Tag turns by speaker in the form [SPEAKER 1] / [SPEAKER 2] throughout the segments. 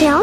[SPEAKER 1] 聊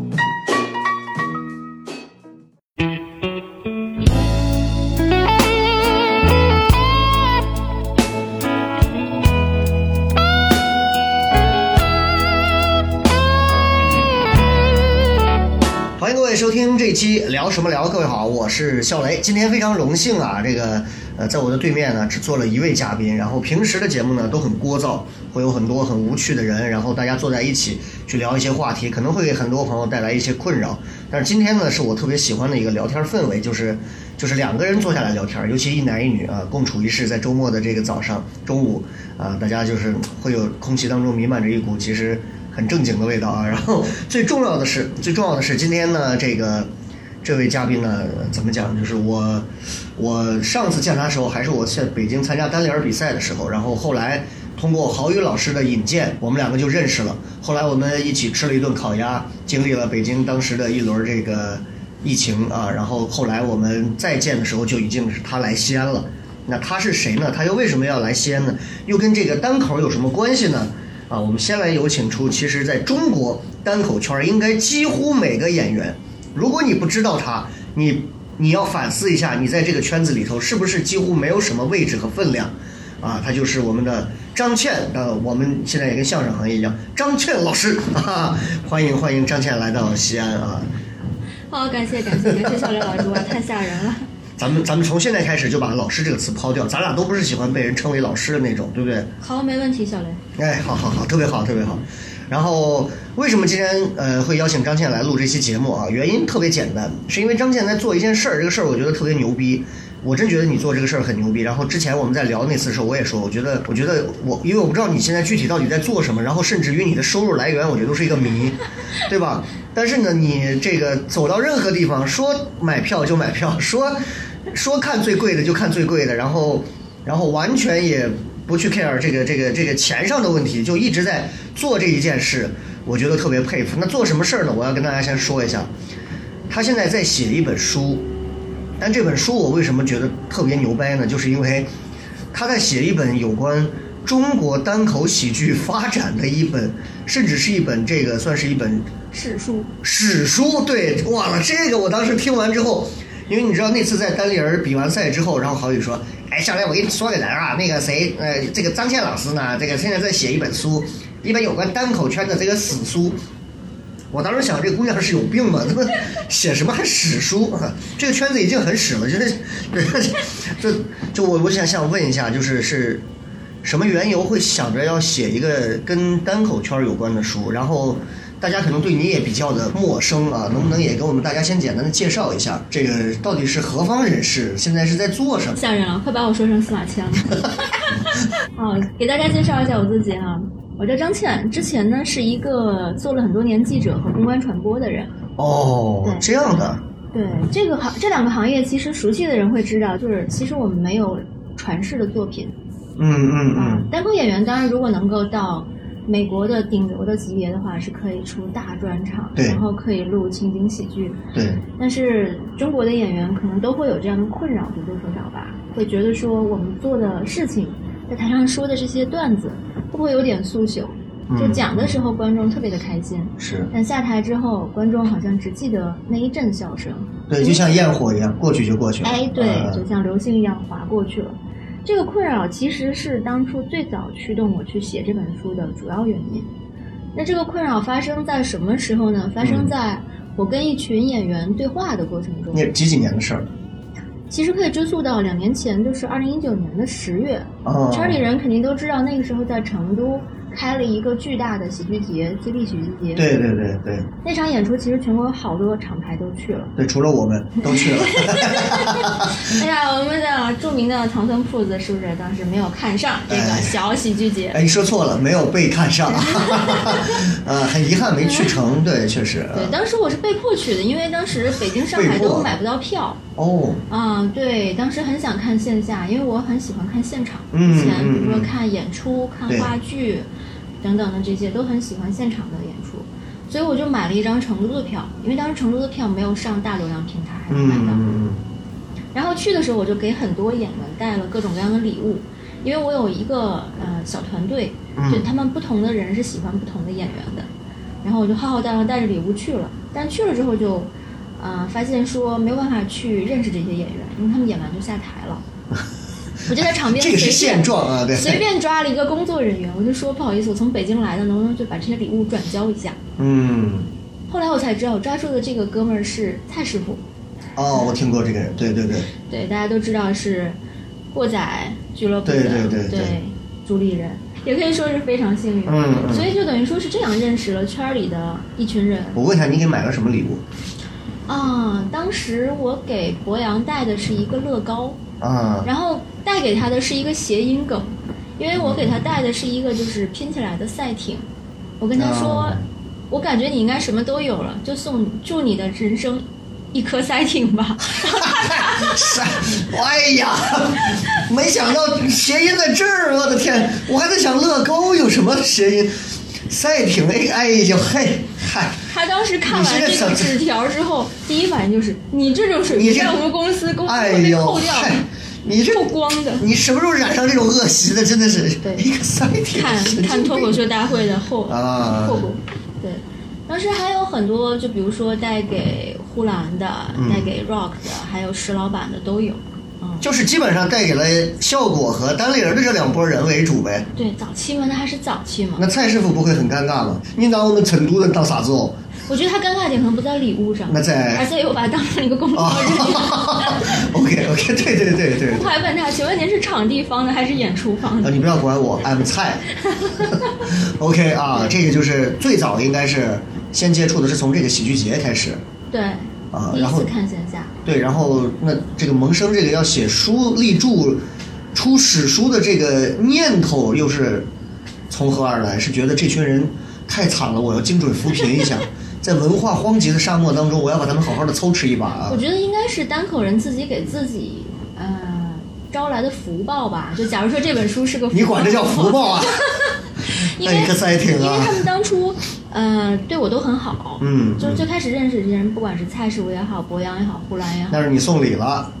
[SPEAKER 2] 欢迎各位收听这期聊什么聊。各位好，我是笑雷。今天非常荣幸啊，这个呃，在我的对面呢只坐了一位嘉宾。然后平时的节目呢都很聒噪，会有很多很无趣的人，然后大家坐在一起去聊一些话题，可能会给很多朋友带来一些困扰。但是今天呢，是我特别喜欢的一个聊天氛围，就是就是两个人坐下来聊天，尤其一男一女啊，共处一室，在周末的这个早上、中午啊，大家就是会有空气当中弥漫着一股其实很正经的味道啊。 然后最重要的是，最重要的是今天呢，这个这位嘉宾呢，呃怎么讲？就是我我上次见他的时候，还是我在北京参加单联儿比赛的时候，然后后来。通过郝宇老师的引荐，我们两个就认识了。后来我们一起吃了一顿烤鸭，经历了北京当时的一轮这个疫情啊，然后后来我们再见的时候就已经是他来西安了。那他是谁呢？他又为什么要来西安呢？又跟这个单口有什么关系呢？啊，我们先来有请出，其实在中国单口圈儿应该几乎每个演员，如果你不知道他，你你要反思一下，你在这个圈子里头是不是几乎没有什么位置和分量。啊，他就是我们的张倩，呃，我们现在也跟相声行业一样，张倩老师， 啊、欢迎欢迎张倩来到西安啊，
[SPEAKER 3] 好，感谢感谢感谢笑雷老师，哇，太吓人了。
[SPEAKER 2] 咱们咱们从现在开始就把老师这个词抛掉，咱俩都不是喜欢被人称为老师的那种，对不对？
[SPEAKER 3] 好，没问题，小雷。
[SPEAKER 2] 哎，好好好，特别好，特别好。然后为什么今天呃会邀请张倩来录这期节目啊？原因特别简单，是因为张倩在做一件事儿，这个事儿我觉得特别牛逼。我真觉得你做这个事儿很牛逼。然后之前我们在聊那次的时候，我也说，我觉得，我觉得我，因为我不知道你现在具体到底在做什么，然后甚至于你的收入来源，我觉得都是一个谜，对吧？但是呢，你这个走到任何地方，说买票就买票，说说看最贵的就看最贵的，然后然后完全也不去 care 这个这个这个钱上的问题，就一直在做这一件事，我觉得特别佩服。那做什么事儿呢？我要跟大家先说一下，他现在在写一本书，但这本书我为什么觉得特别牛掰呢？就是因为他在写一本有关中国单口喜剧发展的一本，甚至是一本这个算是一本
[SPEAKER 3] 史书，
[SPEAKER 2] 史书，对，哇，这个我当时听完之后，因为你知道那次在单立人比完赛之后，然后郝宇说，哎，下来我跟你说给咱啊，那个谁，呃，这个张倩老师呢，这个现在在写一本书，一本有关单口圈的这个史书。我当时想，这姑娘是有病吧？怎么写什么还史书？啊这个圈子已经很史了，就是这就我我想想问一下，就是是什么缘由会想着要写一个跟单口圈有关的书？然后大家可能对你也比较的陌生啊，能不能也给我们大家先简单的介绍一下，这个到底是何方人士，现在是在做什么？
[SPEAKER 3] 吓人了，快把我说成司马迁了。 啊，给大家介绍一下我自己哈、啊我叫张倩，之前呢是一个做了很多年记者和公关传播的人。
[SPEAKER 2] 哦
[SPEAKER 3] 对，
[SPEAKER 2] 这样的，
[SPEAKER 3] 对这个行，这两个行业其实熟悉的人会知道，就是其实我们没有传世的作品。
[SPEAKER 2] 嗯嗯
[SPEAKER 3] 啊
[SPEAKER 2] 嗯，，
[SPEAKER 3] 单口演员当然如果能够到美国的顶流的级别的话，是可以出大专场，
[SPEAKER 2] 对
[SPEAKER 3] 然后可以录情景喜剧。
[SPEAKER 2] 对，
[SPEAKER 3] 但是中国的演员可能都会有这样的困扰，或多或少吧，会觉得说我们做的事情，在台上说的这些段子，会不会有点速朽？就
[SPEAKER 2] 嗯
[SPEAKER 3] 讲的时候观众特别的开心，
[SPEAKER 2] 是
[SPEAKER 3] 但下台之后观众好像只记得那一阵笑声，
[SPEAKER 2] 对，就像焰火一样，过去就过去了。
[SPEAKER 3] 哎，对，
[SPEAKER 2] 呃
[SPEAKER 3] 就像流星一样划过去了。这个困扰其实是当初最早驱动我去写这本书的主要原因。那这个困扰发生在什么时候呢？发生
[SPEAKER 2] 嗯
[SPEAKER 3] 在我跟一群演员对话的过程中。
[SPEAKER 2] 那几几年的事儿？
[SPEAKER 3] 其实可以追溯到两年前，就是二零一九年的十月，
[SPEAKER 2] 哦，
[SPEAKER 3] 圈里人肯定都知道，那个时候在成都开了一个巨大的喜剧节，接力喜剧节。
[SPEAKER 2] 对对对对
[SPEAKER 3] 那场演出其实全国有好多厂牌都 去了。
[SPEAKER 2] 对，除了我们都去 了。
[SPEAKER 3] 哎呀，我们的著名的糖蒜铺子是不是当时没有看上这个
[SPEAKER 2] 哎
[SPEAKER 3] 小喜剧节？
[SPEAKER 2] 哎，你说错了，没有被看 上，呃，很遗憾没去成，对，确实。
[SPEAKER 3] 对，当时我是被迫去的，因为当时北京、上海
[SPEAKER 2] 被迫啊
[SPEAKER 3] 都买不到票。
[SPEAKER 2] 哦，
[SPEAKER 3] 啊、对，当时很想看线下，因为我很喜欢看现场。
[SPEAKER 2] 嗯
[SPEAKER 3] 以前
[SPEAKER 2] 嗯
[SPEAKER 3] 比如说
[SPEAKER 2] 嗯
[SPEAKER 3] 看演出、看
[SPEAKER 2] 对
[SPEAKER 3] 话剧等等的这些，都很喜欢现场的演出。所以我就买了一张成都的票，因为当时成都的票没有上大流量平台，还能买到。
[SPEAKER 2] 嗯
[SPEAKER 3] 然后去的时候，我就给很多演员带了各种各样的礼物，因为我有一个呃小团队，
[SPEAKER 2] 嗯
[SPEAKER 3] 就他们不同的人是喜欢不同的演员的。然后我就浩浩荡荡带着礼物去了，但去了之后就，呃，发现说没有办法去认识这些演员，因为他们演完就下 台了。我就在场
[SPEAKER 2] 嗯
[SPEAKER 3] 边
[SPEAKER 2] 这个是
[SPEAKER 3] 随
[SPEAKER 2] 现
[SPEAKER 3] 便
[SPEAKER 2] 状啊，对，
[SPEAKER 3] 随便抓了一个工作人员，我就说不好意思，我从北京来的，能不能就把这些礼物转交一下？
[SPEAKER 2] 嗯，
[SPEAKER 3] 后来我才知道，抓住的这个哥们儿是蔡师傅。
[SPEAKER 2] 哦，我听过这个人，对对对，
[SPEAKER 3] 对，大家都知道是过仔俱乐部的
[SPEAKER 2] 对对对对
[SPEAKER 3] 主理人，也可以说是非常幸运。
[SPEAKER 2] 嗯嗯
[SPEAKER 3] 所以就等于说是这样认识了圈儿里的一群人
[SPEAKER 2] 我问一下，你给买了什么礼物
[SPEAKER 3] 啊。当时我给博洋带的是一个乐高，
[SPEAKER 2] 啊？
[SPEAKER 3] 然后带给他的是一个谐音梗，因为我给他带的是一个就是拼起来的赛艇。我跟他说，
[SPEAKER 2] 啊
[SPEAKER 3] 我感觉你应该什么都有了，就送祝你的人生一颗赛艇吧。
[SPEAKER 2] 是，哎呀，没想到谐音在这儿，我的天！我还在想乐高有什么谐音，赛艇，哎哎呦嘿，嗨，
[SPEAKER 3] 他当时看完这个纸条之后，第一反应就是你这种水
[SPEAKER 2] 你
[SPEAKER 3] 平
[SPEAKER 2] 这
[SPEAKER 3] 在我们公司公司
[SPEAKER 2] 哎
[SPEAKER 3] 会被
[SPEAKER 2] 呦
[SPEAKER 3] 扣掉，
[SPEAKER 2] 嗨，你这
[SPEAKER 3] 扣光的。
[SPEAKER 2] 你什么时候染上这种恶习的？真的是
[SPEAKER 3] 对
[SPEAKER 2] 一个赛艇，
[SPEAKER 3] 看
[SPEAKER 2] 神经
[SPEAKER 3] 看脱口
[SPEAKER 2] 病
[SPEAKER 3] 秀大会的后
[SPEAKER 2] 啊
[SPEAKER 3] 后果，对。当时还有很多，就比如说带给呼兰的、
[SPEAKER 2] 嗯
[SPEAKER 3] 带给 Rock 的，还有石老板的都有。嗯，
[SPEAKER 2] 就是基本上带给了效果和单立人的这两拨人为主呗。
[SPEAKER 3] 对，早期嘛，那还是早期嘛。
[SPEAKER 2] 那蔡师傅不会很尴尬吗？你拿我们成都人当啥子哦？
[SPEAKER 3] 我觉得他尴尬点可能不在礼物上，
[SPEAKER 2] 那在
[SPEAKER 3] 而在于我把他当成一个工作
[SPEAKER 2] 啊
[SPEAKER 3] 人员。
[SPEAKER 2] ，OK OK，对对对对
[SPEAKER 3] 我
[SPEAKER 2] 对。
[SPEAKER 3] 还问他，请问您是场地方的还是演出方
[SPEAKER 2] 啊，
[SPEAKER 3] 的？
[SPEAKER 2] 你不要管我，I'm 蔡。OK 啊，这个就是最早应该是先接触的是从这个喜剧节开始
[SPEAKER 3] 对，
[SPEAKER 2] 啊，
[SPEAKER 3] 第一
[SPEAKER 2] 然后
[SPEAKER 3] 次看线下。
[SPEAKER 2] 对，然后那这个萌生这个要写书立著、出史书的这个念头又是从何而来？是觉得这群人太惨了，我要精准扶贫一下， 在文化荒瘠的沙漠当中，我要把他们好好的抽持一把啊
[SPEAKER 3] 我！觉得应该是单口人自己给自己呃招来的福报吧。就假如说这本书是个福报，
[SPEAKER 2] 你管这叫福报啊？
[SPEAKER 3] 因
[SPEAKER 2] 那
[SPEAKER 3] 为
[SPEAKER 2] 你可塞挺
[SPEAKER 3] 因为
[SPEAKER 2] 啊
[SPEAKER 3] 他！们当初呃对我都很好，
[SPEAKER 2] 嗯
[SPEAKER 3] 就是最开始认识这些人，不管是蔡师傅也好，博洋也好，呼 兰也好，
[SPEAKER 2] 但是你送礼了，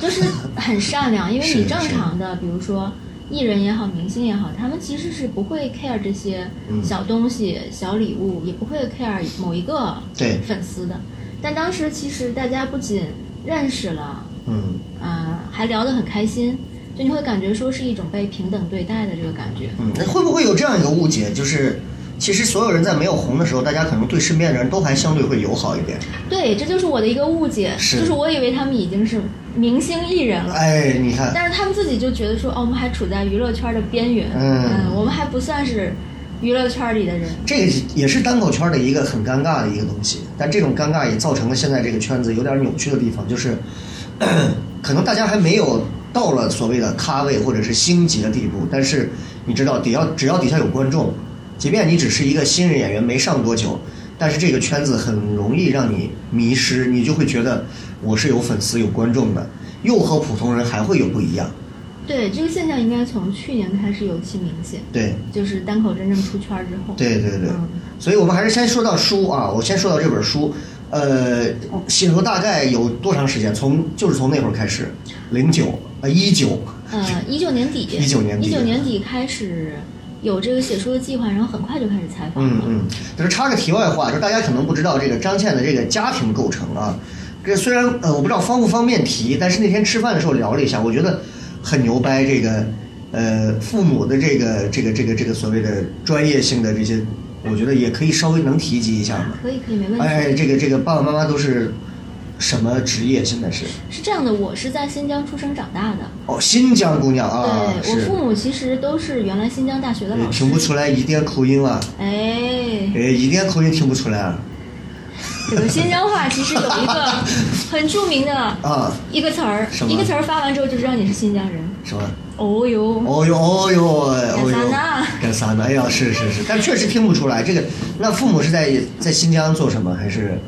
[SPEAKER 3] 就是很善良。因为
[SPEAKER 2] 是
[SPEAKER 3] 你正常的，比如说。艺人也好，明星也好，他们其实是不会 care 这些
[SPEAKER 2] 嗯
[SPEAKER 3] 小东西、小礼物，也不会 care 某一个
[SPEAKER 2] 对，
[SPEAKER 3] 粉丝的。但当时其实大家不仅认识了，
[SPEAKER 2] 嗯，
[SPEAKER 3] 啊，还聊得很开心，就你会感觉说是一种被平等对待的这个感觉。
[SPEAKER 2] 嗯，那会不会有这样一个误解，就是其实所有人在没有红的时候，大家可能对身边的人都还相对会友好一点？
[SPEAKER 3] 对，这就是我的一个误解，
[SPEAKER 2] 是
[SPEAKER 3] 就是我以为他们已经是明星艺人了。
[SPEAKER 2] 哎，你看，
[SPEAKER 3] 但是他们自己就觉得说，哦，我们还处在娱乐圈的边缘，
[SPEAKER 2] 嗯
[SPEAKER 3] 我们还不算是娱乐圈里的人，
[SPEAKER 2] 这个也是单口圈的一个很尴尬的一个东西，但这种尴尬也造成了现在这个圈子有点扭曲的地方，就是 咳可能大家还没有到了所谓的咖位或者是星级的地步，但是你知道，底要只要底下有观众，即便你只是一个新人演员，没上多久，但是这个圈子很容易让你迷失，你就会觉得我是有粉丝有观众的，又和普通人还会有不一样。
[SPEAKER 3] 对这个现象应该从去年开始尤其明显，
[SPEAKER 2] 对，
[SPEAKER 3] 就是单口真正出圈之后，
[SPEAKER 2] 对对对
[SPEAKER 3] 嗯，
[SPEAKER 2] 所以我们还是先说到书啊，我先说到这本书，呃，写作大概有多长时间？从就是从那会儿开始，零九啊一九，
[SPEAKER 3] 呃，一九年底，
[SPEAKER 2] 19年底
[SPEAKER 3] 一九年底开始有这个写书的计划，然后很快就开始采访
[SPEAKER 2] 嗯
[SPEAKER 3] 了，
[SPEAKER 2] 嗯，就是插个题外话，就大家可能不知道这个张倩的这个家庭构成啊，这虽然呃我不知道方不方便提，但是那天吃饭的时候聊了一下，我觉得很牛掰这个。呃，父母的这个这个这个这个所谓的专业性的这些，我觉得也可以稍微能提及一下嘛。
[SPEAKER 3] 可以可以，没问题。
[SPEAKER 2] 哎，这个这个爸爸妈妈都是什么职业？现在是
[SPEAKER 3] 是这样的，我是在新疆出生长大的，
[SPEAKER 2] 哦，新疆姑娘啊，
[SPEAKER 3] 对我
[SPEAKER 2] 是
[SPEAKER 3] 父，母其实都是原来新疆大学的
[SPEAKER 2] 呃
[SPEAKER 3] 老师。
[SPEAKER 2] 听不出来一点口音了，
[SPEAKER 3] 哎，
[SPEAKER 2] 哎，一点口音听不出来了
[SPEAKER 3] 这个新疆话其实有一个很著名的
[SPEAKER 2] 啊，
[SPEAKER 3] 一个词儿
[SPEAKER 2] 什，么
[SPEAKER 3] 一个词儿发完之后就知道你是新疆人。
[SPEAKER 2] 什么？
[SPEAKER 3] 哦哟，
[SPEAKER 2] 哦呦哦呦哦
[SPEAKER 3] 干啥
[SPEAKER 2] 呦
[SPEAKER 3] 呢，
[SPEAKER 2] 干啥呢？哎呀，是是是，但确实听不出来。这个，那父母是在在新疆做什么？还是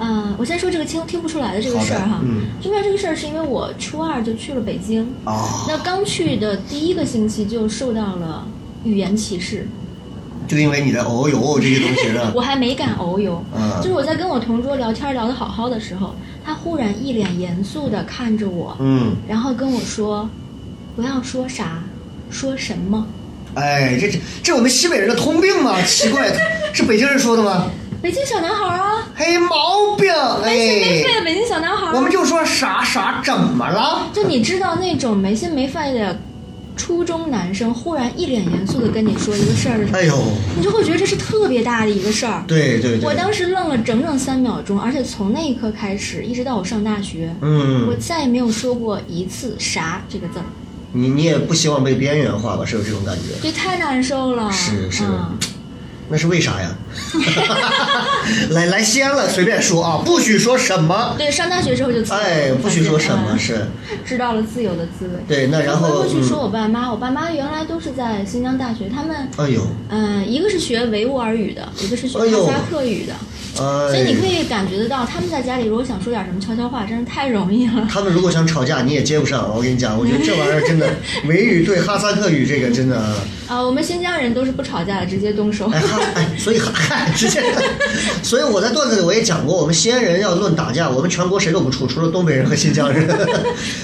[SPEAKER 3] 嗯，我先说这个听听不出来的这个事儿
[SPEAKER 2] 好
[SPEAKER 3] 哈
[SPEAKER 2] 的嗯，
[SPEAKER 3] 听不出来这个事儿是因为我初二就去了北京，
[SPEAKER 2] 啊
[SPEAKER 3] 那刚去的第一个星期就受到了语言歧视。
[SPEAKER 2] 就因为你的哦呦哦这些东西呢
[SPEAKER 3] ，我还没敢偶游，
[SPEAKER 2] 嗯
[SPEAKER 3] 就是我在跟我同桌聊天聊得好好的时候，他忽然一脸严肃地看着我，
[SPEAKER 2] 嗯，
[SPEAKER 3] 然后跟我说：“不要说啥，说什么。
[SPEAKER 2] 哎，这这这我们西北人的通病嘛，奇怪， 是北京人说的吗？”
[SPEAKER 3] 北京小男孩儿啊，
[SPEAKER 2] 嘿，毛病
[SPEAKER 3] 没心没肺
[SPEAKER 2] 哎，
[SPEAKER 3] 的北京小男孩儿啊。
[SPEAKER 2] 我们就说啥啥怎么了？
[SPEAKER 3] 就你知道那种没心没肺的初中男生，忽然一脸严肃的跟你说一个事儿的时候，
[SPEAKER 2] 哎呦，
[SPEAKER 3] 你就会觉得这是特别大的一个事儿。
[SPEAKER 2] 对对对，
[SPEAKER 3] 我当时愣了整整三秒钟，而且从那一刻开始，一直到我上大学，我
[SPEAKER 2] 嗯，
[SPEAKER 3] 再也没有说过一次“啥”这个字儿，
[SPEAKER 2] 你你也不希望被边缘化吧？是有这种感觉？
[SPEAKER 3] 对，太难受了。
[SPEAKER 2] 是是
[SPEAKER 3] 嗯
[SPEAKER 2] 那是为啥 呀？ 来来西安了，随便说啊，不许说什么，
[SPEAKER 3] 对，上大学之后就自由了
[SPEAKER 2] 哎，不许说什么，
[SPEAKER 3] 嗯
[SPEAKER 2] 是
[SPEAKER 3] 知道了自由的滋味。
[SPEAKER 2] 对。那然后
[SPEAKER 3] 我，去说
[SPEAKER 2] 嗯，
[SPEAKER 3] 我爸妈，我爸妈原来都是在新疆大学，他们
[SPEAKER 2] 哎呦，
[SPEAKER 3] 嗯、一个是学维吾尔语的，一个是学
[SPEAKER 2] 哎呦
[SPEAKER 3] 哈萨克语的，所以你可
[SPEAKER 2] 哎，
[SPEAKER 3] 以感觉得到，他们在家里如果想说点什么悄悄话，真是太容易了。
[SPEAKER 2] 他们如果想吵架，你也接不上。我跟你讲，我觉得这玩意儿真的，维语对哈萨克语这个真的。
[SPEAKER 3] 啊、 我们新疆人都是不吵架的，直接动手。
[SPEAKER 2] 哎哈，哎，所以哈，嗨直接，所以我在段子里我也讲过，我们西安人要论打架，我们全国谁都不怵，除了东北人和新疆人。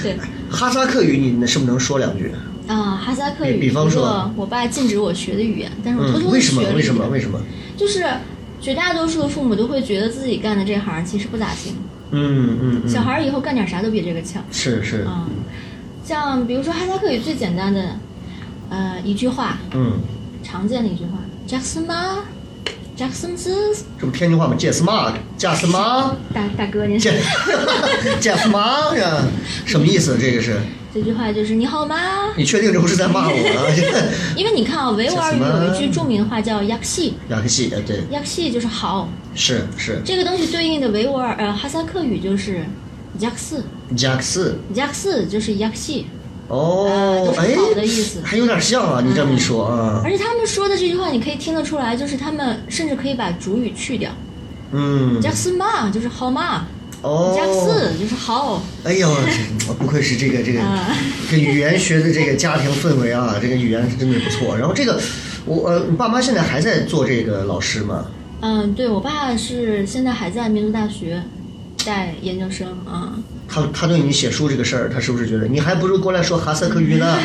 [SPEAKER 3] 对，
[SPEAKER 2] 哈萨克语你能是不是能说两句？
[SPEAKER 3] 啊、哈萨克
[SPEAKER 2] 比
[SPEAKER 3] 语，
[SPEAKER 2] 比方说，
[SPEAKER 3] 我爸禁止我学的语言，但是我偷
[SPEAKER 2] 嗯，
[SPEAKER 3] 偷
[SPEAKER 2] 为
[SPEAKER 3] 地
[SPEAKER 2] 什
[SPEAKER 3] 学
[SPEAKER 2] 么？
[SPEAKER 3] 了一
[SPEAKER 2] 为什
[SPEAKER 3] 点
[SPEAKER 2] 么？为什么？
[SPEAKER 3] 就是绝大多数的父母都会觉得自己干的这行其实不咋行，
[SPEAKER 2] 嗯嗯嗯，
[SPEAKER 3] 小孩儿以后干点啥都比这个强。
[SPEAKER 2] 是是，
[SPEAKER 3] 嗯，像比如说哈萨克语最简单的，呃，一句话，
[SPEAKER 2] 嗯，
[SPEAKER 3] 常见的一句话，Jackson 吗？Jackson 是
[SPEAKER 2] 这不天津话吗？杰斯玛，贾斯玛，
[SPEAKER 3] 大大哥您
[SPEAKER 2] 杰
[SPEAKER 3] 是，
[SPEAKER 2] 杰斯玛呀，什么意思？这个是
[SPEAKER 3] 这句话就是你好吗？
[SPEAKER 2] 你确定这不是在骂我啊？
[SPEAKER 3] 因为你看啊，维吾尔语
[SPEAKER 2] Jackson 吗
[SPEAKER 3] 有一句著名的话叫 yakshi。
[SPEAKER 2] 雅克西，哎对，
[SPEAKER 3] y a k s h 就是好，
[SPEAKER 2] 是是，
[SPEAKER 3] 这个东西对应的维吾尔呃哈萨克语就是 yaks
[SPEAKER 2] 贾克斯，
[SPEAKER 3] yaks 就是 y a k s h 呃
[SPEAKER 2] 哦
[SPEAKER 3] 都，是
[SPEAKER 2] 哎
[SPEAKER 3] 好的意思，
[SPEAKER 2] 还有点像啊，你这么一说啊，
[SPEAKER 3] 而且他们说的这句话，你可以听得出来，就是他们甚至可以把主语去掉。
[SPEAKER 2] 嗯，
[SPEAKER 3] 加斯嘛就是好嘛，
[SPEAKER 2] 哦，
[SPEAKER 3] 加四就是好，
[SPEAKER 2] 哎呦，不愧是这个这个
[SPEAKER 3] 啊
[SPEAKER 2] 这语言学的这个家庭氛围啊，这个语言是真的不错。然后这个，我呃，你爸妈现在还在做这个老师吗？
[SPEAKER 3] 嗯，对我爸是现在还在民族大学带研究生啊、
[SPEAKER 2] 他他对你写书这个事儿，他是不是觉得你还不如过来说哈萨克语呢？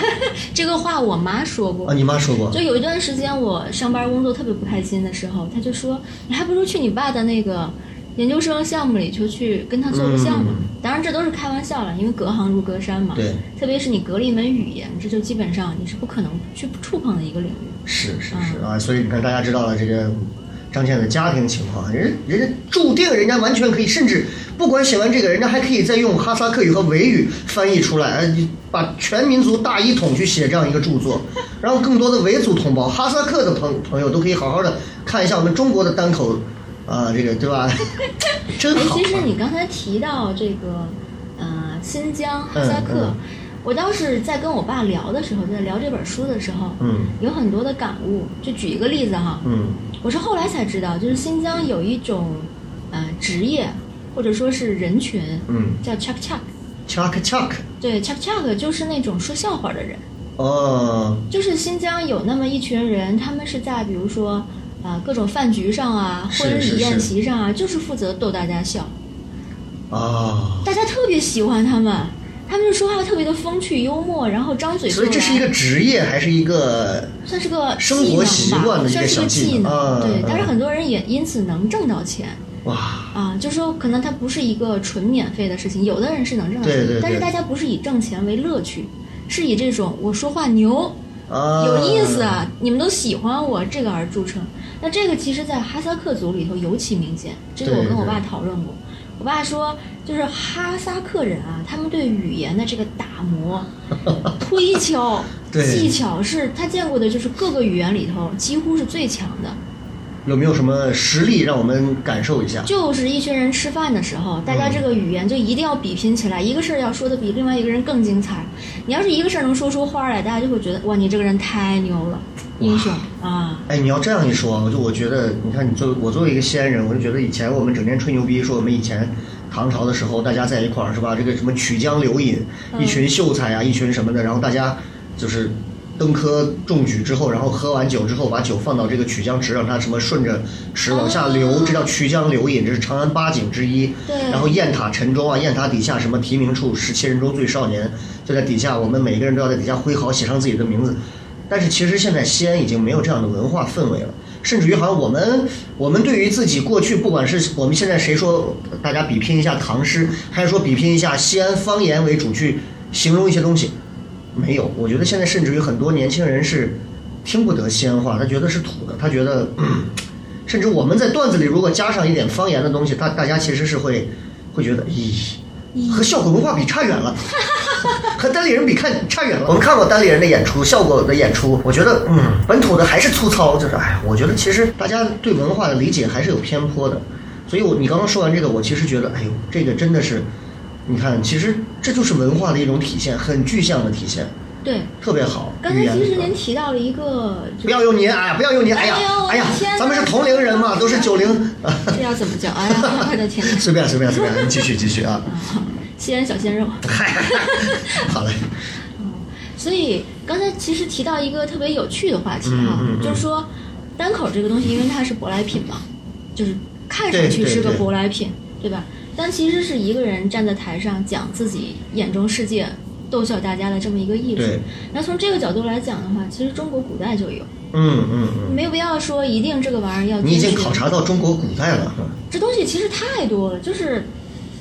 [SPEAKER 3] 这个话我妈说过
[SPEAKER 2] 啊，。你妈说过
[SPEAKER 3] 就有一段时间我上班工作特别不开心的时候，她就说你还不如去你爸的那个研究生项目里就去跟他做个项目。
[SPEAKER 2] 嗯
[SPEAKER 3] 当然这都是开玩笑了，因为隔行如隔山嘛。
[SPEAKER 2] 对。
[SPEAKER 3] 特别是你隔了一门语言，这就基本上你是不可能去触碰的一个领域。
[SPEAKER 2] 是是是
[SPEAKER 3] 嗯
[SPEAKER 2] 啊，所以你看大家知道了这个张倩的家庭情况，啊人人家注定人家完全可以，甚至不管写完这个，人家还可以再用哈萨克语和维语翻译出来，哎你把全民族大一统去写这样一个著作，然后更多的维族同胞、哈萨克的朋朋友都可以好好的看一下我们中国的单口啊，这个对吧？真
[SPEAKER 3] 哎，
[SPEAKER 2] 好
[SPEAKER 3] 其实
[SPEAKER 2] 啊，
[SPEAKER 3] 你刚才提到这个，呃，新疆哈萨克，
[SPEAKER 2] 嗯嗯
[SPEAKER 3] 我当时在跟我爸聊的时候，在聊这本书的时候，
[SPEAKER 2] 嗯
[SPEAKER 3] 有很多的感悟。就举一个例子哈，
[SPEAKER 2] 嗯
[SPEAKER 3] 我是后来才知道，就是新疆有一种，呃，职业或者说是人群，
[SPEAKER 2] 嗯
[SPEAKER 3] 叫 chak chak。
[SPEAKER 2] ，chuck chuck，
[SPEAKER 3] 对，chak chak 就是那种说笑话的人，
[SPEAKER 2] 哦，
[SPEAKER 3] 就是新疆有那么一群人，他们是在比如说。啊，各种饭局上啊，
[SPEAKER 2] 是
[SPEAKER 3] 婚
[SPEAKER 2] 是
[SPEAKER 3] 礼宴
[SPEAKER 2] 是
[SPEAKER 3] 席上啊，就是负责逗大家笑。
[SPEAKER 2] 啊。
[SPEAKER 3] 大家特别喜欢他们，他们就说话特别的风趣幽默，然后张嘴就
[SPEAKER 2] 所以
[SPEAKER 3] 来，
[SPEAKER 2] 这是一个职业还是一个
[SPEAKER 3] 算是个技
[SPEAKER 2] 生
[SPEAKER 3] 能吧
[SPEAKER 2] 活习惯的一个
[SPEAKER 3] 算是
[SPEAKER 2] 小
[SPEAKER 3] 个
[SPEAKER 2] 技
[SPEAKER 3] 技
[SPEAKER 2] 能啊
[SPEAKER 3] 对
[SPEAKER 2] 啊，
[SPEAKER 3] 但是很多人也因此能挣到钱
[SPEAKER 2] 哇？
[SPEAKER 3] 啊，就说可能它不是一个纯免费的事情，有的人是能挣到
[SPEAKER 2] 对
[SPEAKER 3] 钱，
[SPEAKER 2] 对对
[SPEAKER 3] 但是大家不是以挣钱为乐趣，是以这种我说话牛。
[SPEAKER 2] 啊，
[SPEAKER 3] 有意思！啊！你们都喜欢我这个而著称。那这个其实，在哈萨克族里头尤其明显。这个我
[SPEAKER 2] 对
[SPEAKER 3] 跟我爸
[SPEAKER 2] 对
[SPEAKER 3] 讨论过，我爸说，就是哈萨克人啊，他们对语言的这个打 磨、推敲、
[SPEAKER 2] 对
[SPEAKER 3] 技巧是他见过的，就是各个语言里头几乎是最强的。
[SPEAKER 2] 有没有什么实例让我们感受一下？
[SPEAKER 3] 就是一群人吃饭的时候，大
[SPEAKER 2] 嗯
[SPEAKER 3] 家这个语言就一定要比拼起来，一个事儿要说的比另外一个人更精彩。你要是一个事儿能说出花儿来，大家就会觉得哇，你这个人太牛了，英雄啊！
[SPEAKER 2] 哎，你要这样一说，我就我觉得，你看你作为我作为一个西安人，我就觉得以前我们整天吹牛逼说我们以前唐朝的时候大家在一块
[SPEAKER 3] 嗯
[SPEAKER 2] 儿是吧？这个什么曲江流饮，一群秀才啊，一群什么的，然后大家就是。登科中举之后，然后喝完酒之后，把酒放到这个曲江池，让它什么顺着池往下流，
[SPEAKER 3] 哦
[SPEAKER 2] 这叫曲江流饮，这是长安八景之一。
[SPEAKER 3] 对
[SPEAKER 2] 然后雁塔晨钟啊，雁塔底下什么提名处，十七人中最少年，就在底下，我们每个人都要在底下挥毫写上自己的名字。但是其实现在西安已经没有这样的文化氛围了，甚至于好像我们我们对于自己过去，不管是我们现在谁说大家比拼一下唐诗，还是说比拼一下西安方言为主去形容一些东西，没有。我觉得现在甚至于很多年轻人是听不得西安话，他觉得是土的，他觉得，嗯甚至我们在段子里如果加上一点方言的东西，他大家其实是会会觉得，咦，和效果文化比差远 了。和单立人比看差远了。我们看过单立人的演出，效果的演出，我觉得，嗯，本土的还是粗糙，就是，哎，我觉得其实大家对文化的理解还是有偏颇的。所以我你刚刚说完这个，我其实觉得，哎呦，这个真的是，你看，其实这就是文化的一种体现，很具象的体现，
[SPEAKER 3] 对，
[SPEAKER 2] 特别好。
[SPEAKER 3] 刚
[SPEAKER 2] 语
[SPEAKER 3] 才
[SPEAKER 2] 言
[SPEAKER 3] 其实
[SPEAKER 2] 里边
[SPEAKER 3] 您提到了一个，
[SPEAKER 2] 不要用您，哎呀，不要用您，哎呀
[SPEAKER 3] 哎呦，
[SPEAKER 2] 哎呀
[SPEAKER 3] 我的天，哪
[SPEAKER 2] 咱们是同龄人嘛，都是九零，
[SPEAKER 3] 这要怎么叫？哎呀， 我的天哪！
[SPEAKER 2] 随便随便随 便，你继续继续啊，
[SPEAKER 3] 西安小鲜肉。
[SPEAKER 2] 嗨，好嘞，
[SPEAKER 3] 所以刚才其实提到一个特别有趣的话题
[SPEAKER 2] 嗯
[SPEAKER 3] 哈，
[SPEAKER 2] 嗯嗯
[SPEAKER 3] 就是说单口这个东西，因为它是舶来品嘛，就是看上去
[SPEAKER 2] 对对
[SPEAKER 3] 是个
[SPEAKER 2] 对
[SPEAKER 3] 舶来品，对吧？但其实是一个人站在台上讲自己眼中世界，逗笑大家的这么一个艺术
[SPEAKER 2] 对。
[SPEAKER 3] 那从这个角度来讲的话，其实中国古代就有，
[SPEAKER 2] 嗯嗯嗯，
[SPEAKER 3] 没有必要说一定这个玩意儿要。
[SPEAKER 2] 你已经考察到中国古代了，嗯
[SPEAKER 3] 这东西其实太多了，就是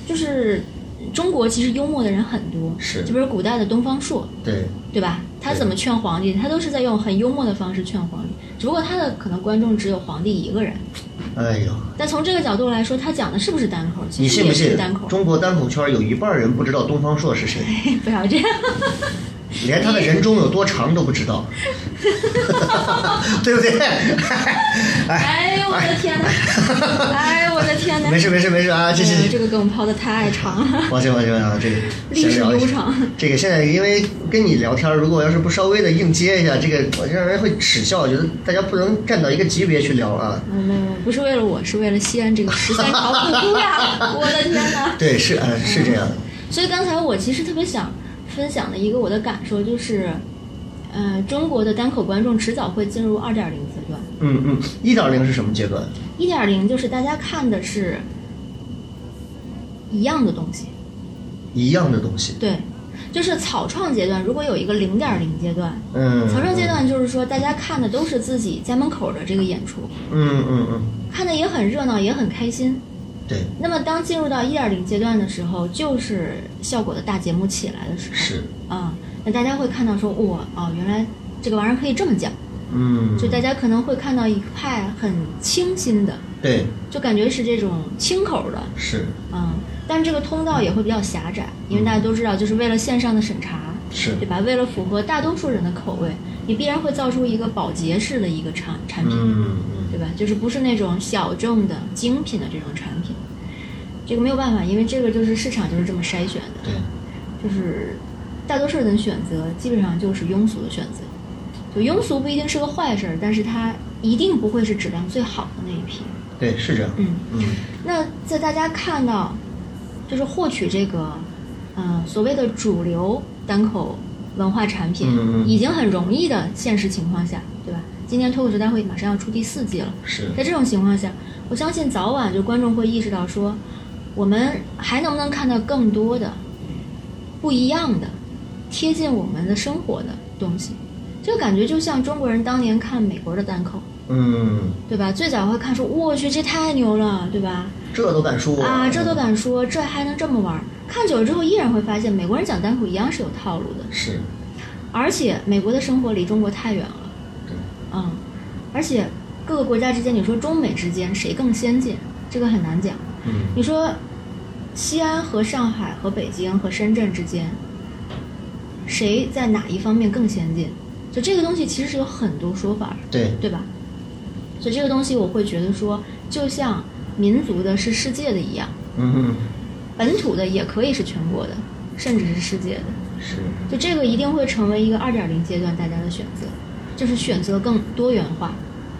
[SPEAKER 3] 就是中国其实幽默的人很多，
[SPEAKER 2] 是
[SPEAKER 3] 就比如古代的东方朔，
[SPEAKER 2] 对。
[SPEAKER 3] 对吧？他怎么劝皇帝，他都是在用很幽默的方式劝皇帝，只不过他的可能观众只有皇帝一个人。
[SPEAKER 2] 哎呦，
[SPEAKER 3] 但从这个角度来说，他讲的是不是单口？其
[SPEAKER 2] 你
[SPEAKER 3] 实
[SPEAKER 2] 信不
[SPEAKER 3] 也是
[SPEAKER 2] 信
[SPEAKER 3] 单？口。哎
[SPEAKER 2] 中国单口圈有一半人不知道东方朔是谁，
[SPEAKER 3] 不要这样，
[SPEAKER 2] 连他的人中有多长都不知 道，对不对？
[SPEAKER 3] 哎呦我的天 哪！哎呦我的天哪！
[SPEAKER 2] 没事没事没事啊，继续
[SPEAKER 3] 哎
[SPEAKER 2] 继
[SPEAKER 3] 呦
[SPEAKER 2] 续
[SPEAKER 3] 这。个梗抛的太长了。
[SPEAKER 2] 抱歉抱歉啊，这个
[SPEAKER 3] 历史
[SPEAKER 2] 闲聊一下
[SPEAKER 3] 悠长
[SPEAKER 2] 这个现在因为跟你聊天儿，如果要是不稍微的硬接一下，这个我让人会耻笑，觉得大家不能站到一个级别去聊啊。
[SPEAKER 3] 没有没有，不是为了我，是为了西安这个十三朝故都呀！ 我的天哪！
[SPEAKER 2] 对，是呃是这样的，
[SPEAKER 3] 所以刚才我其实特别想分享的一个我的感受就是，呃，中国的单口观众迟早会进入二点零阶段。
[SPEAKER 2] 嗯嗯，一点零是什么阶段？
[SPEAKER 3] 一点零就是大家看的是一样的东西，
[SPEAKER 2] 一样的东西，
[SPEAKER 3] 对，就是草创阶段。如果有一个零点零阶段，
[SPEAKER 2] 嗯，
[SPEAKER 3] 草创阶段就是说大家看的都是自己家门口的这个演出，
[SPEAKER 2] 嗯，嗯嗯嗯，
[SPEAKER 3] 看的也很热闹，也很开心。
[SPEAKER 2] 对，
[SPEAKER 3] 那么当进入到一点零阶段的时候，就是效果的大节目起来的时候，
[SPEAKER 2] 是，
[SPEAKER 3] 啊、那大家会看到说，哇哦，原来这个玩意儿可以这么讲，
[SPEAKER 2] 嗯，
[SPEAKER 3] 就大家可能会看到一派很清新的，
[SPEAKER 2] 对，
[SPEAKER 3] 就感觉是这种清口的，
[SPEAKER 2] 是
[SPEAKER 3] 嗯，但这个通道也会比较狭窄，因为大家都知道，就是为了线上的审查，
[SPEAKER 2] 是
[SPEAKER 3] 对，吧？为了符合大多数人的口味，你必然会造出一个保洁式的一个产产品，
[SPEAKER 2] 嗯
[SPEAKER 3] 对吧？就是不是那种小众的精品的这种产品，这个没有办法，因为这个就是市场就是这么筛选的，
[SPEAKER 2] 对，
[SPEAKER 3] 就是大多数人的选择基本上就是庸俗的选择。就庸俗不一定是个坏事儿，但是它一定不会是质量最好的那一批。
[SPEAKER 2] 对，是这样，
[SPEAKER 3] 嗯，
[SPEAKER 2] 嗯，
[SPEAKER 3] 那在大家看到，就是获取这个，嗯、所谓的主流单口文化产品，
[SPEAKER 2] 嗯嗯嗯
[SPEAKER 3] 已经很容易的现实情况下，对吧？今年脱口秀大会马上要出第四季了，
[SPEAKER 2] 是，
[SPEAKER 3] 在这种情况下，我相信早晚就观众会意识到说，我们还能不能看到更多的、不一样的、贴近我们的生活的东西？这个感觉就像中国人当年看美国的单口，
[SPEAKER 2] 嗯，
[SPEAKER 3] 对吧？最早会看说，我去，这太牛了，对吧？
[SPEAKER 2] 这都敢说
[SPEAKER 3] 啊，这都敢说，这还能这么玩儿？看久了之后，依然会发现美国人讲单口一样是有套路的，
[SPEAKER 2] 是，
[SPEAKER 3] 而且美国的生活离中国太远了，
[SPEAKER 2] 对，
[SPEAKER 3] 嗯，而且各个国家之间，你说中美之间谁更先进，这个很难讲。
[SPEAKER 2] 嗯，
[SPEAKER 3] 你说西安和上海和北京和深圳之间，谁在哪一方面更先进？就这个东西其实是有很多说法的，
[SPEAKER 2] 对，
[SPEAKER 3] 对吧？所以这个东西我会觉得说，就像民族的是世界的一样。
[SPEAKER 2] 嗯，
[SPEAKER 3] 本土的也可以是全国的，甚至是世界的。
[SPEAKER 2] 嗯是，
[SPEAKER 3] 就这个一定会成为一个二点零阶段大家的选择，就是选择更多元化。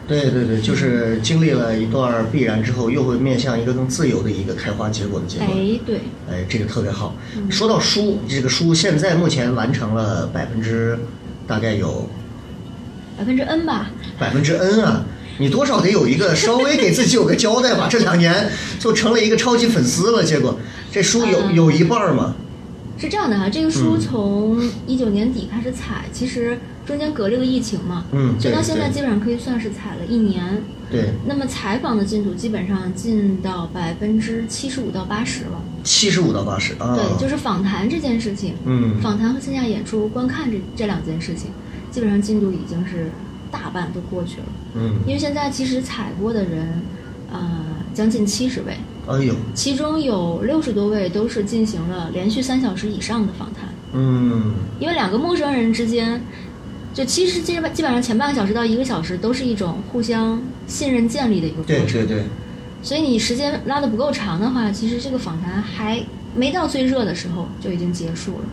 [SPEAKER 2] 对对对，就是经历了一段必然之后，又会面向一个更自由的一个开花结果的结果。
[SPEAKER 3] 哎，对，
[SPEAKER 2] 哎，这个特别好。
[SPEAKER 3] 嗯
[SPEAKER 2] 说到书，这个书现在目前完成了百分之大概有
[SPEAKER 3] 百分之 N 吧，
[SPEAKER 2] 百分之 N 啊，你多少得有一个稍微给自己有个交代吧。这两年就成了一个超级粉丝了，结果这书有
[SPEAKER 3] 嗯
[SPEAKER 2] 有一半儿嘛，
[SPEAKER 3] 是这样的哈，这个
[SPEAKER 2] 嗯
[SPEAKER 3] 书从一九年底开始采，其实中间隔了个疫情嘛，
[SPEAKER 2] 嗯
[SPEAKER 3] 所
[SPEAKER 2] 对
[SPEAKER 3] 以到现在
[SPEAKER 2] 对
[SPEAKER 3] 基本上可以算是采了一年。
[SPEAKER 2] 对，
[SPEAKER 3] 那么采访的进度基本上进到百分之七十五到八十了。
[SPEAKER 2] 七十五到八十啊，
[SPEAKER 3] 对，就是访谈这件事情，
[SPEAKER 2] 嗯
[SPEAKER 3] 访谈和线下演出、观看这这两件事情，基本上进度已经是大半都过去了。
[SPEAKER 2] 嗯，
[SPEAKER 3] 因为现在其实采过的人，呃，将近七十位，
[SPEAKER 2] 哎呦，
[SPEAKER 3] 其中有六十多位都是进行了连续三小时以上的访谈。
[SPEAKER 2] 嗯，
[SPEAKER 3] 因为两个陌生人之间，就其实基本基本上前半个小时到一个小时都是一种互相信任建立的一个过
[SPEAKER 2] 对
[SPEAKER 3] 程。
[SPEAKER 2] 对对，
[SPEAKER 3] 所以你时间拉的不够长的话，其实这个访谈还没到最热的时候就已经结束了。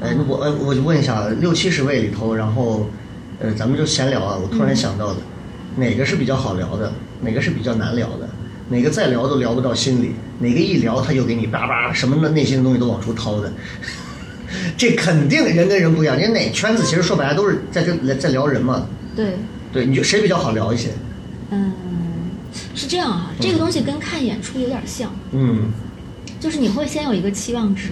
[SPEAKER 2] 哎，那我哎我就问一下，六七十位里头，然后呃，咱们就闲聊啊，我突然想到的，哪个是比较好聊的，哪个是比较难聊的？哪个再聊都聊不到心里，哪个一聊他就给你叭叭什么的内心的东西都往出掏的， 这肯定人跟人不一样。因为哪圈子其实说白了都是在跟在聊人嘛，
[SPEAKER 3] 对，
[SPEAKER 2] 对，你就谁比较好聊一些？
[SPEAKER 3] 嗯，是这样啊，这个东西跟看演出有点像，
[SPEAKER 2] 嗯，
[SPEAKER 3] 就是你会先有一个期望值，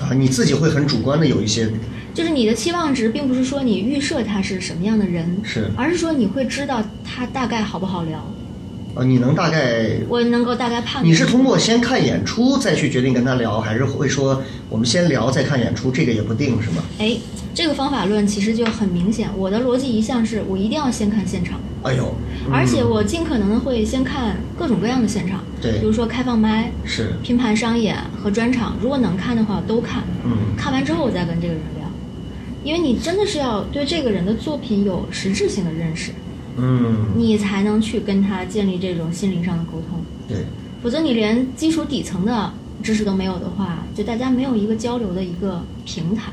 [SPEAKER 2] 啊，你自己会很主观的有一些，
[SPEAKER 3] 就是你的期望值并不是说你预设他是什么样的人，
[SPEAKER 2] 是
[SPEAKER 3] 而是说你会知道他大概好不好聊，
[SPEAKER 2] 啊，你能大概
[SPEAKER 3] 我能够大概判断。
[SPEAKER 2] 你是通过先看演出再去决定跟他聊，还是会说我们先聊再看演出？这个也不定是吗？
[SPEAKER 3] 哎，这个方法论其实就很明显。我的逻辑一向是我一定要先看现场，
[SPEAKER 2] 哎呦，
[SPEAKER 3] 而且我尽可能的会先看各种各样的现场，
[SPEAKER 2] 对
[SPEAKER 3] 比如说开放麦、
[SPEAKER 2] 是，
[SPEAKER 3] 拼盘商演和专场，如果能看的话都看，
[SPEAKER 2] 嗯
[SPEAKER 3] 看完之后我再跟这个人聊，因为你真的是要对这个人的作品有实质性的认识，
[SPEAKER 2] 嗯，
[SPEAKER 3] 你才能去跟他建立这种心灵上的沟通，
[SPEAKER 2] 对，
[SPEAKER 3] 否则你连基础底层的知识都没有的话，就大家没有一个交流的一个平台，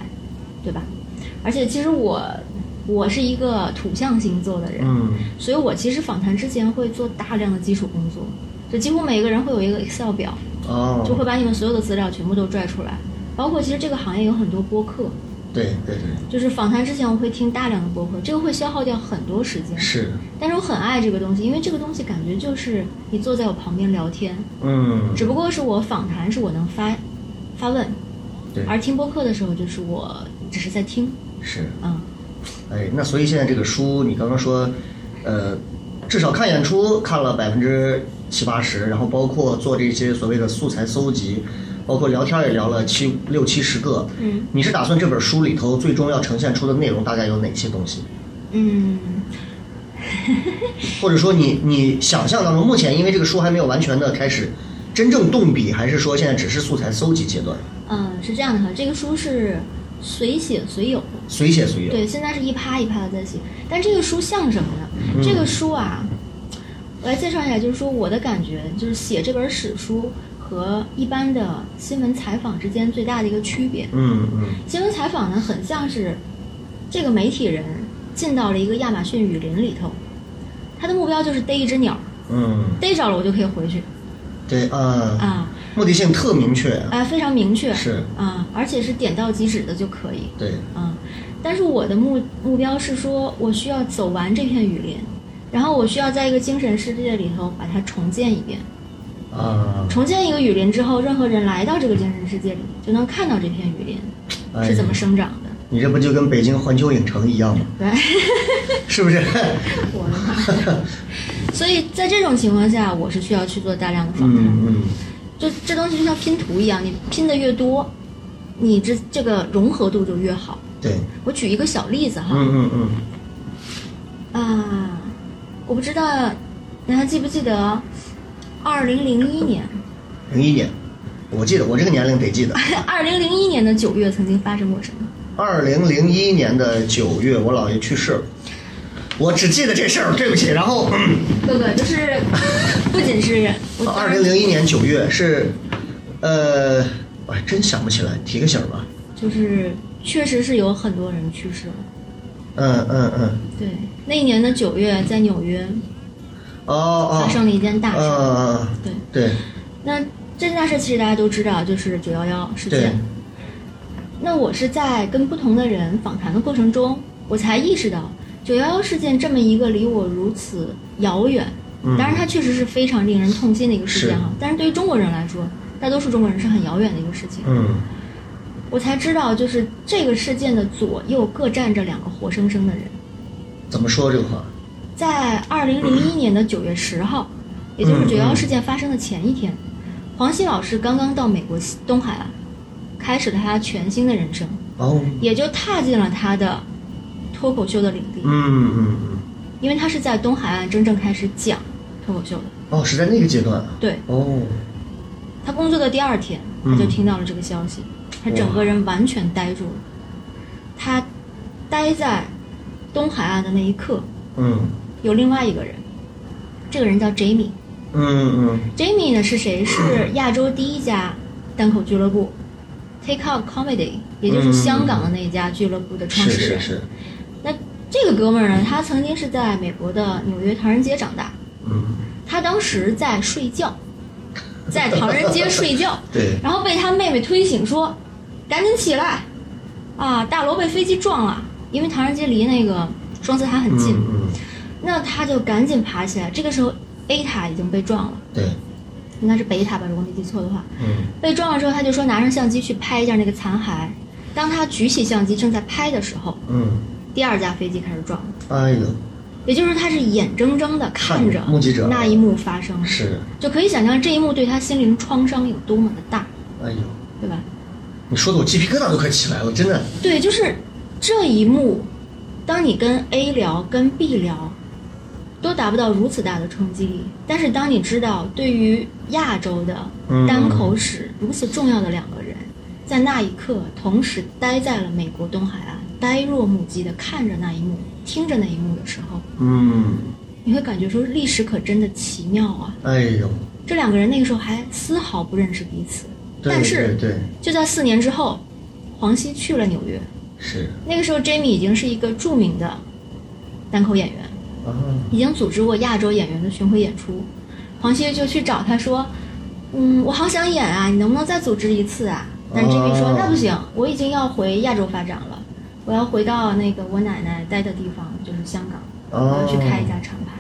[SPEAKER 3] 对吧？而且其实我我是一个土象星座的人，
[SPEAKER 2] 嗯
[SPEAKER 3] 所以我其实访谈之前会做大量的基础工作，就几乎每个人会有一个 Excel 表，
[SPEAKER 2] 哦，
[SPEAKER 3] 就会把你们所有的资料全部都拽出来，包括其实这个行业有很多播客，
[SPEAKER 2] 对对对，
[SPEAKER 3] 就是访谈之前我会听大量的播客，这个会消耗掉很多时间。
[SPEAKER 2] 是，
[SPEAKER 3] 但是我很爱这个东西，因为这个东西感觉就是你坐在我旁边聊天，
[SPEAKER 2] 嗯，
[SPEAKER 3] 只不过是我访谈是我能发发问，
[SPEAKER 2] 对，
[SPEAKER 3] 而听播客的时候就是我只是在听，
[SPEAKER 2] 是，
[SPEAKER 3] 嗯，
[SPEAKER 2] 哎，那所以现在这个书，你刚刚说，呃，至少看演出看了百分之七八十，然后包括做这些所谓的素材搜集，包括聊天也聊了七六七十个。
[SPEAKER 3] 嗯，
[SPEAKER 2] 你是打算这本书里头最终要呈现出的内容大概有哪些东西？
[SPEAKER 3] 嗯，
[SPEAKER 2] 或者说你你想象当中，目前因为这个书还没有完全的开始真正动笔，还是说现在只是素材搜集阶段，
[SPEAKER 3] 嗯，是这样的哈，这个书是随写随有，
[SPEAKER 2] 随写随有？
[SPEAKER 3] 对，现在是一趴一趴的在写。但这个书像什么呢？这
[SPEAKER 2] 嗯
[SPEAKER 3] 个书啊，我来介绍一下，就是说我的感觉，就是写这本史书和一般的新闻采访之间最大的一个区别。
[SPEAKER 2] 嗯嗯，
[SPEAKER 3] 新闻采访呢，很像是这个媒体人进到了一个亚马逊雨林里头，他的目标就是逮一只鸟，
[SPEAKER 2] 嗯，
[SPEAKER 3] 逮着了我就可以回去
[SPEAKER 2] 对啊，
[SPEAKER 3] 啊，
[SPEAKER 2] 目的性特明确，
[SPEAKER 3] 哎、非常明确
[SPEAKER 2] 是，
[SPEAKER 3] 啊，而且是点到即止的就可以。
[SPEAKER 2] 对，
[SPEAKER 3] 嗯，但是我的目目标是说，我需要走完这片雨林，然后我需要在一个精神世界里头把它重建一遍。
[SPEAKER 2] 啊，
[SPEAKER 3] 重建一个雨林之后，任何人来到这个精神世界里，就能看到这片雨林
[SPEAKER 2] 哎
[SPEAKER 3] 是怎么生长的。
[SPEAKER 2] 你这不就跟北京环球影城一样 吗？
[SPEAKER 3] 对，
[SPEAKER 2] 是不是？
[SPEAKER 3] 我的妈！呀！所以在这种情况下，我是需要去做大量的访谈。
[SPEAKER 2] 嗯嗯，
[SPEAKER 3] 就这东西就像拼图一样，你拼的越多，你这这个融合度就越好。
[SPEAKER 2] 对，
[SPEAKER 3] 我举一个小例子哈，
[SPEAKER 2] 嗯嗯嗯，
[SPEAKER 3] 啊，我不知道，你还记不记得，二零零一年，
[SPEAKER 2] 零一年，我记得我这个年龄得记得，
[SPEAKER 3] 二零零一年的九月曾经发生过什么？
[SPEAKER 2] 二零零一年的九月，我姥爷去世了，我只记得这事儿，对不起。然后，
[SPEAKER 3] 哥哥，就是不仅是我
[SPEAKER 2] 哦二零零一年九月是，呃，我还真想不起来，提个醒儿吧。
[SPEAKER 3] 就是确实是有很多人去世了。
[SPEAKER 2] 嗯嗯嗯，
[SPEAKER 3] 对，那一年的九月，在纽约
[SPEAKER 2] 哦哦，
[SPEAKER 3] 发生了一件大事。
[SPEAKER 2] 呃，
[SPEAKER 3] 对，
[SPEAKER 2] 对
[SPEAKER 3] 那这件大事其实大家都知道，就是九幺幺事
[SPEAKER 2] 对
[SPEAKER 3] 件。那我是在跟不同的人访谈的过程中，我才意识到，九幺幺事件这么一个离我如此遥远，
[SPEAKER 2] 嗯
[SPEAKER 3] 当然它确实是非常令人痛心的一个事件哈。但是对于中国人来说，大多数中国人是很遥远的一个事情。
[SPEAKER 2] 嗯
[SPEAKER 3] 我才知道，就是这个事件的左右各站着两个活生生的人。
[SPEAKER 2] 怎么说这个话？
[SPEAKER 3] 在二零零一年的九月十号，也就是
[SPEAKER 2] 嗯
[SPEAKER 3] 九幺
[SPEAKER 2] 嗯
[SPEAKER 3] 事件发生的前一天，黄西老师刚刚到美国西东海岸，开始了他全新的人生，
[SPEAKER 2] 哦，
[SPEAKER 3] 也就踏进了他的脱口秀的领地，
[SPEAKER 2] 嗯嗯嗯，
[SPEAKER 3] 因为他是在东海岸真正开始讲脱口秀的。
[SPEAKER 2] 哦，是在那个阶段。
[SPEAKER 3] 对
[SPEAKER 2] 哦，
[SPEAKER 3] 他工作的第二天，
[SPEAKER 2] 嗯
[SPEAKER 3] 他就听到了这个消息，他整个人完全呆住了。他呆在东海岸的那一刻，
[SPEAKER 2] 嗯
[SPEAKER 3] 有另外一个人，这个人叫 Jamie。
[SPEAKER 2] 嗯
[SPEAKER 3] Jamie 呢是谁？是亚洲第一家单口俱乐部 Take Out Comedy，也就是香港的那一家俱乐部的
[SPEAKER 2] 嗯，
[SPEAKER 3] 创
[SPEAKER 2] 是嗯
[SPEAKER 3] 始
[SPEAKER 2] 是
[SPEAKER 3] 人。
[SPEAKER 2] 是，
[SPEAKER 3] 那这个哥们儿呢，他曾经是在美国的纽约唐人街长大，
[SPEAKER 2] 嗯，
[SPEAKER 3] 他当时在睡觉，在唐人街睡觉，
[SPEAKER 2] 对，
[SPEAKER 3] 然后被他妹妹推醒说：“赶紧起来！”啊，大楼被飞机撞了，因为唐人街离那个双子塔很近。
[SPEAKER 2] 嗯嗯，
[SPEAKER 3] 那他就赶紧爬起来。这个时候，A 塔已经被撞了，
[SPEAKER 2] 对，
[SPEAKER 3] 应该是北塔吧，如果没记错的话。
[SPEAKER 2] 嗯
[SPEAKER 3] 被撞了之后，他就说拿上相机去拍一下那个残骸。当他举起相机正在拍的时候，
[SPEAKER 2] 嗯，
[SPEAKER 3] 第二架飞机开始撞了，
[SPEAKER 2] 哎呦，
[SPEAKER 3] 也就是他是眼睁睁的看着
[SPEAKER 2] 看着目击者
[SPEAKER 3] 那一幕发生，
[SPEAKER 2] 是，
[SPEAKER 3] 就可以想象这一幕对他心灵创伤有多么的大，
[SPEAKER 2] 哎呦，
[SPEAKER 3] 对吧？
[SPEAKER 2] 你说的我鸡皮疙瘩都快起来了，真的。
[SPEAKER 3] 对，就是这一幕，当你跟 A 聊、跟 B 聊，都达不到如此大的冲击力。但是当你知道，对于亚洲的
[SPEAKER 2] 嗯
[SPEAKER 3] 单口史如此重要的两个人，在那一刻同时待在了美国东海岸，呆若木鸡的看着那一幕，听着那一幕的时候，
[SPEAKER 2] 嗯，
[SPEAKER 3] 你会感觉说历史可真的奇妙啊！
[SPEAKER 2] 哎呦，
[SPEAKER 3] 这两个人那个时候还丝毫不认识彼此，
[SPEAKER 2] 对
[SPEAKER 3] 但是
[SPEAKER 2] 对对，
[SPEAKER 3] 就在四年之后，黄西去了纽约。
[SPEAKER 2] 是
[SPEAKER 3] 那个时候，Jamie 已经是一个著名的单口演员，
[SPEAKER 2] 啊，
[SPEAKER 3] 已经组织过亚洲演员的巡回演出。黄西就去找他说：“嗯，我好想演啊，你能不能再组织一次啊？”但是 Jamie 说：“
[SPEAKER 2] 哦
[SPEAKER 3] 那不行，我已经要回亚洲发展了，我要回到那个我奶奶待的地方，就是香港，我要
[SPEAKER 2] 哦，
[SPEAKER 3] 去开一家厂牌。”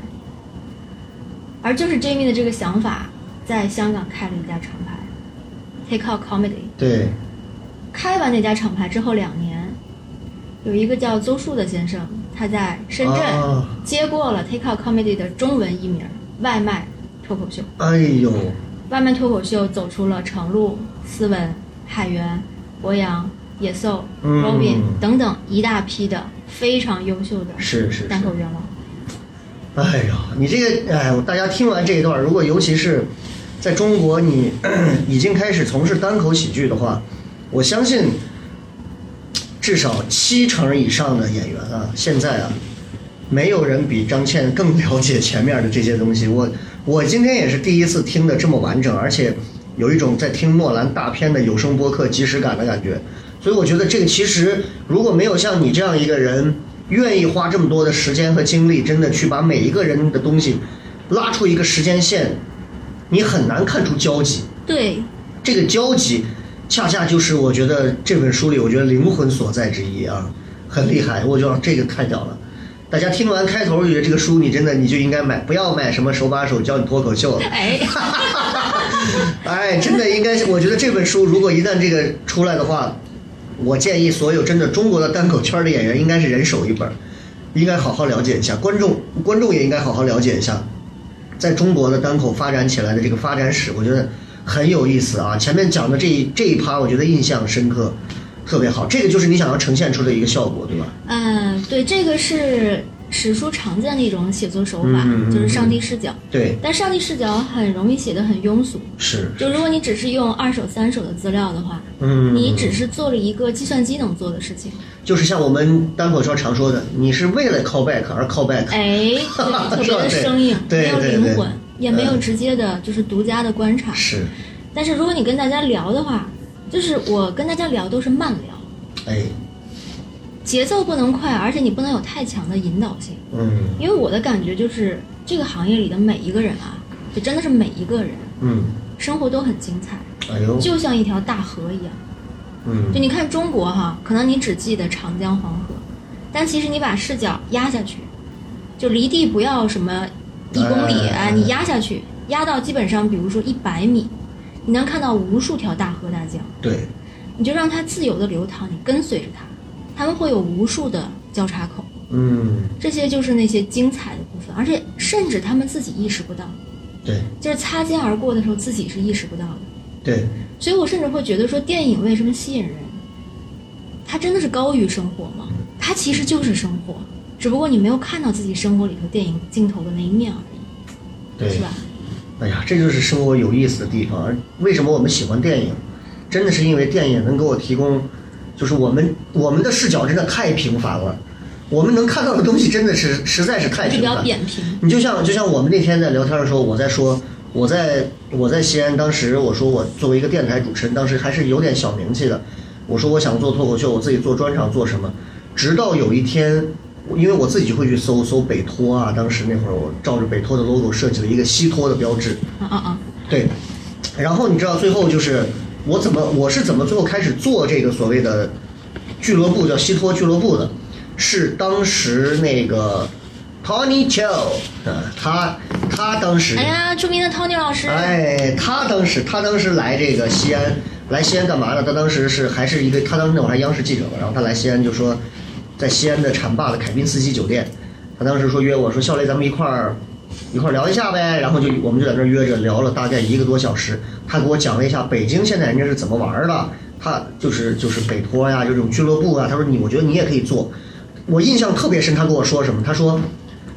[SPEAKER 3] 而就是 Jamie 的这个想法，在香港开了一家厂牌，Take Out Comedy。
[SPEAKER 2] 对，
[SPEAKER 3] 开完那家厂牌之后两年，有一个叫邹树的先生，他在深圳
[SPEAKER 2] 啊，
[SPEAKER 3] 接过了 Take Out Comedy 的中文译名“外卖脱口秀”。
[SPEAKER 2] 哎呦，
[SPEAKER 3] 外卖脱口秀走出了程璐、思文、海源、博洋、野兽、
[SPEAKER 2] 嗯
[SPEAKER 3] Robin 等等一大批的非常优秀的
[SPEAKER 2] 是是是
[SPEAKER 3] 单口元老。
[SPEAKER 2] 哎呀，你这个，哎，大家听完这一段，如果尤其是在中国你 已经开始从事单口喜剧的话，我相信至少七成以上的演员啊，现在啊，没有人比张倩更了解前面的这些东西。我我今天也是第一次听的这么完整，而且有一种在听诺兰大片的有声播客即时感的感觉。所以我觉得这个其实如果没有像你这样一个人愿意花这么多的时间和精力，真的去把每一个人的东西拉出一个时间线，你很难看出交集。
[SPEAKER 3] 对，
[SPEAKER 2] 这个交集，恰恰就是我觉得这本书里我觉得灵魂所在之一啊，很厉害，我觉得这个太屌了。大家听完开头，觉得这个书你真的你就应该买，不要买什么手把手教你脱口秀。
[SPEAKER 3] 哎，
[SPEAKER 2] 哎，真的应该是，我觉得这本书如果一旦这个出来的话，我建议所有真的中国的单口圈的演员应该是人手一本儿，应该好好了解一下，观众观众也应该好好了解一下，在中国的单口发展起来的这个发展史，我觉得很有意思啊。前面讲的这一这一趴，我觉得印象深刻，特别好，这个就是你想要呈现出的一个效果，对吧？
[SPEAKER 3] 嗯，对，这个是史书常见的一种写作手法，
[SPEAKER 2] 嗯嗯嗯
[SPEAKER 3] 就是上帝视角。
[SPEAKER 2] 对，
[SPEAKER 3] 但上帝视角很容易写得很庸俗，
[SPEAKER 2] 是，
[SPEAKER 3] 就如果你只是用二手、三手的资料的话，
[SPEAKER 2] 嗯，
[SPEAKER 3] 你只是做了一个计算机能做的事情。
[SPEAKER 2] 就是像我们单口圈常说的，你是为了 callback 而 callback，，
[SPEAKER 3] 哎，对，特别的生硬
[SPEAKER 2] 对
[SPEAKER 3] 没有
[SPEAKER 2] 对对
[SPEAKER 3] 灵魂，也没有
[SPEAKER 2] 嗯
[SPEAKER 3] 直接的，就是独家的观察。
[SPEAKER 2] 是，
[SPEAKER 3] 但是如果你跟大家聊的话，就是我跟大家聊都是慢聊，
[SPEAKER 2] 哎，
[SPEAKER 3] 节奏不能快，而且你不能有太强的引导性。
[SPEAKER 2] 嗯。
[SPEAKER 3] 因为我的感觉就是，这个行业里的每一个人啊，就真的是每一个人
[SPEAKER 2] 嗯，
[SPEAKER 3] 生活都很精彩，
[SPEAKER 2] 哎呦，
[SPEAKER 3] 就像一条大河一样。
[SPEAKER 2] 嗯
[SPEAKER 3] 就你看中国哈，可能你只记得长江、黄河，但其实你把视角压下去，就离地不要什么一公里
[SPEAKER 2] 哎哎哎
[SPEAKER 3] 啊，
[SPEAKER 2] 哎
[SPEAKER 3] 你压下去，压到基本上，比如说一百米，你能看到无数条大河大江，
[SPEAKER 2] 对，
[SPEAKER 3] 你就让它自由的流淌，你跟随着它，他们会有无数的交叉口，
[SPEAKER 2] 嗯，
[SPEAKER 3] 这些就是那些精彩的部分，而且甚至他们自己意识不到，
[SPEAKER 2] 对
[SPEAKER 3] 就是擦肩而过的时候自己是意识不到的。
[SPEAKER 2] 对，
[SPEAKER 3] 所以我甚至会觉得说，电影为什么吸引人？它真的是高于生活吗？它其实就是生活，只不过你没有看到自己生活里头电影镜头的那一面而已，
[SPEAKER 2] 对
[SPEAKER 3] 是吧？
[SPEAKER 2] 哎呀，这就是生活有意思的地方。而为什么我们喜欢电影？真的是因为电影能给我提供，就是我们我们的视角真的太平凡了，我们能看到的东西真的是实在是太
[SPEAKER 3] 就
[SPEAKER 2] 平凡
[SPEAKER 3] 比较
[SPEAKER 2] 了。
[SPEAKER 3] 扁平。
[SPEAKER 2] 你就像就像我们那天在聊天的时候，我在说，我在我在西安，当时我说我作为一个电台主持人，当时还是有点小名气的。我说我想做脱口秀，我自己做专场做什么？直到有一天，因为我自己会去搜搜北托啊，当时那会儿我照着北托的 logo 设计了一个西托的标志，
[SPEAKER 3] 啊啊啊！
[SPEAKER 2] 对，然后你知道最后就是我怎么我是怎么最后开始做这个所谓的俱乐部叫西托俱乐部的，是当时那个 Tony Chow 啊，他他当时
[SPEAKER 3] 哎呀，著名的 Tony 老师，
[SPEAKER 2] 哎，他当时他当时来这个西安，来西安干嘛呢？他当时是还是一个，他当时那会儿还央视记者嘛，然后他来西安就说，在西安的浐灞的凯宾斯基酒店，他当时说约我说笑雷，咱们一块儿一块儿聊一下呗，然后就我们就在那儿约着聊了大概一个多小时，他给我讲了一下北京现在人家是怎么玩儿的，他就是就是北托呀，就这种俱乐部啊，他说你我觉得你也可以做，我印象特别深，他跟我说什么？他说，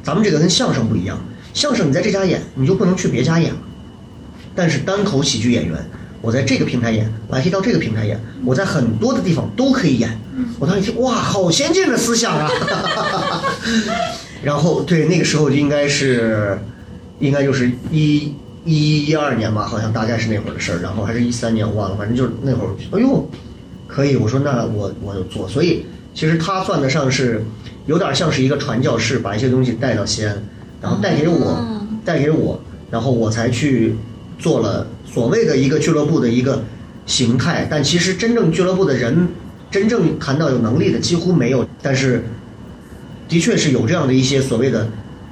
[SPEAKER 2] 咱们这个跟相声不一样，相声你在这家演，你就不能去别家演了。但是单口喜剧演员，我在这个平台演，我还可以到这个平台演，我在很多的地方都可以演。我当时一听，哇，好先进的思想啊！ 然后对那个时候就应该是，应该就是一一一二年吧，好像大概是那会儿的事儿，然后还是一三年我忘了，反正就是那会儿，哎呦，可以，我说那我我就做，所以其实他算得上是有点像是一个传教士，把一些东西带到西安，然后带给我，
[SPEAKER 3] 啊
[SPEAKER 2] 带给我，然后我才去做了所谓的一个俱乐部的一个形态，但其实真正俱乐部的人，真正谈到有能力的几乎没有，但是的确是有这样的一些所谓的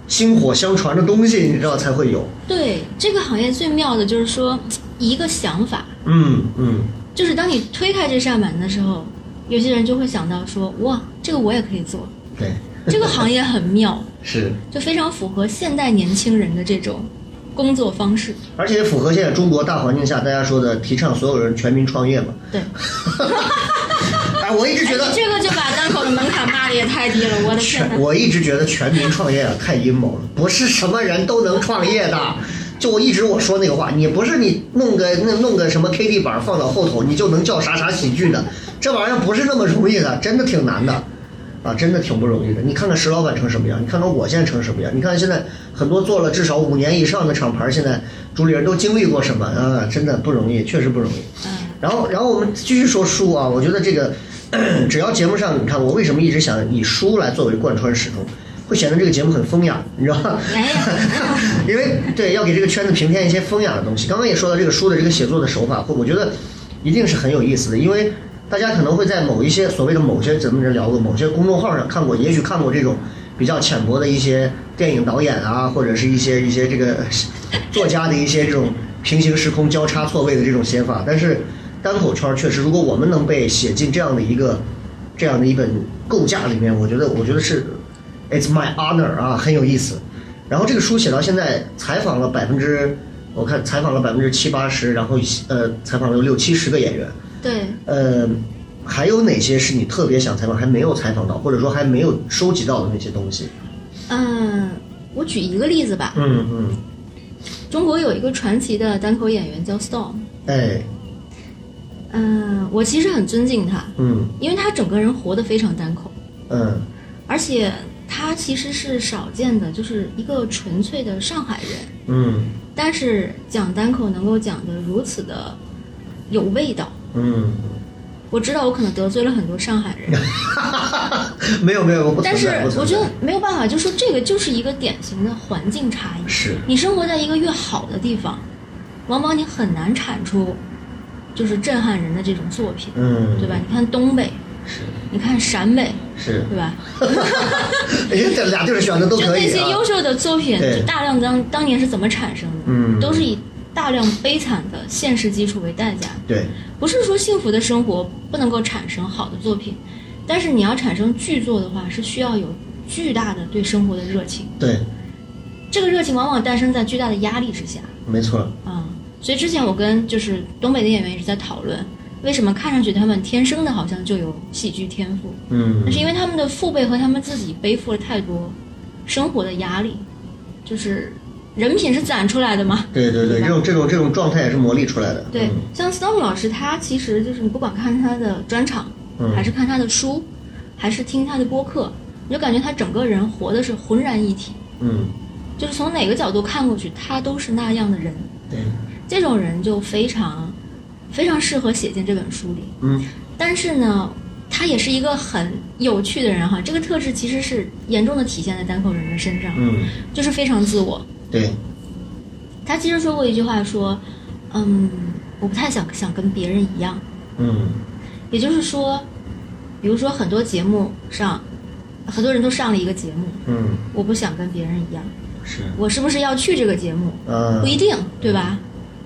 [SPEAKER 2] 薪火相传的东西，你知道才会有。
[SPEAKER 3] 对这个行业最妙的就是说，一个想法，
[SPEAKER 2] 嗯嗯，
[SPEAKER 3] 就是当你推开这扇门的时候，有些人就会想到说，哇，这个我也可以做。
[SPEAKER 2] 对，
[SPEAKER 3] 这个行业很妙，
[SPEAKER 2] 是，
[SPEAKER 3] 就非常符合现代年轻人的这种工作方式。
[SPEAKER 2] 而且也符合现在中国大环境下大家说的提倡所有人全民创业嘛。
[SPEAKER 3] 对。
[SPEAKER 2] 哎，我一直觉
[SPEAKER 3] 哎
[SPEAKER 2] 得
[SPEAKER 3] 你。这个就把单口的门槛骂的也太低了，我的天
[SPEAKER 2] 全
[SPEAKER 3] 哪！
[SPEAKER 2] 我一直觉得全民创业啊太阴谋了，不是什么人都能创业的。就我一直我说那个话，你不是你弄个那弄个什么 K D 板放到后头，你就能叫啥啥喜剧的，这玩意儿不是那么容易的，真的挺难的。啊，真的挺不容易的。你看看石老板成什么样，你看看我现在成什么样，你看现在很多做了至少五年以上的厂牌，现在主理人都经历过什么啊？真的不容易，确实不容易。
[SPEAKER 3] 嗯，
[SPEAKER 2] 然后，然后我们继续说书啊，我觉得这个， 只要节目上，你看我为什么一直想以书来作为贯穿始终，会显得这个节目很风雅，你知道 吗？
[SPEAKER 3] 哎呀，
[SPEAKER 2] 因为对要给这个圈子平添一些风雅的东西。刚刚也说到这个书的这个写作的手法，会我觉得一定是很有意思的，因为大家可能会在某一些所谓的某些咱们这聊过某些公众号上看过，也许看过这种比较浅薄的一些电影导演啊，或者是一些一些这个呃作家的一些这种平行时空交叉错位的这种写法，但是单口圈儿确实，如果我们能被写进这样的一个这样的一本构架里面，我觉得我觉得是 it's my honor 啊，很有意思。然后这个书写到现在，采访了百分之，我看采访了百分之七八十，然后呃，采访了有六七十个演员，
[SPEAKER 3] 对，
[SPEAKER 2] 呃，还有哪些是你特别想采访还没有采访到，或者说还没有收集到的那些东西？
[SPEAKER 3] 嗯，我举一个例子吧。
[SPEAKER 2] 嗯嗯，
[SPEAKER 3] 中国有一个传奇的单口演员叫 Storm，
[SPEAKER 2] 哎，
[SPEAKER 3] 嗯，我其实很尊敬他，
[SPEAKER 2] 嗯
[SPEAKER 3] 因为他整个人活得非常单口，
[SPEAKER 2] 嗯，
[SPEAKER 3] 而且他其实是少见的，就是一个纯粹的上海人，
[SPEAKER 2] 嗯
[SPEAKER 3] 但是讲单口能够讲得如此的有味道。
[SPEAKER 2] 嗯，
[SPEAKER 3] 我知道我可能得罪了很多上海人，
[SPEAKER 2] 没有没有，不存
[SPEAKER 3] 但是
[SPEAKER 2] 在，不存在
[SPEAKER 3] 我觉得没有办法，就说这个就是一个典型的环境差异。
[SPEAKER 2] 是
[SPEAKER 3] 你生活在一个越好的地方，往往你很难产出就是震撼人的这种作品，
[SPEAKER 2] 嗯，
[SPEAKER 3] 对吧？？你看东北，
[SPEAKER 2] 是
[SPEAKER 3] 你看陕美，
[SPEAKER 2] 是，
[SPEAKER 3] 对吧？
[SPEAKER 2] 哎，这俩地儿选的都
[SPEAKER 3] 就
[SPEAKER 2] 可
[SPEAKER 3] 那
[SPEAKER 2] 以
[SPEAKER 3] 些
[SPEAKER 2] 啊。
[SPEAKER 3] 优秀的作品，
[SPEAKER 2] 对
[SPEAKER 3] 就大量当当年是怎么产生的？
[SPEAKER 2] 嗯
[SPEAKER 3] 都是以大量悲惨的现实基础为代价的。
[SPEAKER 2] 对，
[SPEAKER 3] 不是说幸福的生活不能够产生好的作品，但是你要产生巨作的话，是需要有巨大的对生活的热情。
[SPEAKER 2] 对，
[SPEAKER 3] 这个热情往往诞生在巨大的压力之下
[SPEAKER 2] 没错，
[SPEAKER 3] 啊、所以之前我跟就是东北的演员一直在讨论，为什么看上去他们天生的好像就有喜剧天赋，
[SPEAKER 2] 嗯
[SPEAKER 3] 那，是因为他们的父辈和他们自己背负了太多生活的压力，就是人品是攒出来的嘛。
[SPEAKER 2] 对对对，这种这种这种状态也是磨砺出来的。
[SPEAKER 3] 对，像 Storm 老师，他其实就是你不管看他的专场，
[SPEAKER 2] 嗯
[SPEAKER 3] 还是看他的书，还是听他的播客，你就感觉他整个人活的是浑然一体，
[SPEAKER 2] 嗯，
[SPEAKER 3] 就是从哪个角度看过去，他都是那样的人。
[SPEAKER 2] 嗯，对，
[SPEAKER 3] 这种人就非常非常适合写进这本书里。
[SPEAKER 2] 嗯，
[SPEAKER 3] 但是呢，他也是一个很有趣的人哈。这个特质其实是严重的体现在单口人的身上，
[SPEAKER 2] 嗯，
[SPEAKER 3] 就是非常自我。
[SPEAKER 2] 对，
[SPEAKER 3] 他其实说过一句话说，嗯，我不太想想跟别人一样。
[SPEAKER 2] 嗯，
[SPEAKER 3] 也就是说，比如说很多节目上，很多人都上了一个节目，
[SPEAKER 2] 嗯，
[SPEAKER 3] 我不想跟别人一样，
[SPEAKER 2] 是，
[SPEAKER 3] 我是不是要去这个节目？
[SPEAKER 2] 呃，
[SPEAKER 3] 不一定，对吧？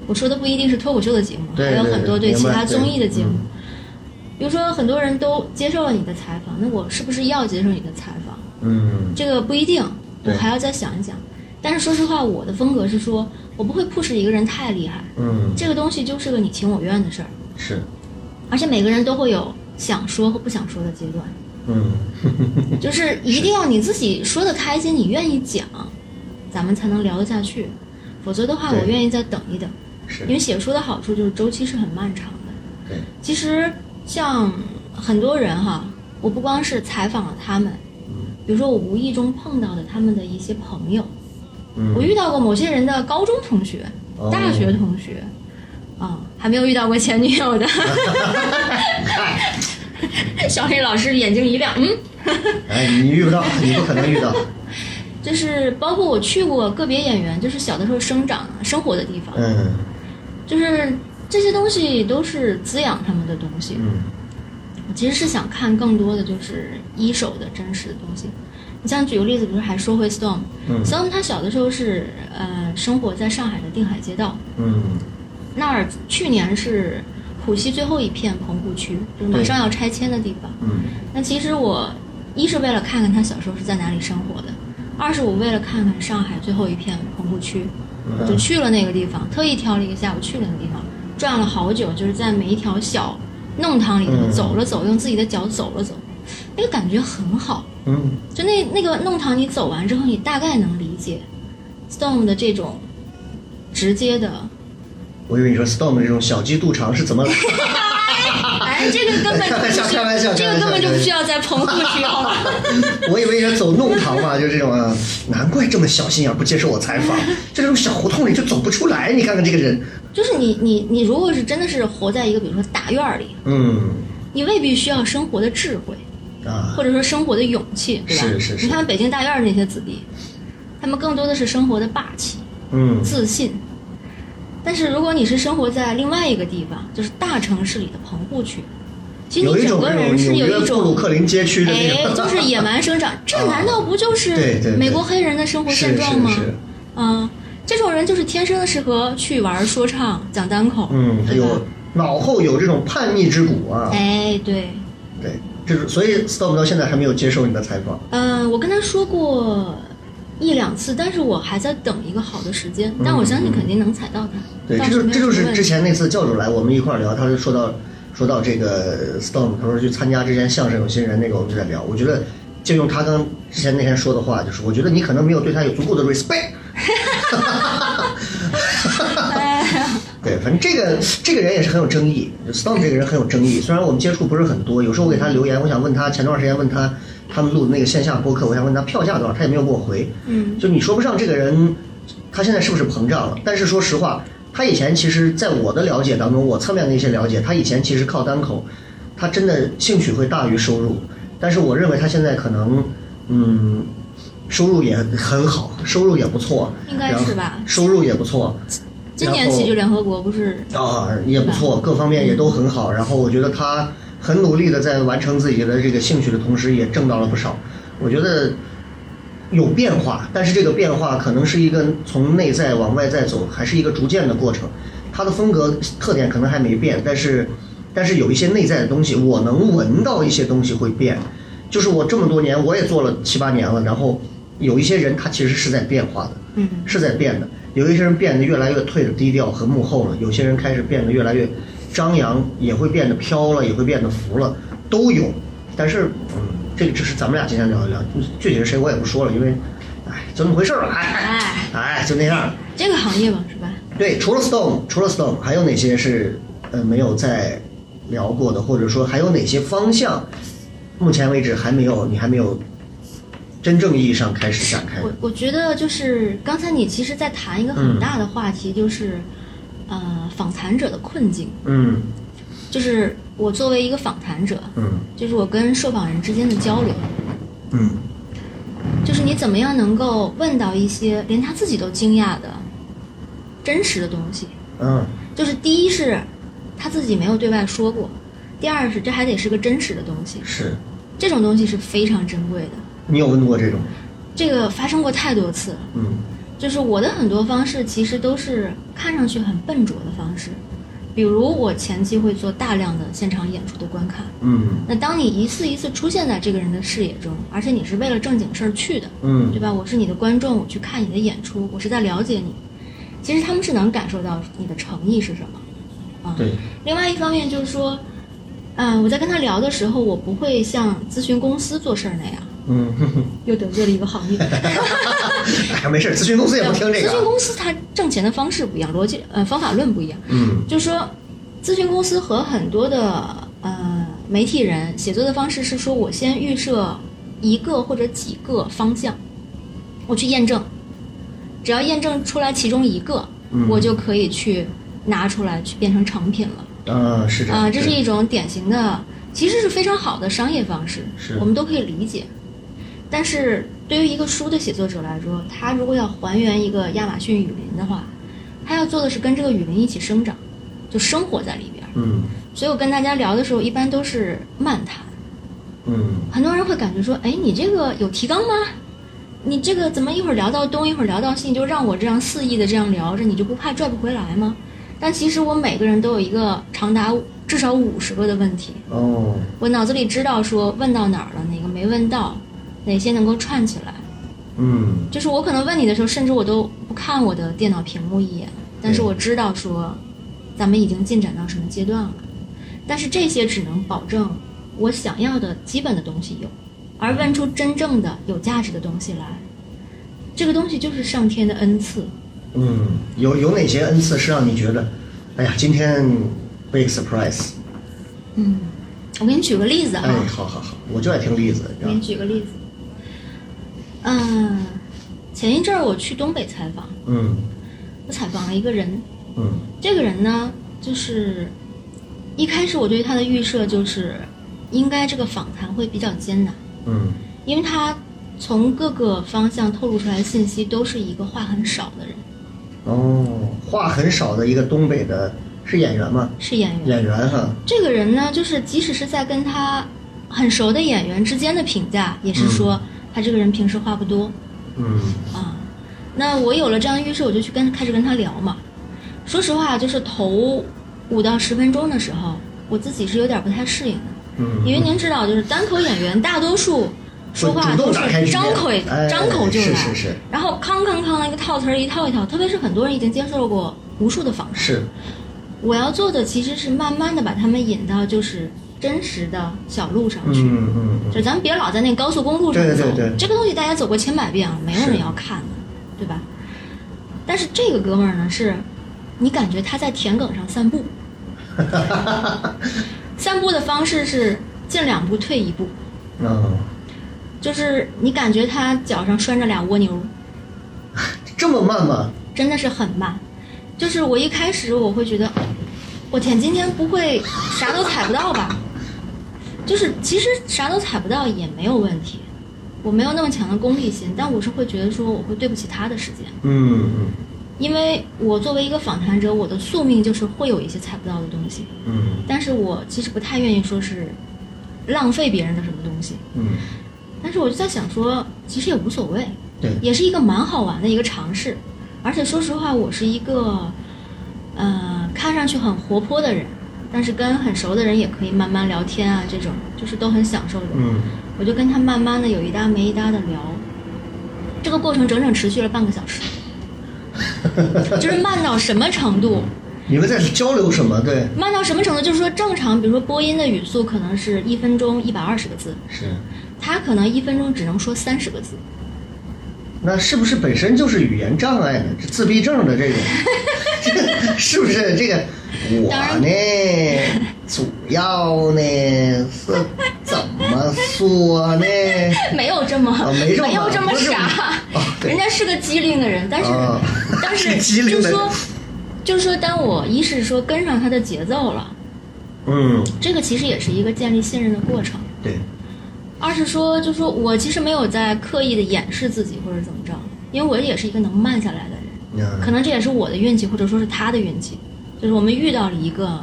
[SPEAKER 3] 我说的不一定是脱口秀的节目，
[SPEAKER 2] 对
[SPEAKER 3] 还有很多
[SPEAKER 2] 对
[SPEAKER 3] 对
[SPEAKER 2] 明
[SPEAKER 3] 其
[SPEAKER 2] 白
[SPEAKER 3] 他综艺的
[SPEAKER 2] 对
[SPEAKER 3] 节目
[SPEAKER 2] 嗯。
[SPEAKER 3] 比如说，很多人都接受了你的采访，那我是不是要接受你的采访？
[SPEAKER 2] 嗯，
[SPEAKER 3] 这个不一定，我
[SPEAKER 2] 对
[SPEAKER 3] 还要再想一想。但是说实话，我的风格是说，我不会 push 一个人太厉害，
[SPEAKER 2] 嗯，
[SPEAKER 3] 这个东西就是个你情我愿的事儿。
[SPEAKER 2] 是，
[SPEAKER 3] 而且每个人都会有想说和不想说的阶段，
[SPEAKER 2] 嗯，
[SPEAKER 3] 就是一定要你自己说的开心，你愿意讲，咱们才能聊得下去。否则的话，
[SPEAKER 2] 对
[SPEAKER 3] 我愿意再等一等，
[SPEAKER 2] 是
[SPEAKER 3] 因，为写书的好处就是周期是很漫长的。
[SPEAKER 2] 对，
[SPEAKER 3] 其实像很多人哈，我不光是采访了他们，
[SPEAKER 2] 嗯
[SPEAKER 3] 比如说我无意中碰到的他们的一些朋友，
[SPEAKER 2] 嗯，
[SPEAKER 3] 我遇到过某些人的高中同学、
[SPEAKER 2] 哦
[SPEAKER 3] 大学同学，啊、还没有遇到过前女友 的。
[SPEAKER 2] 哎，
[SPEAKER 3] 小黑老师眼睛一亮，嗯，
[SPEAKER 2] 哎，你遇不到，你不可能遇到，
[SPEAKER 3] 就是包括我去过个别演员，就是小的时候生长啊生活的地方，
[SPEAKER 2] 嗯，
[SPEAKER 3] 就是这些东西都是滋养他们的东西。
[SPEAKER 2] 嗯，
[SPEAKER 3] 我其实是想看更多的就是一手的真实的东西。你像举个例子，比如说还说回 Storm，Storm、
[SPEAKER 2] 嗯
[SPEAKER 3] Storm 他小的时候是呃生活在上海的定海街道，
[SPEAKER 2] 嗯，
[SPEAKER 3] 那儿去年是浦西最后一片棚户区，就是马上要拆迁的地方。
[SPEAKER 2] 嗯，
[SPEAKER 3] 那其实我一是为了看看他小时候是在哪里生活的，二是我为了看看上海最后一片棚户区，我
[SPEAKER 2] 嗯
[SPEAKER 3] 就去了那个地方，特意挑了一个下午去了那个地方，转了好久，就是在每一条小弄堂里
[SPEAKER 2] 嗯
[SPEAKER 3] 走了走，用自己的脚走了走，那个感觉很好。
[SPEAKER 2] 嗯，
[SPEAKER 3] 就那那个弄堂，你走完之后，你大概能理解 Stone 的这种直接的，
[SPEAKER 2] 我以为你说 Storm 这种小鸡肚肠是怎么来的？
[SPEAKER 3] 哎，这个根本就不需
[SPEAKER 2] 开玩笑开玩笑
[SPEAKER 3] 要，这个根本就不需要在棚户 区，好吧？
[SPEAKER 2] 我以为是走弄堂嘛，就这种啊，难怪这么小心眼儿，不接受我采访，就这种小胡同里就走不出来。你看看这个人，
[SPEAKER 3] 就是你你你如果是真的是活在一个比如说大院儿里，
[SPEAKER 2] 嗯，
[SPEAKER 3] 你未必需要生活的智慧，
[SPEAKER 2] 啊，
[SPEAKER 3] 或者说生活的勇气，对吧？
[SPEAKER 2] 是是是
[SPEAKER 3] 你看北京大院儿那些子弟，他们更多的是生活的霸气、
[SPEAKER 2] 嗯，
[SPEAKER 3] 自信。但是如果你是生活在另外一个地方，就是大城市里的棚户区，其实
[SPEAKER 2] 有
[SPEAKER 3] 你
[SPEAKER 2] 一
[SPEAKER 3] 整
[SPEAKER 2] 种
[SPEAKER 3] 个
[SPEAKER 2] 那种
[SPEAKER 3] 人是
[SPEAKER 2] 纽
[SPEAKER 3] 有
[SPEAKER 2] 约
[SPEAKER 3] 一
[SPEAKER 2] 布
[SPEAKER 3] 种
[SPEAKER 2] 鲁克林街区的那
[SPEAKER 3] 哎，
[SPEAKER 2] 种，啊
[SPEAKER 3] 就是野蛮生长， 这难道不就
[SPEAKER 2] 对
[SPEAKER 3] 是
[SPEAKER 2] 对对
[SPEAKER 3] 美国黑人的生活现状吗？
[SPEAKER 2] 是是是
[SPEAKER 3] 嗯，这种人就是天生的适合去玩说唱、讲单口，
[SPEAKER 2] 嗯，他
[SPEAKER 3] 对吧
[SPEAKER 2] 有脑后有这种叛逆之骨啊，
[SPEAKER 3] 哎，对，
[SPEAKER 2] 对，这是所以 Stop 到现在还没有接受你的采访，
[SPEAKER 3] 嗯，我跟他说过一两次，但是我还在等一个好的时间，但我相信肯定能踩到他。
[SPEAKER 2] 嗯对，
[SPEAKER 3] 到
[SPEAKER 2] 这就
[SPEAKER 3] 时候没有
[SPEAKER 2] 这就
[SPEAKER 3] 什么
[SPEAKER 2] 是
[SPEAKER 3] 问
[SPEAKER 2] 之
[SPEAKER 3] 题
[SPEAKER 2] 前那次教主来我们一块儿聊，他就说到说到这个 Storm，他说去参加之前相声有新人那个，我们就在聊，我觉得就用他刚之前那天说的话，就是我觉得你可能没有对他有足够的 respect。对，
[SPEAKER 3] 哎
[SPEAKER 2] 反正这个这个人也是很有争议，Storm 这个人很有争议。虽然我们接触不是很多，有时候我给他留言，我想问他前段时间问他他们录的那个线下播客，我想问他票价多少，他也没有给我回。
[SPEAKER 3] 嗯，
[SPEAKER 2] 就你说不上这个人，他现在是不是膨胀了？但是说实话，他以前其实在我的了解当中，我侧面的一些了解，他以前其实靠单口，他真的兴趣会大于收入。但是我认为他现在可能，嗯，收入也很好，收入也不错，
[SPEAKER 3] 应该是吧
[SPEAKER 2] 然后收入也不错，
[SPEAKER 3] 今年
[SPEAKER 2] 然后
[SPEAKER 3] 喜剧联合国不是
[SPEAKER 2] 啊，也不错，各方面也都很好。然后我觉得他很努力的在完成自己的这个兴趣的同时，也挣到了不少。我觉得有变化，但是这个变化可能是一个从内在往外在走，还是一个逐渐的过程。他的风格特点可能还没变，但是但是有一些内在的东西，我能闻到一些东西会变。就是我这么多年，我也做了七八年了，然后有一些人他其实是在变化的，
[SPEAKER 3] 嗯，
[SPEAKER 2] 是在变的。有一些人变得越来越退的低调和幕后了，有些人开始变得越来越张扬，也会变得飘了，也会变得浮了，都有。但是，嗯，这个只是咱们俩今天聊一聊，具体是谁我也不说了，因为，哎，就那么回事儿了，哎，
[SPEAKER 3] 哎，
[SPEAKER 2] 哎，就那样儿。
[SPEAKER 3] 这个行业嘛，是吧？
[SPEAKER 2] 对，除了 Storm，除了 Storm，还有哪些是呃没有在聊过的，或者说还有哪些方向，目前为止还没有，你还没有真正意义上开始展开
[SPEAKER 3] 我
[SPEAKER 2] 的？
[SPEAKER 3] 我觉得就是刚才你其实在谈一个很大的话题，就是、呃，访谈者的困境。
[SPEAKER 2] 嗯
[SPEAKER 3] 就是我作为一个访谈者，
[SPEAKER 2] 嗯
[SPEAKER 3] 就是我跟受访人之间的交流，
[SPEAKER 2] 嗯
[SPEAKER 3] 就是你怎么样能够问到一些连他自己都惊讶的真实的东西。
[SPEAKER 2] 嗯
[SPEAKER 3] 就是第一是他自己没有对外说过，第二是这还得是个真实的东西，
[SPEAKER 2] 是
[SPEAKER 3] 这种东西是非常珍贵的。
[SPEAKER 2] 你有问过这种？
[SPEAKER 3] 这个发生过太多次了，
[SPEAKER 2] 嗯
[SPEAKER 3] 就是我的很多方式其实都是看上去很笨拙的方式，比如我前期会做大量的现场演出的观看。
[SPEAKER 2] 嗯
[SPEAKER 3] 那当你一次一次出现在这个人的视野中，而且你是为了正经事儿去的，对
[SPEAKER 2] 嗯
[SPEAKER 3] 吧？我是你的观众，我去看你的演出，我是在了解你。其实他们是能感受到你的诚意是什么，啊。
[SPEAKER 2] 对，
[SPEAKER 3] 另外一方面就是说，嗯，我在跟他聊的时候，我不会像咨询公司做事儿那样，
[SPEAKER 2] 嗯， 哼哼
[SPEAKER 3] 又得罪了一个行 业。
[SPEAKER 2] 哎，没事，咨询公司也不听这
[SPEAKER 3] 咨
[SPEAKER 2] 个
[SPEAKER 3] 询
[SPEAKER 2] 啊。
[SPEAKER 3] 公司它挣钱的方式不一样，逻辑呃方法论不一样。
[SPEAKER 2] 嗯
[SPEAKER 3] 就说，咨询公司和很多的呃媒体人写作的方式是说我先预设一个或者几个方向，我去验证，只要验证出来其中一个，
[SPEAKER 2] 嗯
[SPEAKER 3] 我就可以去拿出来去变成成品了。
[SPEAKER 2] 啊，是这样
[SPEAKER 3] 啊、这是
[SPEAKER 2] 对
[SPEAKER 3] 一种典型的，其实是非常好的商业方式，
[SPEAKER 2] 是
[SPEAKER 3] 我们都可以理解。但是对于一个书的写作者来说，他如果要还原一个亚马逊雨林的话，他要做的是跟这个雨林一起生长，就生活在里边儿。
[SPEAKER 2] 嗯
[SPEAKER 3] 所以我跟大家聊的时候，一般都是漫谈。
[SPEAKER 2] 嗯
[SPEAKER 3] 很多人会感觉说，哎，你这个有提纲吗？你这个怎么一会儿聊到东，一会儿聊到西，你就让我这样肆意的这样聊着，你就不怕拽不回来吗？但其实我每个人都有一个长达至少五十个的问题，
[SPEAKER 2] 哦
[SPEAKER 3] 我脑子里知道说问到哪儿了，哪个没问到，哪些能够串起来。
[SPEAKER 2] 嗯
[SPEAKER 3] 就是我可能问你的时候，甚至我都不看我的电脑屏幕一眼，但是我知道说，咱们已经进展到什么阶段了。但是这些只能保证我想要的基本的东西有，而问出真正的有价值的东西来，这个东西就是上天的恩赐。
[SPEAKER 2] 嗯，有有哪些恩赐是让你觉得，哎呀，今天 big surprise？
[SPEAKER 3] 嗯，我给你举个例子哈，啊
[SPEAKER 2] 哎，好好好，我就爱听例子，你知
[SPEAKER 3] 我
[SPEAKER 2] 道
[SPEAKER 3] 给
[SPEAKER 2] 吗
[SPEAKER 3] 你举个例子。嗯，前一阵儿我去东北采访，
[SPEAKER 2] 嗯
[SPEAKER 3] 我采访了一个人，
[SPEAKER 2] 嗯
[SPEAKER 3] 这个人呢，就是一开始我对他的预设就是，应该这个访谈会比较艰难，
[SPEAKER 2] 嗯
[SPEAKER 3] 因为他从各个方向透露出来的信息都是一个话很少的人，
[SPEAKER 2] 哦，话很少的一个东北的，是演员吗？
[SPEAKER 3] 是演员。
[SPEAKER 2] 演员哈，
[SPEAKER 3] 这个人呢，就是即使是在跟他很熟的演员之间的评价，也是说他这个人平时话不多
[SPEAKER 2] 嗯
[SPEAKER 3] 啊。那我有了这样的预设，我就去跟开始跟他聊嘛。说实话，就是头五到十分钟的时候，我自己是有点不太适应的。
[SPEAKER 2] 嗯，
[SPEAKER 3] 因为您知道，就是单口演员大多数说话
[SPEAKER 2] 主
[SPEAKER 3] 都
[SPEAKER 2] 动打开
[SPEAKER 3] 是
[SPEAKER 2] 局面
[SPEAKER 3] 张口
[SPEAKER 2] 哎
[SPEAKER 3] 张口就来，
[SPEAKER 2] 是是是
[SPEAKER 3] 然后康康康那个套词儿一套一套，特别是很多人已经接受过无数的访谈。
[SPEAKER 2] 是，
[SPEAKER 3] 我要做的其实是慢慢的把他们引到就是真实的小路上
[SPEAKER 2] 嗯
[SPEAKER 3] 去，
[SPEAKER 2] 嗯
[SPEAKER 3] 就咱们别老在那高速公路上
[SPEAKER 2] 对
[SPEAKER 3] 走，
[SPEAKER 2] 对对
[SPEAKER 3] 这个东西大家走过千百遍了，没有
[SPEAKER 2] 是
[SPEAKER 3] 人要看的，对吧？但是这个哥们儿呢，是你感觉他在田埂上散步，散步的方式是进两步退一步。
[SPEAKER 2] 嗯，嗯，
[SPEAKER 3] 就是你感觉他脚上拴着俩蜗牛，
[SPEAKER 2] 这么慢吗？
[SPEAKER 3] 真的是很慢。就是我一开始我会觉得，我天，今天不会啥都踩不到吧？就是其实啥都踩不到也没有问题，我没有那么强的功利心，但我是会觉得说我会对不起他的时间。
[SPEAKER 2] 嗯嗯
[SPEAKER 3] 因为我作为一个访谈者，我的宿命就是会有一些猜不到的东西，
[SPEAKER 2] 嗯
[SPEAKER 3] 但是我其实不太愿意说是浪费别人的什么东西，
[SPEAKER 2] 嗯，
[SPEAKER 3] 但是我就在想说，其实也无所谓，
[SPEAKER 2] 对，
[SPEAKER 3] 也是一个蛮好玩的一个尝试。而且说实话，我是一个，呃，看上去很活泼的人，但是跟很熟的人也可以慢慢聊天啊，这种就是都很享受的。
[SPEAKER 2] 嗯
[SPEAKER 3] 我就跟他慢慢的有一搭没一搭的聊，这个过程整整持续了半个小时，就是慢到什么程度？
[SPEAKER 2] 你们在交流什么？对，
[SPEAKER 3] 慢到什么程度？就是说正常，比如说播音的语速可能是一分钟一百二十个字，
[SPEAKER 2] 是，
[SPEAKER 3] 他可能一分钟只能说三十个字。
[SPEAKER 2] 那是不是本身就是语言障碍呢？这自闭症的 这种，这个是不是这个？我
[SPEAKER 3] 当然
[SPEAKER 2] 呢，主要呢是怎么说 呢？
[SPEAKER 3] 没有这么、
[SPEAKER 2] 啊没这么
[SPEAKER 3] 有这么
[SPEAKER 2] 不是
[SPEAKER 3] 傻，
[SPEAKER 2] 我啊对
[SPEAKER 3] 人家是个机灵的人，但是、
[SPEAKER 2] 啊
[SPEAKER 3] 但
[SPEAKER 2] 是
[SPEAKER 3] 是
[SPEAKER 2] 机灵
[SPEAKER 3] 就
[SPEAKER 2] 的人
[SPEAKER 3] 说就是说，当我一是说跟上他的节奏了，
[SPEAKER 2] 嗯，
[SPEAKER 3] 这个其实也是一个建立信任的过程；
[SPEAKER 2] 对，
[SPEAKER 3] 二是说，就说我其实没有在刻意的掩饰自己或者怎么着，因为我也是一个能慢下来的人，
[SPEAKER 2] 嗯
[SPEAKER 3] 可能这也是我的运气，或者说是他的运气，就是我们遇到了一个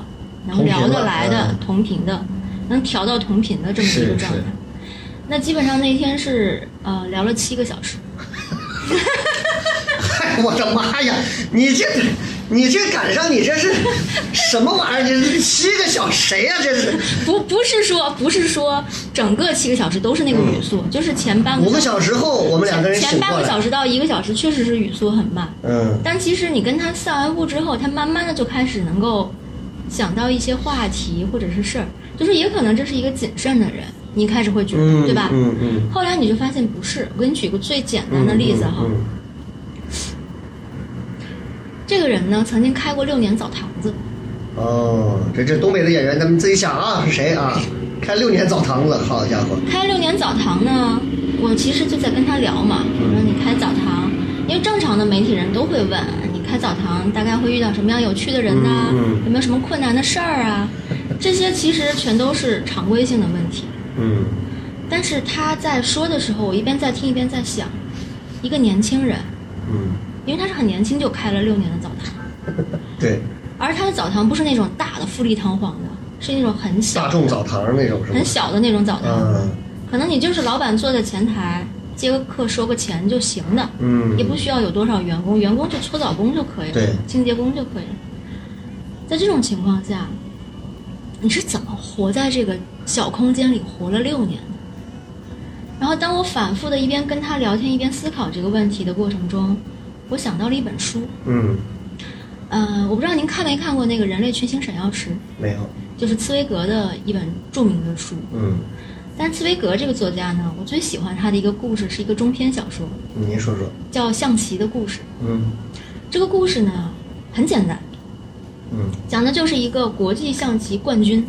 [SPEAKER 3] 能聊得来的同频的，能调到同频的这么一个
[SPEAKER 2] 嗯是
[SPEAKER 3] 状态
[SPEAKER 2] 是。
[SPEAKER 3] 那基本上那天是呃聊了七个小时，
[SPEAKER 2] 嗨， 我的妈呀！你这，你这赶上你这是什么玩意儿？这是七个小时谁呀、这是
[SPEAKER 3] 不不是说不是说整个七个小时都是那个语速，就是前半
[SPEAKER 2] 嗯五个小时后我们两个人
[SPEAKER 3] 前
[SPEAKER 2] 醒
[SPEAKER 3] 半
[SPEAKER 2] 过
[SPEAKER 3] 个小
[SPEAKER 2] 来。
[SPEAKER 3] 时到一个小时确实是语速很慢，
[SPEAKER 2] 嗯，
[SPEAKER 3] 但其实你跟他散完步之后，他慢慢的就开始能够想到一些话题或者是事儿，就是也可能这是一个谨慎的人，你开始会觉得、
[SPEAKER 2] 嗯
[SPEAKER 3] 对吧？
[SPEAKER 2] 嗯嗯
[SPEAKER 3] 后来你就发现不是，我给你举个最简单的例子哈，
[SPEAKER 2] 嗯
[SPEAKER 3] 这个人呢曾经开过六年澡堂子，
[SPEAKER 2] 嗯哦，这这东北的演员，咱们自己想啊，是谁啊？开六年澡堂子，好家伙！
[SPEAKER 3] 开六年澡堂呢，我其实就在跟他聊嘛，我说你开澡堂，因为正常的媒体人都会问你开澡堂大概会遇到什么样有趣的人呐、
[SPEAKER 2] 嗯嗯
[SPEAKER 3] 有没有什么困难的事儿啊，这些其实全都是常规性的问题。
[SPEAKER 2] 嗯
[SPEAKER 3] 但是他在说的时候，我一边在听一边在想，一个年轻人，
[SPEAKER 2] 嗯，
[SPEAKER 3] 因为他是很年轻就开了六年的澡堂，
[SPEAKER 2] 对，
[SPEAKER 3] 而他的澡堂不是那种大的富丽堂皇的，是那种很
[SPEAKER 2] 大
[SPEAKER 3] 小、
[SPEAKER 2] 众澡堂那种是吧
[SPEAKER 3] 很？小的那种澡堂。
[SPEAKER 2] 嗯
[SPEAKER 3] 可能你就是老板坐在前台接个客收个钱就行的，
[SPEAKER 2] 嗯，
[SPEAKER 3] 也不需要有多少员工，员工就搓澡工就可以了，
[SPEAKER 2] 对
[SPEAKER 3] 清洁工就可以了。在这种情况下，你是怎么活在这个小空间里活了六年的？然后，当我反复的一边跟他聊天，一边思考这个问题的过程中，我想到了一本书，
[SPEAKER 2] 嗯，
[SPEAKER 3] 呃，我不知道您看没看过那个《人类群星闪耀时》，
[SPEAKER 2] 没有，
[SPEAKER 3] 就是茨威格的一本著名的书。
[SPEAKER 2] 嗯，
[SPEAKER 3] 但茨威格这个作家呢，我最喜欢他的一个故事是一个中篇小说，
[SPEAKER 2] 您说说，
[SPEAKER 3] 叫《象棋的故事》。
[SPEAKER 2] 嗯
[SPEAKER 3] 这个故事呢很简单，
[SPEAKER 2] 嗯
[SPEAKER 3] 讲的就是一个国际象棋冠军，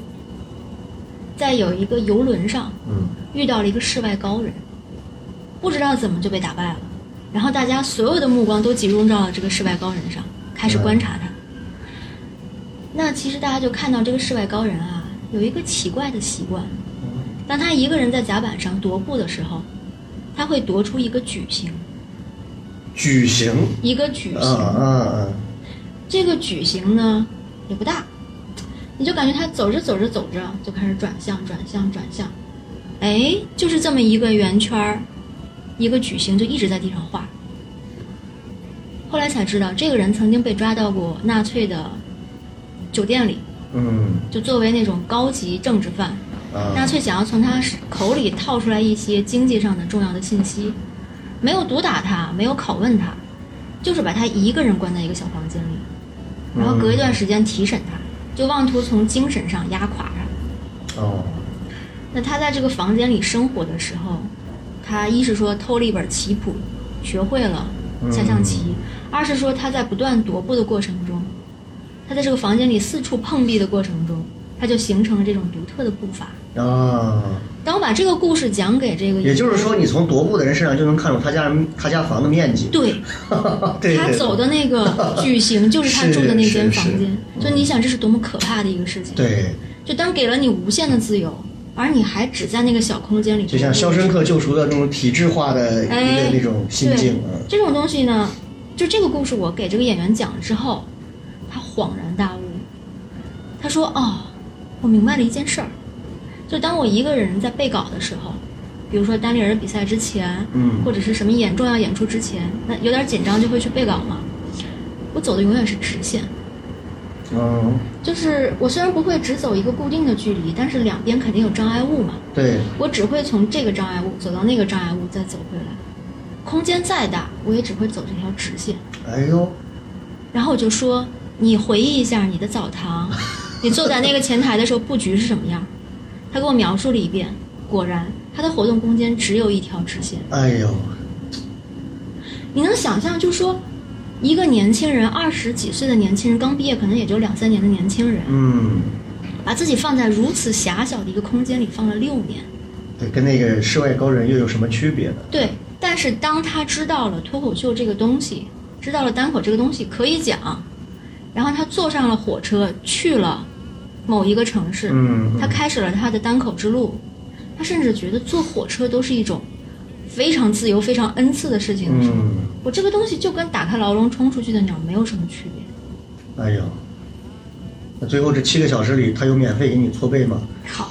[SPEAKER 3] 在有一个游轮上
[SPEAKER 2] 嗯
[SPEAKER 3] 遇到了一个世外高人，不知道怎么就被打败了。然后大家所有的目光都集中到了这个世外高人上，开始观察他。那其实大家就看到这个世外高人啊，有一个奇怪的习惯，当他一个人在甲板上踱步的时候，他会踱出一个矩形，
[SPEAKER 2] 矩形，
[SPEAKER 3] 一个矩形。
[SPEAKER 2] 啊啊啊，
[SPEAKER 3] 这个矩形呢也不大，你就感觉它走着走着走着就开始转向转向转向，哎，就是这么一个圆圈儿，一个矩形就一直在地上画。后来才知道，这个人曾经被抓到过纳粹的酒店里，
[SPEAKER 2] 嗯
[SPEAKER 3] 就作为那种高级政治犯，
[SPEAKER 2] 啊，
[SPEAKER 3] 纳粹想要从他口里套出来一些经济上的重要的信息，没有毒打他，没有拷问他，就是把他一个人关在一个小房间里，然后隔一段时间提审他，就妄图从精神上压垮他。
[SPEAKER 2] 哦，
[SPEAKER 3] 那他在这个房间里生活的时候，他一是说偷了一本棋谱，学会了下象棋；二是说他在不断踱步的过程中，他在这个房间里四处碰壁的过程中，他就形成了这种独特的步伐。
[SPEAKER 2] 啊，
[SPEAKER 3] 当我把这个故事讲给这个，
[SPEAKER 2] 也就是说，你从踱步的人身上就能看出他家人他家房的面积。
[SPEAKER 3] 对
[SPEAKER 2] 对，
[SPEAKER 3] 他
[SPEAKER 2] 对
[SPEAKER 3] 走的那 个矩形，就是他住的那间房
[SPEAKER 2] 是
[SPEAKER 3] 间。就你想，这是多么可怕的一个事情。，
[SPEAKER 2] 对，
[SPEAKER 3] 就当给了你无限的自由，而你还只在那个小空间里，
[SPEAKER 2] 就像《肖申克救赎》的那种体制化的一个
[SPEAKER 3] 哎
[SPEAKER 2] 那种心
[SPEAKER 3] 对
[SPEAKER 2] 境啊。
[SPEAKER 3] 这种东西呢，就这个故事，我给这个演员讲了之后，他恍然大悟，他说：“哦，我明白了一件事儿，就当我一个人在背稿的时候，比如说单立人比赛之前，
[SPEAKER 2] 嗯
[SPEAKER 3] 或者是什么演重要演出之前，那有点紧张就会去背稿嘛。我走的永远是直线，
[SPEAKER 2] 嗯，
[SPEAKER 3] 就是我虽然不会只走一个固定的距离，但是两边肯定有障碍物嘛。
[SPEAKER 2] 对，
[SPEAKER 3] 我只会从这个障碍物走到那个障碍物，再走回来。空间再大，我也只会走这条直线。
[SPEAKER 2] 哎呦，
[SPEAKER 3] 然后我就说，你回忆一下你的澡堂，你坐在那个前台的时候布局是什么样？他给我描述了一遍，果然他的活动空间只有一条直线。
[SPEAKER 2] 哎呦，
[SPEAKER 3] 你能想象，就说一个年轻人，二十几岁的年轻人，刚毕业可能也就两三年的年轻人，
[SPEAKER 2] 嗯，
[SPEAKER 3] 把自己放在如此狭小的一个空间里放了六年。
[SPEAKER 2] 对，跟那个世外高人又有什么区别呢？
[SPEAKER 3] 对，但是当他知道了脱口秀这个东西，知道了单口这个东西可以讲，然后他坐上了火车去了某一个城市，
[SPEAKER 2] 嗯嗯
[SPEAKER 3] 他开始了他的单口之路。他甚至觉得坐火车都是一种非常自由、非常恩赐的事情的时候，
[SPEAKER 2] 嗯，
[SPEAKER 3] 我这个东西就跟打开牢笼冲出去的鸟没有什么区别。
[SPEAKER 2] 哎呦，那最后这七个小时里，他有免费给你搓背吗？
[SPEAKER 3] 好，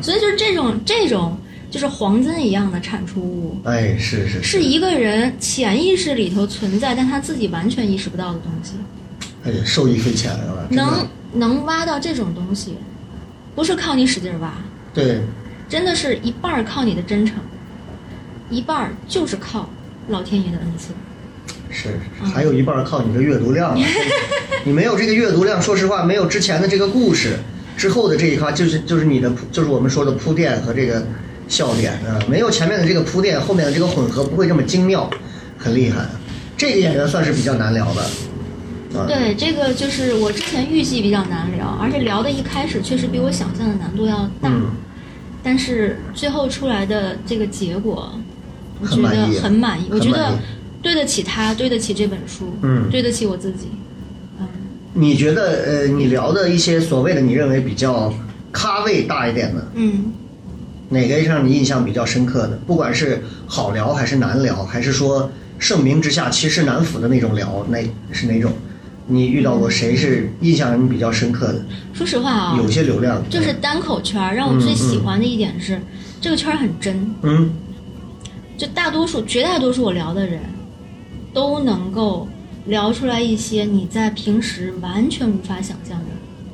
[SPEAKER 3] 所以就是这种这种就是黄金一样的产出物，
[SPEAKER 2] 哎，是是
[SPEAKER 3] 是一个人潜意识里头存在，但他自己完全意识不到的东西，
[SPEAKER 2] 哎呀，受益匪浅啊！真的
[SPEAKER 3] 能能挖到这种东西，不是靠你使劲儿挖，
[SPEAKER 2] 对，
[SPEAKER 3] 真的是一半儿靠你的真诚，一半儿就是靠老天爷的恩赐。
[SPEAKER 2] 是还有一半儿靠你的阅读量啊，你没有这个阅读量，说实话，没有之前的这个故事，之后的这一趴就是就是你的铺就是我们说的铺垫和这个笑点啊，没有前面的这个铺垫，后面的这个混合不会这么精妙，很厉害。这个演员算是比较难聊的，啊，
[SPEAKER 3] 对，这个就是我之前预计比较难聊，而且聊的一开始确实比我想象的难度要大，
[SPEAKER 2] 嗯，
[SPEAKER 3] 但是最后出来的这个结果，我
[SPEAKER 2] 很
[SPEAKER 3] 觉
[SPEAKER 2] 满
[SPEAKER 3] 得
[SPEAKER 2] 意
[SPEAKER 3] 很满意，我
[SPEAKER 2] 很
[SPEAKER 3] 觉
[SPEAKER 2] 满
[SPEAKER 3] 得
[SPEAKER 2] 意
[SPEAKER 3] 对得起他，对得起这本书，
[SPEAKER 2] 嗯
[SPEAKER 3] 对得起我自己，嗯。
[SPEAKER 2] 你觉得呃，你聊的一些所谓的你认为比较咖位大一点的，
[SPEAKER 3] 嗯，
[SPEAKER 2] 哪个让你印象比较深刻的？不管是好聊还是难聊，还是说盛名之下其实难辅的那种聊，那是哪种？你遇到过谁是印象让你比较深刻的？
[SPEAKER 3] 说实话嗯啊、
[SPEAKER 2] 有些流嗯量
[SPEAKER 3] 就是单口圈儿，让我最喜欢的一点是，这个圈儿很真，
[SPEAKER 2] 嗯
[SPEAKER 3] 就大多数、绝大多数我聊的人，都能够聊出来一些你在平时完全无法想象的、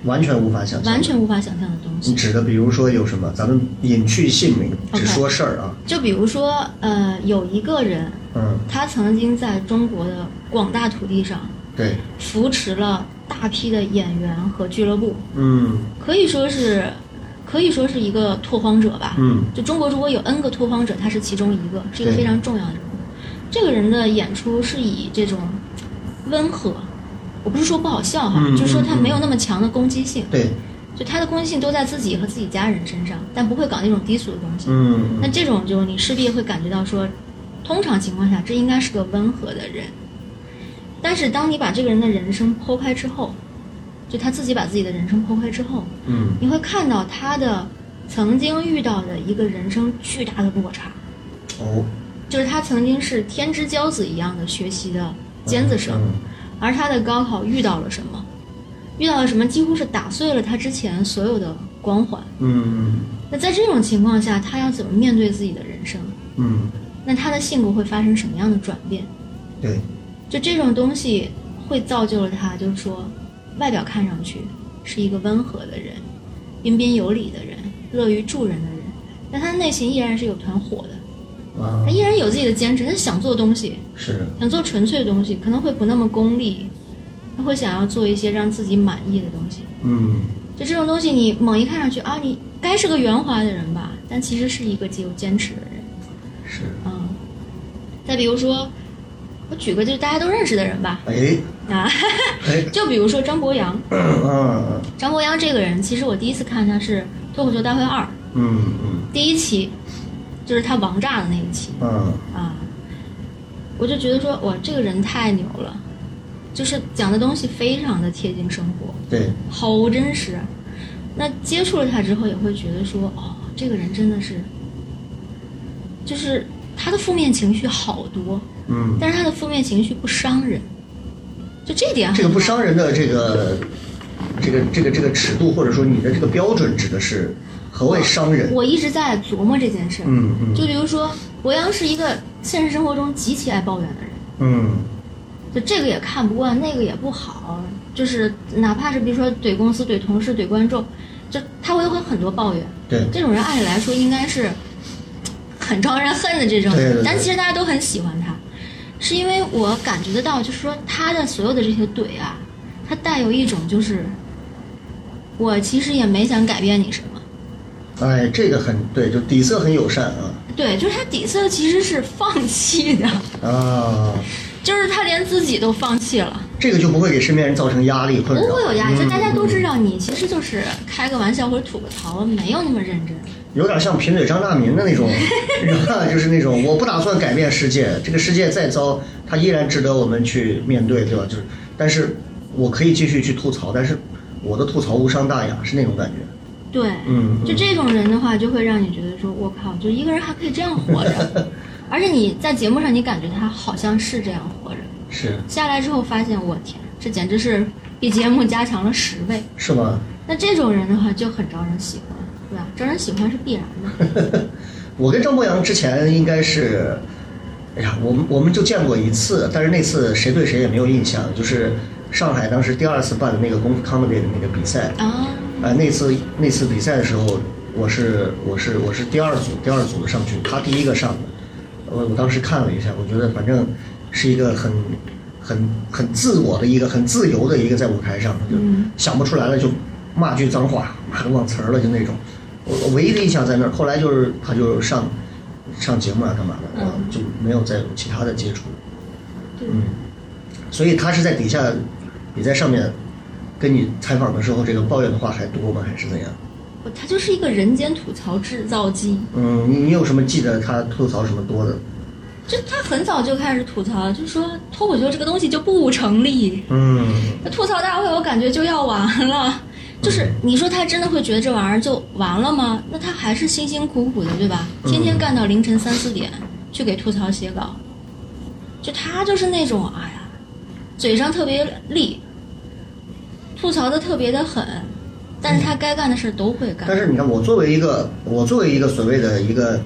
[SPEAKER 2] 完全无法想象，
[SPEAKER 3] 完全无法想象的东
[SPEAKER 2] 你
[SPEAKER 3] 西。
[SPEAKER 2] 指的比如说有什么？咱们隐去姓名，只
[SPEAKER 3] OK
[SPEAKER 2] 说事儿啊。
[SPEAKER 3] 就比如说，呃，有一个人，
[SPEAKER 2] 嗯，
[SPEAKER 3] 他曾经在中国的广大土地上
[SPEAKER 2] 对，
[SPEAKER 3] 扶持了大批的演员和俱乐部，
[SPEAKER 2] 嗯
[SPEAKER 3] 可以说是，可以说是一个拓荒者吧。
[SPEAKER 2] 嗯
[SPEAKER 3] 就中国如果有 N 个拓荒者，他是其中一个，是一个
[SPEAKER 2] 对
[SPEAKER 3] 非常重要的人物。这个人的演出是以这种温和，我不是说不好笑哈，
[SPEAKER 2] 嗯
[SPEAKER 3] 就是说他
[SPEAKER 2] 嗯嗯
[SPEAKER 3] 没有那么强的攻击性，
[SPEAKER 2] 对，
[SPEAKER 3] 就他的攻击性都在自己和自己家人身上，但不会搞那种低俗的东西。
[SPEAKER 2] 嗯
[SPEAKER 3] 那这种就你势必会感觉到说，通常情况下这应该是个温和的人，但是当你把这个人的人生剖开之后，就他自己把自己的人生剖开之后，
[SPEAKER 2] 嗯
[SPEAKER 3] 你会看到他的曾经遇到的一个人生巨大的落差，
[SPEAKER 2] 哦，
[SPEAKER 3] 就是他曾经是天之骄子一样的学习的尖子生，
[SPEAKER 2] 嗯
[SPEAKER 3] 而他的高考遇到了什么，遇到了什么几乎是打碎了他之前所有的光环。
[SPEAKER 2] 嗯
[SPEAKER 3] 那在这种情况下，他要怎么面对自己的人生？
[SPEAKER 2] 嗯嗯，
[SPEAKER 3] 那他的性格会发生什么样的转变？
[SPEAKER 2] 对，
[SPEAKER 3] 就这种东西会造就了他，就是说，外表看上去是一个温和的人，彬彬有礼的人，乐于助人的人，但他内心依然是有团火的，
[SPEAKER 2] 啊
[SPEAKER 3] 他，依然有自己的坚持，他想做东西，
[SPEAKER 2] 是，
[SPEAKER 3] 想做纯粹的东西，可能会不那么功利，他会想要做一些让自己满意的东西。
[SPEAKER 2] 嗯，
[SPEAKER 3] 就这种东西，你猛一看上去啊，你该是个圆滑的人吧，但其实是一个极有坚持的人。
[SPEAKER 2] 是，
[SPEAKER 3] 嗯，再比如说，我举个就是大家都认识的人吧，
[SPEAKER 2] 哎
[SPEAKER 3] 啊，
[SPEAKER 2] 哎，
[SPEAKER 3] 就比如说张博洋，
[SPEAKER 2] 嗯
[SPEAKER 3] 张博洋这个人，其实我第一次看他是《脱口秀大会二》
[SPEAKER 2] 嗯嗯
[SPEAKER 3] 第一期，就是他王炸的那一期
[SPEAKER 2] 嗯，
[SPEAKER 3] 啊，我就觉得说哇，这个人太牛了，就是讲的东西非常的贴近生活，
[SPEAKER 2] 对，
[SPEAKER 3] 好真实啊。那接触了他之后，也会觉得说哦，这个人真的是，就是他的负面情绪好多，
[SPEAKER 2] 嗯，
[SPEAKER 3] 但是他的负面情绪不伤人，就这点很
[SPEAKER 2] 这个不
[SPEAKER 3] 好
[SPEAKER 2] 伤人的这个这个这个这个尺度，或者说你的这个标准指的是何谓伤人？
[SPEAKER 3] 我一直在琢磨这件事儿。
[SPEAKER 2] 嗯嗯
[SPEAKER 3] 就比如说，博洋是一个现实生活中极其爱抱怨的人，
[SPEAKER 2] 嗯
[SPEAKER 3] 就这个也看不惯，那个也不好，就是哪怕是比如说怼公司、怼同事、怼观众，就他会有很多抱怨。
[SPEAKER 2] 对
[SPEAKER 3] 这种人按理来说应该是很招人恨的这种，
[SPEAKER 2] 对对对
[SPEAKER 3] 但其实大家都很喜欢他，是因为我感觉得到，就是说他的所有的这些怼啊，他带有一种就是我其实也没想改变你什么。
[SPEAKER 2] 哎，这个很对，就底色很友善啊
[SPEAKER 3] 对，就是他底色其实是放弃的，
[SPEAKER 2] 啊，
[SPEAKER 3] 就是他连自己都放弃了。
[SPEAKER 2] 这个就不会给身边人造成压力困扰。
[SPEAKER 3] 不会有压力，
[SPEAKER 2] 嗯
[SPEAKER 3] 就大家都知道你其实就是开个玩笑或者吐个槽，没有那么认真。
[SPEAKER 2] 有点像贫嘴张大民的那 种，然后就是那种我不打算改变世界，这个世界再糟，它依然值得我们去面对，对吧？就是，但是我可以继续去吐槽，但是我的吐槽无伤大雅，是那种感觉。
[SPEAKER 3] 对，
[SPEAKER 2] 嗯嗯
[SPEAKER 3] 就这种人的话，就会让你觉得说，我靠，就一个人还可以这样活着，而且你在节目上，你感觉他好像是这样活着，
[SPEAKER 2] 是
[SPEAKER 3] 下来之后发现，我天，这简直是比节目加强了十倍。
[SPEAKER 2] 是吗？
[SPEAKER 3] 那这种人的话，就很招人喜欢，对吧？招人喜欢是必然的。
[SPEAKER 2] 我跟张博洋之前应该是，哎呀，我们我们就见过一次，但是那次谁对谁也没有印象，就是上海当时第二次办的那个功夫 comedy 的那个比赛，
[SPEAKER 3] 啊，
[SPEAKER 2] 呃，那次那次比赛的时候，我是我是我是第二组第二组上去，他第一个上的。我我当时看了一下，我觉得反正是一个很很很自我的一个很自由的一个在舞台上，就
[SPEAKER 3] 嗯
[SPEAKER 2] 想不出来了就骂句脏话，骂个忘词儿了就那种。我我唯一的印象在那儿，后来就是他就上上节目啊干嘛的，
[SPEAKER 3] 嗯
[SPEAKER 2] 就没有再有其他的接触。
[SPEAKER 3] 对，
[SPEAKER 2] 嗯，所以他是在底下，你在上面跟你采访的时候，这个抱怨的话还多吗？还是怎样？
[SPEAKER 3] 我他就是一个人间吐槽制造机。
[SPEAKER 2] 嗯，你你有什么记得他吐槽什么多的？
[SPEAKER 3] 就他很早就开始吐槽，就说脱口秀这个东西就不成立。
[SPEAKER 2] 嗯，
[SPEAKER 3] 那吐槽大会我感觉就要完了，就是你说他真的会觉得这玩意儿就完了吗？那他还是辛辛苦苦的，对吧？
[SPEAKER 2] 嗯
[SPEAKER 3] 天天干到凌晨三四点去给吐槽写稿，就他就是那种哎呀，嘴上特别利，吐槽的特别的狠，但是他该干的事儿都会
[SPEAKER 2] 嗯
[SPEAKER 3] 干
[SPEAKER 2] 但。是你看，我作为一个我作为一个所谓的一个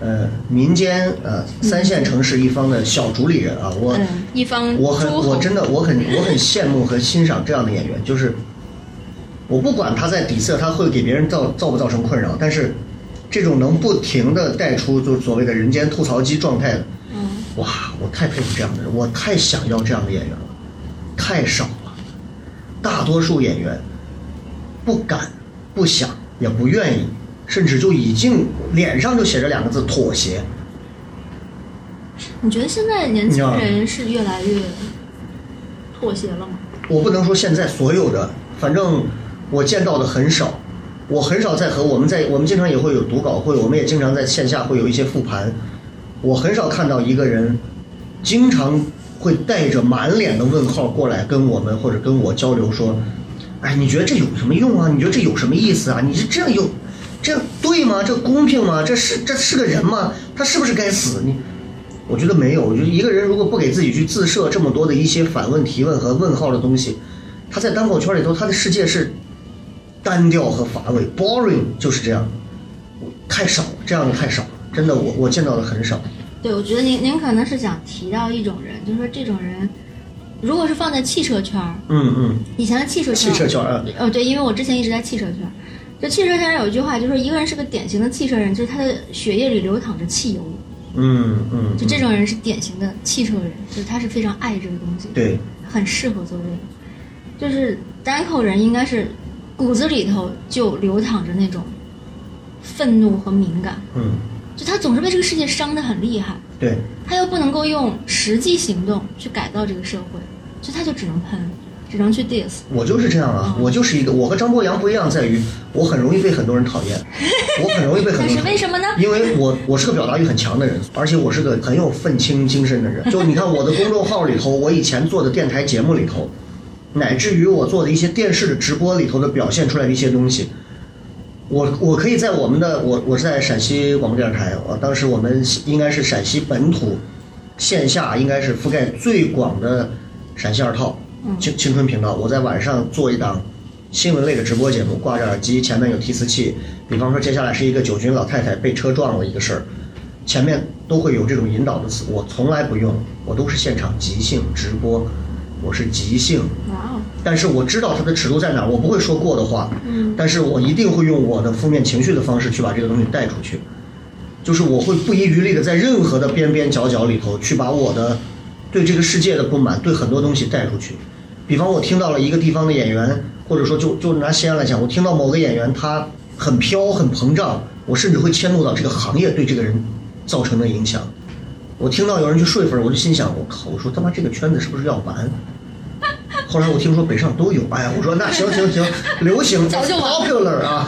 [SPEAKER 2] 呃民间呃三线城市一方的小主理人啊，我、
[SPEAKER 3] 嗯，一方
[SPEAKER 2] 我很
[SPEAKER 3] 诸
[SPEAKER 2] 我
[SPEAKER 3] 侯
[SPEAKER 2] 真的我很我很羡慕和欣赏这样的演员，就是我不管他在底色他会给别人造造不造成困扰，但是这种能不停的带出就所谓的人间吐槽机状态的，
[SPEAKER 3] 嗯，
[SPEAKER 2] 哇，我太佩服这样的人，我太想要这样的演员了，太少了，大多数演员不敢、不想、也不愿意，甚至就已经脸上就写着两个字妥协。
[SPEAKER 3] 你觉得现在年轻
[SPEAKER 2] 你要
[SPEAKER 3] 人是越来越妥协了吗？
[SPEAKER 2] 我不能说现在所有的，反正我见到的很少，我很少在和我们在我们经常也会有读稿会，我们也经常在线下会有一些复盘，我很少看到一个人经常会带着满脸的问号过来跟我们或者跟我交流说，哎，你觉得这有什么用啊？你觉得这有什么意思啊？你是这样有这样对吗？这公平吗？这是这是个人吗？他是不是该死？你我觉得没有，我觉得一个人如果不给自己去自设这么多的一些反问、提问和问号的东西，他在单口圈里头，他的世界是单调和乏味，boring 就是这样，太少了，这样的太少了，真的我我见到的很少。
[SPEAKER 3] 对，我觉得您您可能是想提到一种人，就是说这种人，如果是放在汽车圈儿，
[SPEAKER 2] 嗯嗯，
[SPEAKER 3] 以前的汽车圈
[SPEAKER 2] 汽
[SPEAKER 3] 儿，
[SPEAKER 2] 车圈啊，
[SPEAKER 3] 哦对，因为我之前一直在汽车圈儿，就汽车圈儿有一句话，就说一个人是个典型的汽车人，就是他的血液里流淌着汽油，
[SPEAKER 2] 嗯嗯，
[SPEAKER 3] 就这种人是典型的汽车人，就是他是非常爱这个东西，
[SPEAKER 2] 对，
[SPEAKER 3] 很适合做这个，就是单口人应该是骨子里头就流淌着那种愤怒和敏感，
[SPEAKER 2] 嗯
[SPEAKER 3] 就他总是被这个世界伤得很厉害。
[SPEAKER 2] 对，
[SPEAKER 3] 他又不能够用实际行动去改造这个社会，所以他就只能喷，只能去 diss。
[SPEAKER 2] 我就是这样
[SPEAKER 3] 哦
[SPEAKER 2] 啊，我就是一个，我和张博洋不一样，在于我很容易被很多人讨厌，我很容易被很多
[SPEAKER 3] 但
[SPEAKER 2] 人
[SPEAKER 3] 是
[SPEAKER 2] 讨厌
[SPEAKER 3] 为。什么呢？
[SPEAKER 2] 因为我我是个表达欲很强的人，而且我是个很有愤青精神的人。就你看我的公众号里头，我以前做的电台节目里头，乃至于我做的一些电视的直播里头的表现出来的一些东西，我我可以在啊我们的我我是在陕西广播电视台，我当时我们应该是陕西本土线下应该是覆盖最广的陕西二套
[SPEAKER 3] 嗯
[SPEAKER 2] 青青春频道。我在晚上做一档新闻类的直播节目，挂着耳机，前面有提词器。比方说，接下来是一个九旬老太太被车撞了一个事儿，前面都会有这种引导的词，我从来不用，我都是现场即兴直播，我是即兴。
[SPEAKER 3] 哇哦，
[SPEAKER 2] 但是我知道它的尺度在哪儿，我不会说过的话，
[SPEAKER 3] 嗯
[SPEAKER 2] 但是我一定会用我的负面情绪的方式去把这个东西带出去，就是我会不遗余力的在任何的边边角角里头去把我的对这个世界的不满，对很多东西带出去。比方我听到了一个地方的演员，或者说就就拿西安来讲，我听到某个演员他很飘很膨胀，我甚至会迁怒到这个行业对这个人造成的影响。我听到有人去睡粉儿，我就心想，我靠，我说他妈这个圈子是不是要完？后来我听说北上都有，哎呀，我说那行行行，流行
[SPEAKER 3] 早就完了
[SPEAKER 2] popular 啊，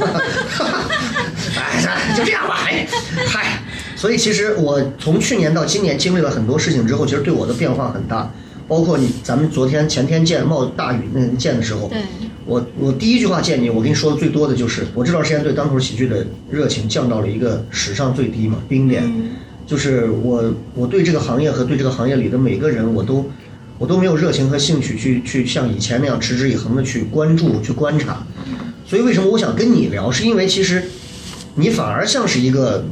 [SPEAKER 2] 哎，就这样吧，哎，嗨，所以其实我从去年到今年经历了很多事情之后，其实对我的变化很大，包括你咱们昨天前天见冒大雨那见的时候，
[SPEAKER 3] 对，
[SPEAKER 2] 我我第一句话见你，我跟你说的最多的就是，我这段时间对单口喜剧的热情降到了一个史上最低嘛，冰点。
[SPEAKER 3] 嗯
[SPEAKER 2] 就是我我对这个行业和对这个行业里的每个人，我都我都没有热情和兴趣去去像以前那样持之以恒的去关注去观察。所以为什么我想跟你聊，是因为其实你反而像是一个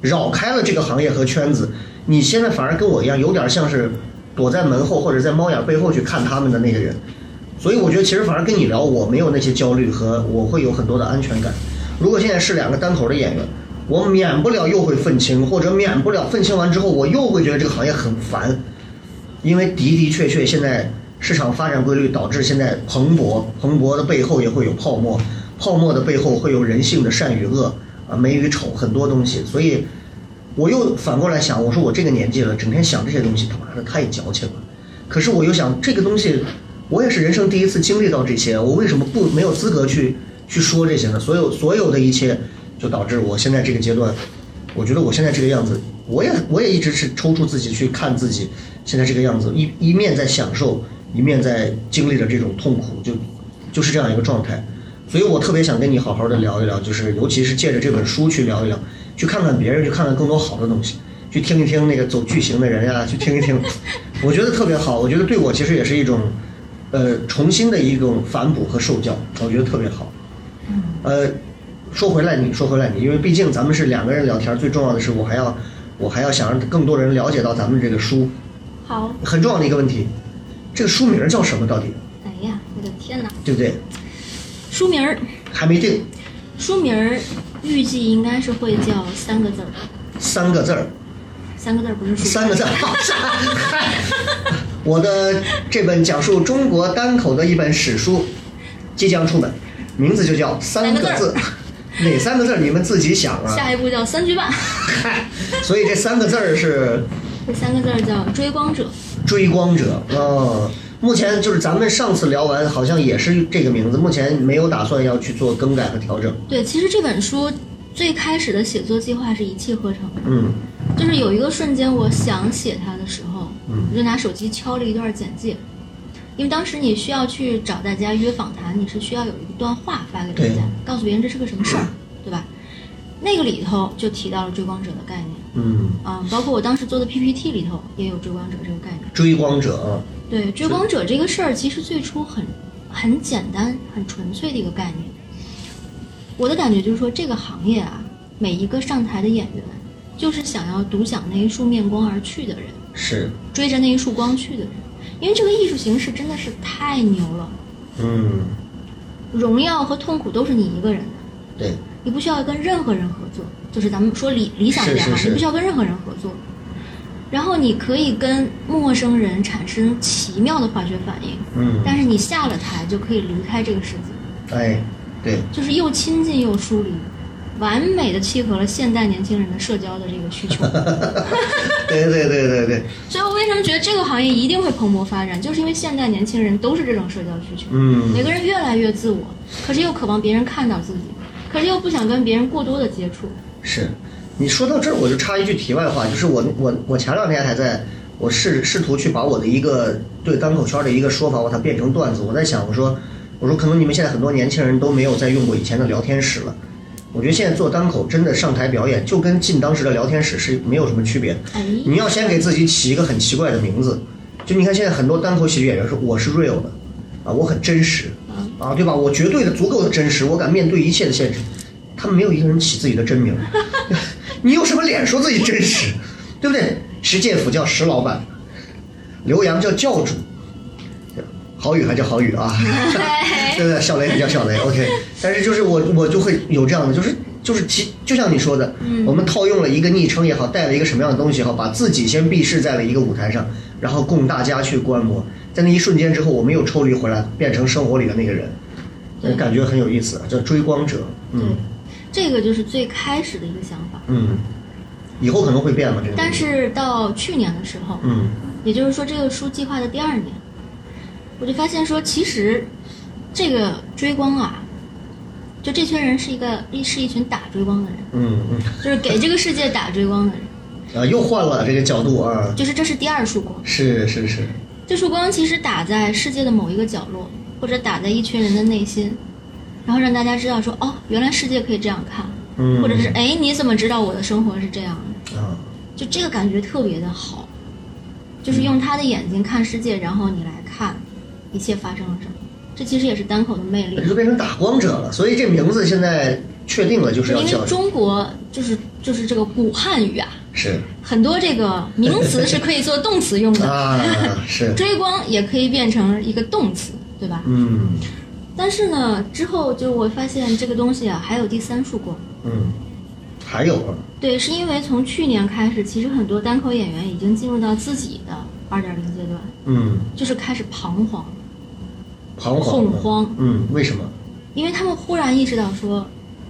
[SPEAKER 2] 绕开了这个行业和圈子，你现在反而跟我一样，有点像是躲在门后或者在猫眼背后去看他们的那个人。所以我觉得其实反而跟你聊，我没有那些焦虑和我会有很多的安全感。如果现在是两个单口的演员，我免不了又会愤青，或者免不了愤青完之后，我又会觉得这个行业很烦，因为的的确确现在市场发展规律导致现在蓬勃，蓬勃的背后也会有泡沫，泡沫的背后会有人性的善与恶啊美与丑很多东西，所以我又反过来想，我说我这个年纪了，整天想这些东西，他妈的太矫情了。可是我又想，这个东西我也是人生第一次经历到这些，我为什么不没有资格去去说这些呢？所有所有的一切，就导致我现在这个阶段，我觉得我现在这个样子，我也我也一直是抽出自己去看自己现在这个样子，一一面在享受，一面在经历着这种痛苦，就就是这样一个状态。所以我特别想跟你好好的聊一聊，就是尤其是借着这本书去聊一聊，去看看别人，去看看更多好的东西，去听一听那个走剧情的人呀、去听一听，我觉得特别好。我觉得对我其实也是一种，呃，重新的一种反哺和受教，我觉得特别好。呃，说回来你，说回来你，因为毕竟咱们是两个人聊天，最重要的是我还要，我还要想让更多人了解到咱们这个书，
[SPEAKER 3] 好，
[SPEAKER 2] 很重要的一个问题，这个书名叫什么到底，
[SPEAKER 3] 哎呀，我的天哪！
[SPEAKER 2] 对不对？
[SPEAKER 3] 书名儿，
[SPEAKER 2] 还没定，
[SPEAKER 3] 书名儿预计应该是会叫三个字儿吧，
[SPEAKER 2] 三个字儿，
[SPEAKER 3] 三个字儿不是书名
[SPEAKER 2] 三个 字，好傻。我的这本讲述中国单口的一本史书即将出本，名字就叫三个
[SPEAKER 3] 三个
[SPEAKER 2] 字
[SPEAKER 3] 字，
[SPEAKER 2] 哪三个字儿你们自己想啊。
[SPEAKER 3] 下一步叫三句半，
[SPEAKER 2] 嗨， 所以这三个字儿是
[SPEAKER 3] 这三个字儿叫追光者。
[SPEAKER 2] 追光者。嗯，目前就是咱们上次聊完，好像也是这个名字，目前没有打算要去做更改和调整。
[SPEAKER 3] 对，其实这本书最开始的写作计划是一气呵成，
[SPEAKER 2] 嗯
[SPEAKER 3] 就是有一个瞬间我想写它的时候，
[SPEAKER 2] 嗯
[SPEAKER 3] 我就拿手机敲了一段简介，因为当时你需要去找大家约访谈，你是需要有一段话发给大
[SPEAKER 2] 对嗯
[SPEAKER 3] 家，告诉别人这是个什么事儿，对吧？那个里头就提到了追光者的概念
[SPEAKER 2] 嗯，
[SPEAKER 3] 啊、包括我当时做的 PPT 里头也有追光者这个概念。
[SPEAKER 2] 追光者。呃
[SPEAKER 3] 对追光者这个事儿，其实最初很很简单、很纯粹的一个概念。我的感觉就是说，这个行业啊，每一个上台的演员，就是想要独享那一束面光而去的人，
[SPEAKER 2] 是，
[SPEAKER 3] 追着那一束光去的人，因为这个艺术形式真的是太牛了，
[SPEAKER 2] 嗯，
[SPEAKER 3] 荣耀和痛苦都是你一个人的。
[SPEAKER 2] 对，
[SPEAKER 3] 你不需要跟任何人合作，就是咱们说理理想一点
[SPEAKER 2] 是
[SPEAKER 3] 啊，
[SPEAKER 2] 是是
[SPEAKER 3] 你不需要跟任何人合作，然后你可以跟陌生人产生奇妙的化学反应，
[SPEAKER 2] 嗯，
[SPEAKER 3] 但是你下了台就可以离开这个世界，
[SPEAKER 2] 哎，对，
[SPEAKER 3] 就是又亲近又疏离，完美的契合了现代年轻人的社交的这个 需求。
[SPEAKER 2] 对对对对对，
[SPEAKER 3] 所以我为什么觉得这个行业一定会蓬勃发展，就是因为现代年轻人都是这种社交需求。
[SPEAKER 2] 嗯
[SPEAKER 3] 每个人越来越自我，可是又渴望别人看到自己，可是又不想跟别人过多的接触。
[SPEAKER 2] 是，你说到这儿，我就插一句题外话，就是我我我前两天还在，我试试图去把我的一个对单口圈的一个说法，把它变成段子。我在想，我说我说可能你们现在很多年轻人都没有再用过以前的聊天室了，我觉得现在做单口真的上台表演，就跟进当时的聊天室是没有什么区别的。
[SPEAKER 3] 哎，
[SPEAKER 2] 你要先给自己起一个很奇怪的名字，就你看现在很多单口喜剧演员说我是 real 的，啊，我很真实，啊，对吧？我绝对的足够的真实，我敢面对一切的现实。他们没有一个人起自己的真名，你有什么脸说自己真实，对不对？石介甫叫石老板，刘洋叫教主，郝宇还叫郝宇啊。对对，小雷比较小雷，OK。但是就是我我就会有这样的，就是就是其就像你说的，我们套用了一个昵称也好，带了一个什么样的东西也好，把自己先避世在了一个舞台上，然后供大家去观摩。在那一瞬间之后，我们又抽离回来，变成生活里的那个人，
[SPEAKER 3] 对
[SPEAKER 2] 感觉很有意思，啊叫追光者。嗯
[SPEAKER 3] 这个就是最开始的一个想法。
[SPEAKER 2] 嗯，以后可能会变嘛，这个东西。
[SPEAKER 3] 但是到去年的时候，
[SPEAKER 2] 嗯
[SPEAKER 3] 也就是说这个书计划的第二年，我就发现说，其实这个追光啊，就这群人是一个一是一群打追光的人，
[SPEAKER 2] 嗯嗯，
[SPEAKER 3] 就是给这个世界打追光的人。
[SPEAKER 2] 啊，又换了这个角度啊，
[SPEAKER 3] 就是这是第二束光，
[SPEAKER 2] 是是是，
[SPEAKER 3] 这束光其实打在世界的某一个角落，或者打在一群人的内心，然后让大家知道说，哦，原来世界可以这样看，
[SPEAKER 2] 嗯，
[SPEAKER 3] 或者是哎，你怎么知道我的生活是这样的？
[SPEAKER 2] 啊，
[SPEAKER 3] 就这个感觉特别的好，就是用他的眼睛看世
[SPEAKER 2] 嗯
[SPEAKER 3] 界，然后你来看一切发生了什么。这其实也是单口的魅力，
[SPEAKER 2] 就变成打光者了。所以这名字现在确定了，就是
[SPEAKER 3] 就
[SPEAKER 2] 要
[SPEAKER 3] 因
[SPEAKER 2] 叫这个
[SPEAKER 3] 为中国就是就是这个古汉语啊，
[SPEAKER 2] 是
[SPEAKER 3] 很多这个名词是可以做动词用 的，
[SPEAKER 2] 啊，是，
[SPEAKER 3] 追光也可以变成一个动词，对吧？
[SPEAKER 2] 嗯
[SPEAKER 3] 但是呢，之后就我发现这个东西啊，还有第三束光。
[SPEAKER 2] 嗯，还有啊，
[SPEAKER 3] 对，是因为从去年开始，其实很多单口演员已经进入到自己的二点零阶段，
[SPEAKER 2] 嗯，
[SPEAKER 3] 就是开始彷徨，
[SPEAKER 2] 彷徨，
[SPEAKER 3] 恐慌，
[SPEAKER 2] 嗯，为什么？
[SPEAKER 3] 因为他们忽然意识到说，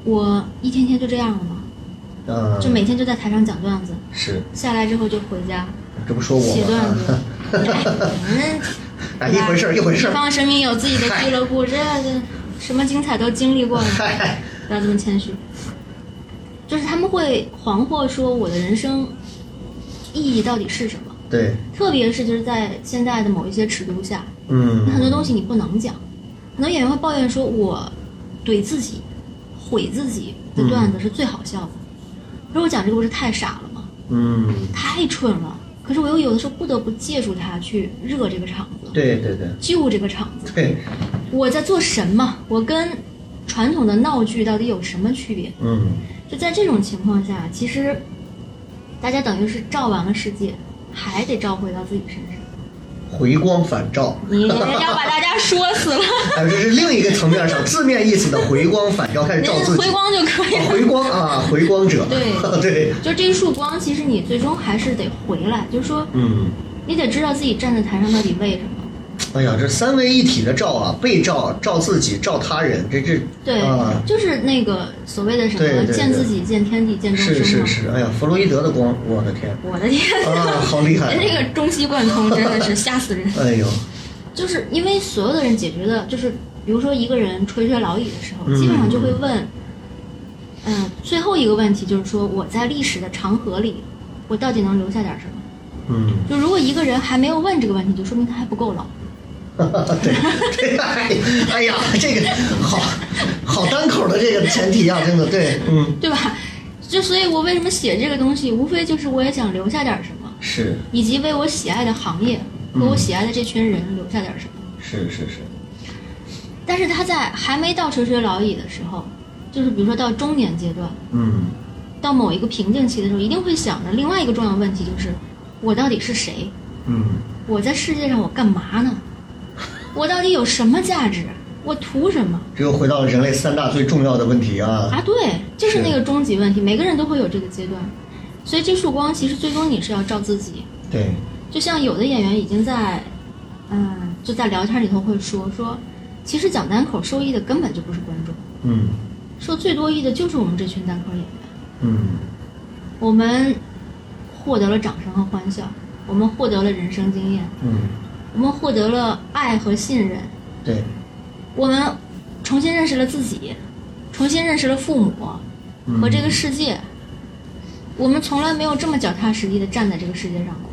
[SPEAKER 3] 我一天天就这样了吗？
[SPEAKER 2] 啊，
[SPEAKER 3] 就每天就在台上讲段子，
[SPEAKER 2] 是，
[SPEAKER 3] 下来之后就回家
[SPEAKER 2] 这不说我
[SPEAKER 3] 写段子
[SPEAKER 2] 吗？。
[SPEAKER 3] 哎
[SPEAKER 2] 啊，一回事儿一回事
[SPEAKER 3] 地
[SPEAKER 2] 儿，
[SPEAKER 3] 方神明有自己的俱乐部，这这什么精彩都经历过 了。
[SPEAKER 2] 嗨，
[SPEAKER 3] 不要这么谦虚。就是他们会惶惑说我的人生意义到底是什么？
[SPEAKER 2] 对，
[SPEAKER 3] 特别是就是在现在的某一些尺度下，
[SPEAKER 2] 嗯，
[SPEAKER 3] 很多东西你不能讲。很多演员会抱怨说，我怼自己、毁自己的段子是最好笑的。可是我讲这个不是太傻了吗？
[SPEAKER 2] 嗯，
[SPEAKER 3] 太蠢了。可是我又有的时候不得不借助它去热这个场子，
[SPEAKER 2] 对对对
[SPEAKER 3] 救这个场子。
[SPEAKER 2] 对，
[SPEAKER 3] 我在做什么？我跟传统的闹剧到底有什么区别？
[SPEAKER 2] 嗯
[SPEAKER 3] 就在这种情况下，其实大家等于是照完了世界，还得照回到自己身上。
[SPEAKER 2] 回光返照，
[SPEAKER 3] 你要把大家说死 了，
[SPEAKER 2] 啊，这是另一个层面上字面意思的回光返照，开始
[SPEAKER 3] 人
[SPEAKER 2] 哎照
[SPEAKER 3] 家
[SPEAKER 2] 自己
[SPEAKER 3] 回，光就可以
[SPEAKER 2] 啊
[SPEAKER 3] 了。
[SPEAKER 2] 回光啊，回光者，
[SPEAKER 3] 对
[SPEAKER 2] 对，
[SPEAKER 3] 就这一束光，其实你最终还是得回来，就是说
[SPEAKER 2] 嗯。
[SPEAKER 3] 你得知道自己站在台上到底为什么。
[SPEAKER 2] 哎呀，这三位一体的照啊，被照、照自己、照他人，这这
[SPEAKER 3] 对，
[SPEAKER 2] 啊，
[SPEAKER 3] 就是那个所谓的什么
[SPEAKER 2] 对对对
[SPEAKER 3] 见自己、见天地、见众生
[SPEAKER 2] 是
[SPEAKER 3] 嘛。
[SPEAKER 2] 是是，哎呀，弗洛伊德的光，我的天
[SPEAKER 3] 我的天呐，
[SPEAKER 2] 啊，好厉害！
[SPEAKER 3] 人这个中西贯通真的是 吓死人。
[SPEAKER 2] 哎呦，
[SPEAKER 3] 就是因为所有的人解决的，就是比如说一个人垂垂老矣的时候，
[SPEAKER 2] 嗯
[SPEAKER 3] 基本上就会问，嗯、最后一个问题就是说，我在历史的长河里，我到底能留下点什么？
[SPEAKER 2] 嗯，
[SPEAKER 3] 就如果一个人还没有问这个问题，就说明他还不够老。
[SPEAKER 2] 对对，哎哎呀，这个好好单口的这个前提啊，真的对，嗯，
[SPEAKER 3] 对吧？就所以，我为什么写这个东西，无非就是我也想留下点什么，
[SPEAKER 2] 是
[SPEAKER 3] 以及为我喜爱的行业和
[SPEAKER 2] 嗯
[SPEAKER 3] 我喜爱的这群人留下点什么。
[SPEAKER 2] 是是是，
[SPEAKER 3] 但是他在还没到垂垂老矣的时候，就是比如说到中年阶段，
[SPEAKER 2] 嗯
[SPEAKER 3] 到某一个瓶颈期的时候，一定会想着另外一个重要问题，就是我到底是谁？
[SPEAKER 2] 嗯
[SPEAKER 3] 我在世界上我干嘛呢？我到底有什么价值？我图什么
[SPEAKER 2] 这又回到了人类三大最重要的问题啊，
[SPEAKER 3] 啊？对，这是
[SPEAKER 2] 是
[SPEAKER 3] 那个终极问题，每个人都会有这个阶段。所以这束光其实最终你是要照自己，
[SPEAKER 2] 对，
[SPEAKER 3] 就像有的演员已经在，嗯，就在聊天里头会说说，其实讲单口受益的根本就不是观众，
[SPEAKER 2] 嗯
[SPEAKER 3] 受最多益的就是我们这群单口演员。
[SPEAKER 2] 嗯
[SPEAKER 3] 我们获得了掌声和欢笑，我们获得了人生经验，
[SPEAKER 2] 嗯，
[SPEAKER 3] 我们获得了爱和信任，
[SPEAKER 2] 对，
[SPEAKER 3] 我们重新认识了自己，重新认识了父母
[SPEAKER 2] 嗯
[SPEAKER 3] 和这个世界。我们从来没有这么脚踏实地的站在这个世界上过。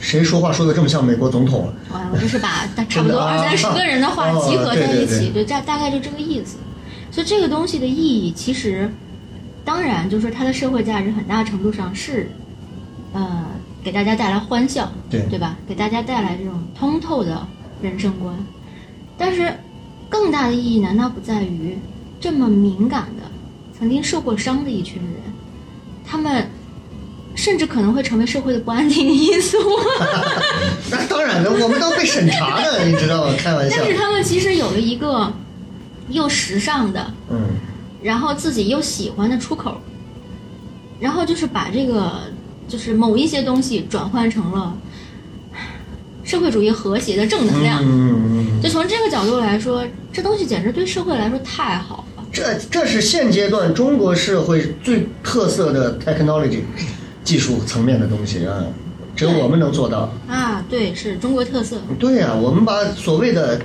[SPEAKER 2] 谁说话说的这么像美国总统了？
[SPEAKER 3] 哇，我这是把大差不
[SPEAKER 2] 真
[SPEAKER 3] 多
[SPEAKER 2] 的
[SPEAKER 3] 二
[SPEAKER 2] 啊
[SPEAKER 3] 三十个人的话
[SPEAKER 2] 哦
[SPEAKER 3] 集合在一
[SPEAKER 2] 对对
[SPEAKER 3] 起，对，大大概就这个意思。所以这个东西的意义，其实当然，就是它的社会价值很大程度上是，呃，给大家带来欢笑，
[SPEAKER 2] 对
[SPEAKER 3] 对吧？给大家带来这种通透的人生观。但是，更大的意义难道不在于这么敏感的、曾经受过伤的一群人，他们甚至可能会成为社会的不安定因素？
[SPEAKER 2] 那当然了，我们都被审查的，你知道吗？开玩笑
[SPEAKER 3] 但，是他们其实有了一个又时尚的，
[SPEAKER 2] 嗯，
[SPEAKER 3] 然后自己又喜欢的出口，然后就是把这个就是某一些东西转换成了社会主义和谐的正能量。
[SPEAKER 2] 嗯嗯嗯，
[SPEAKER 3] 就从这个角度来说，这东西简直对社会来说太好了。
[SPEAKER 2] 这这是现阶段中国社会最特色的 technology 技术层面的东西啊，只有我们能做到。
[SPEAKER 3] 啊，对，是中国特色。
[SPEAKER 2] 对呀、我们把所谓的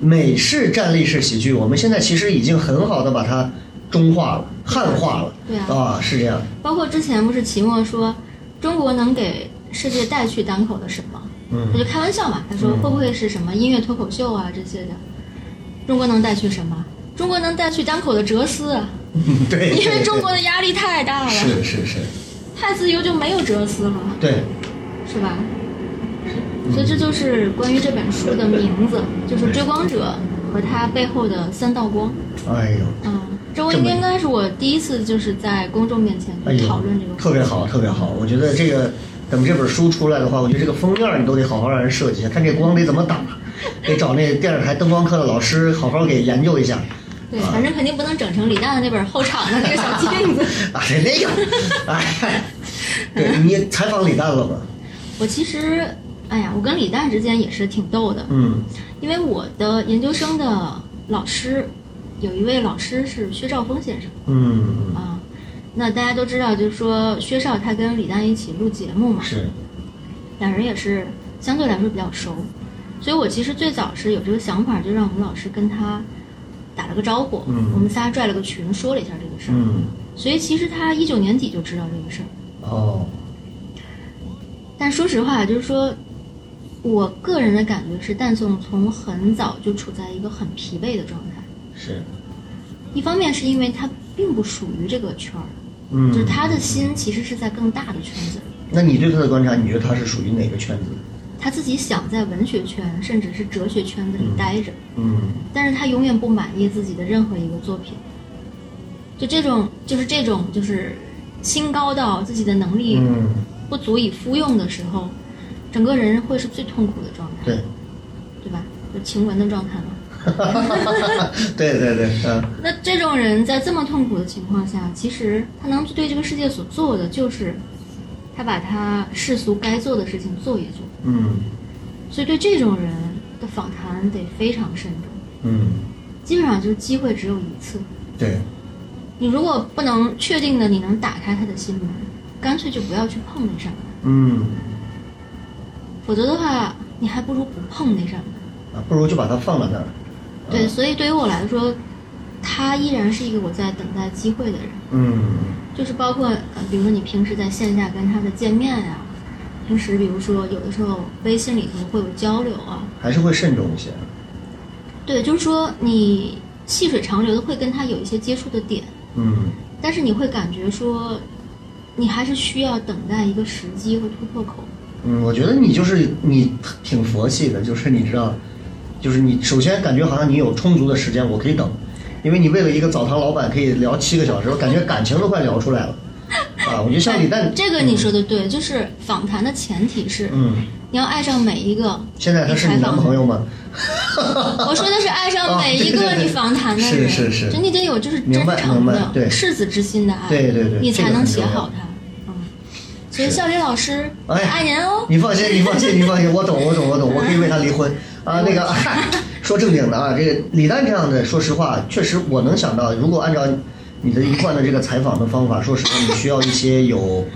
[SPEAKER 2] 美式站立式喜剧，我们现在其实已经很好的把它中化了、汉化了。
[SPEAKER 3] 对啊
[SPEAKER 2] 是 这样。
[SPEAKER 3] 包括之前不是齐墨说，中国能给世界带去单口的什么？
[SPEAKER 2] 嗯
[SPEAKER 3] 他就开玩笑嘛，他说
[SPEAKER 2] 嗯
[SPEAKER 3] 会不会是什么音乐脱口秀啊这些的？中国能带去什么？中国能带去单口的哲思 啊，
[SPEAKER 2] 对，
[SPEAKER 3] 因为
[SPEAKER 2] 对
[SPEAKER 3] 中国的压力太大
[SPEAKER 2] 对是
[SPEAKER 3] 了，
[SPEAKER 2] 是是，
[SPEAKER 3] 太自由就没有哲思了，
[SPEAKER 2] 对，
[SPEAKER 3] 是吧？
[SPEAKER 2] 嗯
[SPEAKER 3] 所以这就是关于这本书的名字，就是《追光者》和他背后的三道光。
[SPEAKER 2] 哎呦，
[SPEAKER 3] 嗯，这我
[SPEAKER 2] 这
[SPEAKER 3] 应
[SPEAKER 2] 么
[SPEAKER 3] 该应该是我第一次就是在公众面前
[SPEAKER 2] 哎呦，
[SPEAKER 3] 讨论这个话题。
[SPEAKER 2] 特别好，特别好。我觉得这个等这本书出来的话，我觉得这个封面你都得好好让人设计一下，看这光得怎么 打，得找那电视台灯光课的老师好好给研究一下。
[SPEAKER 3] 对，反正肯定不能整成李诞的那本后场的那个小镜子。
[SPEAKER 2] 啊，是那个，哎，对你采访李诞了吗？
[SPEAKER 3] 我其实，哎呀，我跟李诞之间也是挺逗的，
[SPEAKER 2] 嗯，
[SPEAKER 3] 因为我的研究生的老师有一位老师是薛兆丰先生
[SPEAKER 2] 嗯，
[SPEAKER 3] 啊。那大家都知道，就是说薛少他跟李诞一起录节目嘛，
[SPEAKER 2] 是，
[SPEAKER 3] 两人也是相对来说比较熟，所以我其实最早是有这个想法，就让我们老师跟他打了个招呼，
[SPEAKER 2] 嗯
[SPEAKER 3] 我们仨拽了个群说了一下这个事儿，
[SPEAKER 2] 嗯，
[SPEAKER 3] 所以其实他一九年底就知道这个事儿。
[SPEAKER 2] 哦，
[SPEAKER 3] 但说实话，就是说，我个人的感觉是，蛋总从很早就处在一个很疲惫的状态。
[SPEAKER 2] 是，
[SPEAKER 3] 一方面是因为他并不属于这个圈儿，
[SPEAKER 2] 嗯，
[SPEAKER 3] 就是他的心其实是在更大的圈子里。
[SPEAKER 2] 那你对他的观察，你觉得他是属于哪个圈子？
[SPEAKER 3] 他自己想在文学圈，甚至是哲学圈子里待着，
[SPEAKER 2] 嗯，
[SPEAKER 3] 但是他永远不满意自己的任何一个作品。就这种，就是这种，就是心高到自己的能力
[SPEAKER 2] 嗯，
[SPEAKER 3] 不足以敷用的时候，整个人会是最痛苦的状 态。
[SPEAKER 2] 对，
[SPEAKER 3] 对吧？就晴雯的状态嘛。
[SPEAKER 2] 对对对，嗯、
[SPEAKER 3] 那这种人在这么痛苦的情况下，其实他能对这个世界所做的就是，他把他世俗该做的事情做一做。
[SPEAKER 2] 嗯
[SPEAKER 3] 所以对这种人的访谈得非常慎重，
[SPEAKER 2] 嗯，
[SPEAKER 3] 基本上就是机会只有一次。
[SPEAKER 2] 对，
[SPEAKER 3] 你如果不能确定的你能打开他的心门，干脆就不要去碰那扇门，
[SPEAKER 2] 嗯，
[SPEAKER 3] 否则的话，你还不如不碰那扇门。
[SPEAKER 2] 啊，不如就把它放到那儿。
[SPEAKER 3] 对，
[SPEAKER 2] 啊，
[SPEAKER 3] 所以对于我来说，他依然是一个我在等待机会的人。
[SPEAKER 2] 嗯
[SPEAKER 3] 就是包括呃，比如说你平时在线下跟他的见面呀、平时比如说有的时候微信里头会有交流啊，
[SPEAKER 2] 还是会慎重一些。
[SPEAKER 3] 对，就是说你细水长流的会跟他有一些接触的点，
[SPEAKER 2] 嗯
[SPEAKER 3] 但是你会感觉说，你还是需要等待一个时机和突破口。
[SPEAKER 2] 嗯，我觉得你就是你挺佛系的，就是你知道，就是你首先感觉好像你有充足的时间，我可以等，因为你为了一个澡堂老板可以聊七个小时，我感觉感情都快聊出来了。啊，我觉得像李诞，
[SPEAKER 3] 哎这个你说的对，就是访谈的前提是
[SPEAKER 2] 嗯，
[SPEAKER 3] 你要爱上每一个
[SPEAKER 2] 现在他是你
[SPEAKER 3] 采
[SPEAKER 2] 男
[SPEAKER 3] 访的
[SPEAKER 2] 朋友吗？
[SPEAKER 3] 我说的是爱上
[SPEAKER 2] 哦
[SPEAKER 3] 每一个你访谈的人，
[SPEAKER 2] 啊对对对是是是
[SPEAKER 3] 就你得有就是真
[SPEAKER 2] 明白
[SPEAKER 3] 诚
[SPEAKER 2] 明白
[SPEAKER 3] 的、
[SPEAKER 2] 对
[SPEAKER 3] 赤子之心的爱，
[SPEAKER 2] 对对对
[SPEAKER 3] 你才能
[SPEAKER 2] 这
[SPEAKER 3] 写
[SPEAKER 2] 个很重要
[SPEAKER 3] 好它。嗯，所以笑林老师，我
[SPEAKER 2] 哎
[SPEAKER 3] 爱您哦。
[SPEAKER 2] 你放心，你放心，你放心，我懂，我懂，我懂，我可以为他离婚啊。那个、嗨说正经的啊，这个李诞这样的，说实话，确实我能想到，如果按照你的一贯的这个采访的方法，说实话，你需要一些有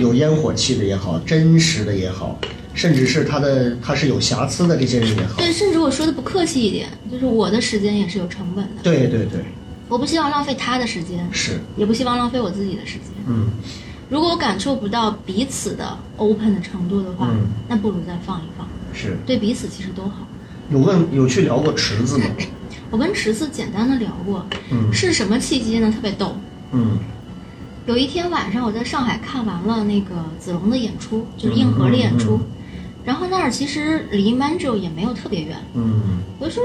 [SPEAKER 2] 有烟火气的也好，真实的也好，甚至是他的他是有瑕疵的这些人也好，
[SPEAKER 3] 对，甚至我说的不客气一点，就是我的时间也是有成本的，
[SPEAKER 2] 对对对，
[SPEAKER 3] 我不希望浪费他的时间，
[SPEAKER 2] 是，
[SPEAKER 3] 也不希望浪费我自己的时间。
[SPEAKER 2] 嗯
[SPEAKER 3] 如果我感受不到彼此的 open 的程度的话，
[SPEAKER 2] 嗯
[SPEAKER 3] 那不如再放一放，
[SPEAKER 2] 是。
[SPEAKER 3] 对彼此其实都好。
[SPEAKER 2] 有问有去聊过池子吗？
[SPEAKER 3] 我跟池子简单的聊过，
[SPEAKER 2] 嗯
[SPEAKER 3] 是什么契机呢？特别逗，
[SPEAKER 2] 嗯
[SPEAKER 3] 有一天晚上，我在上海看完了那个子龙的演出，就
[SPEAKER 2] 嗯
[SPEAKER 3] 是硬核的演出。然后那儿其实离 Manjo 也没有特别远，
[SPEAKER 2] 嗯，
[SPEAKER 3] 我就说，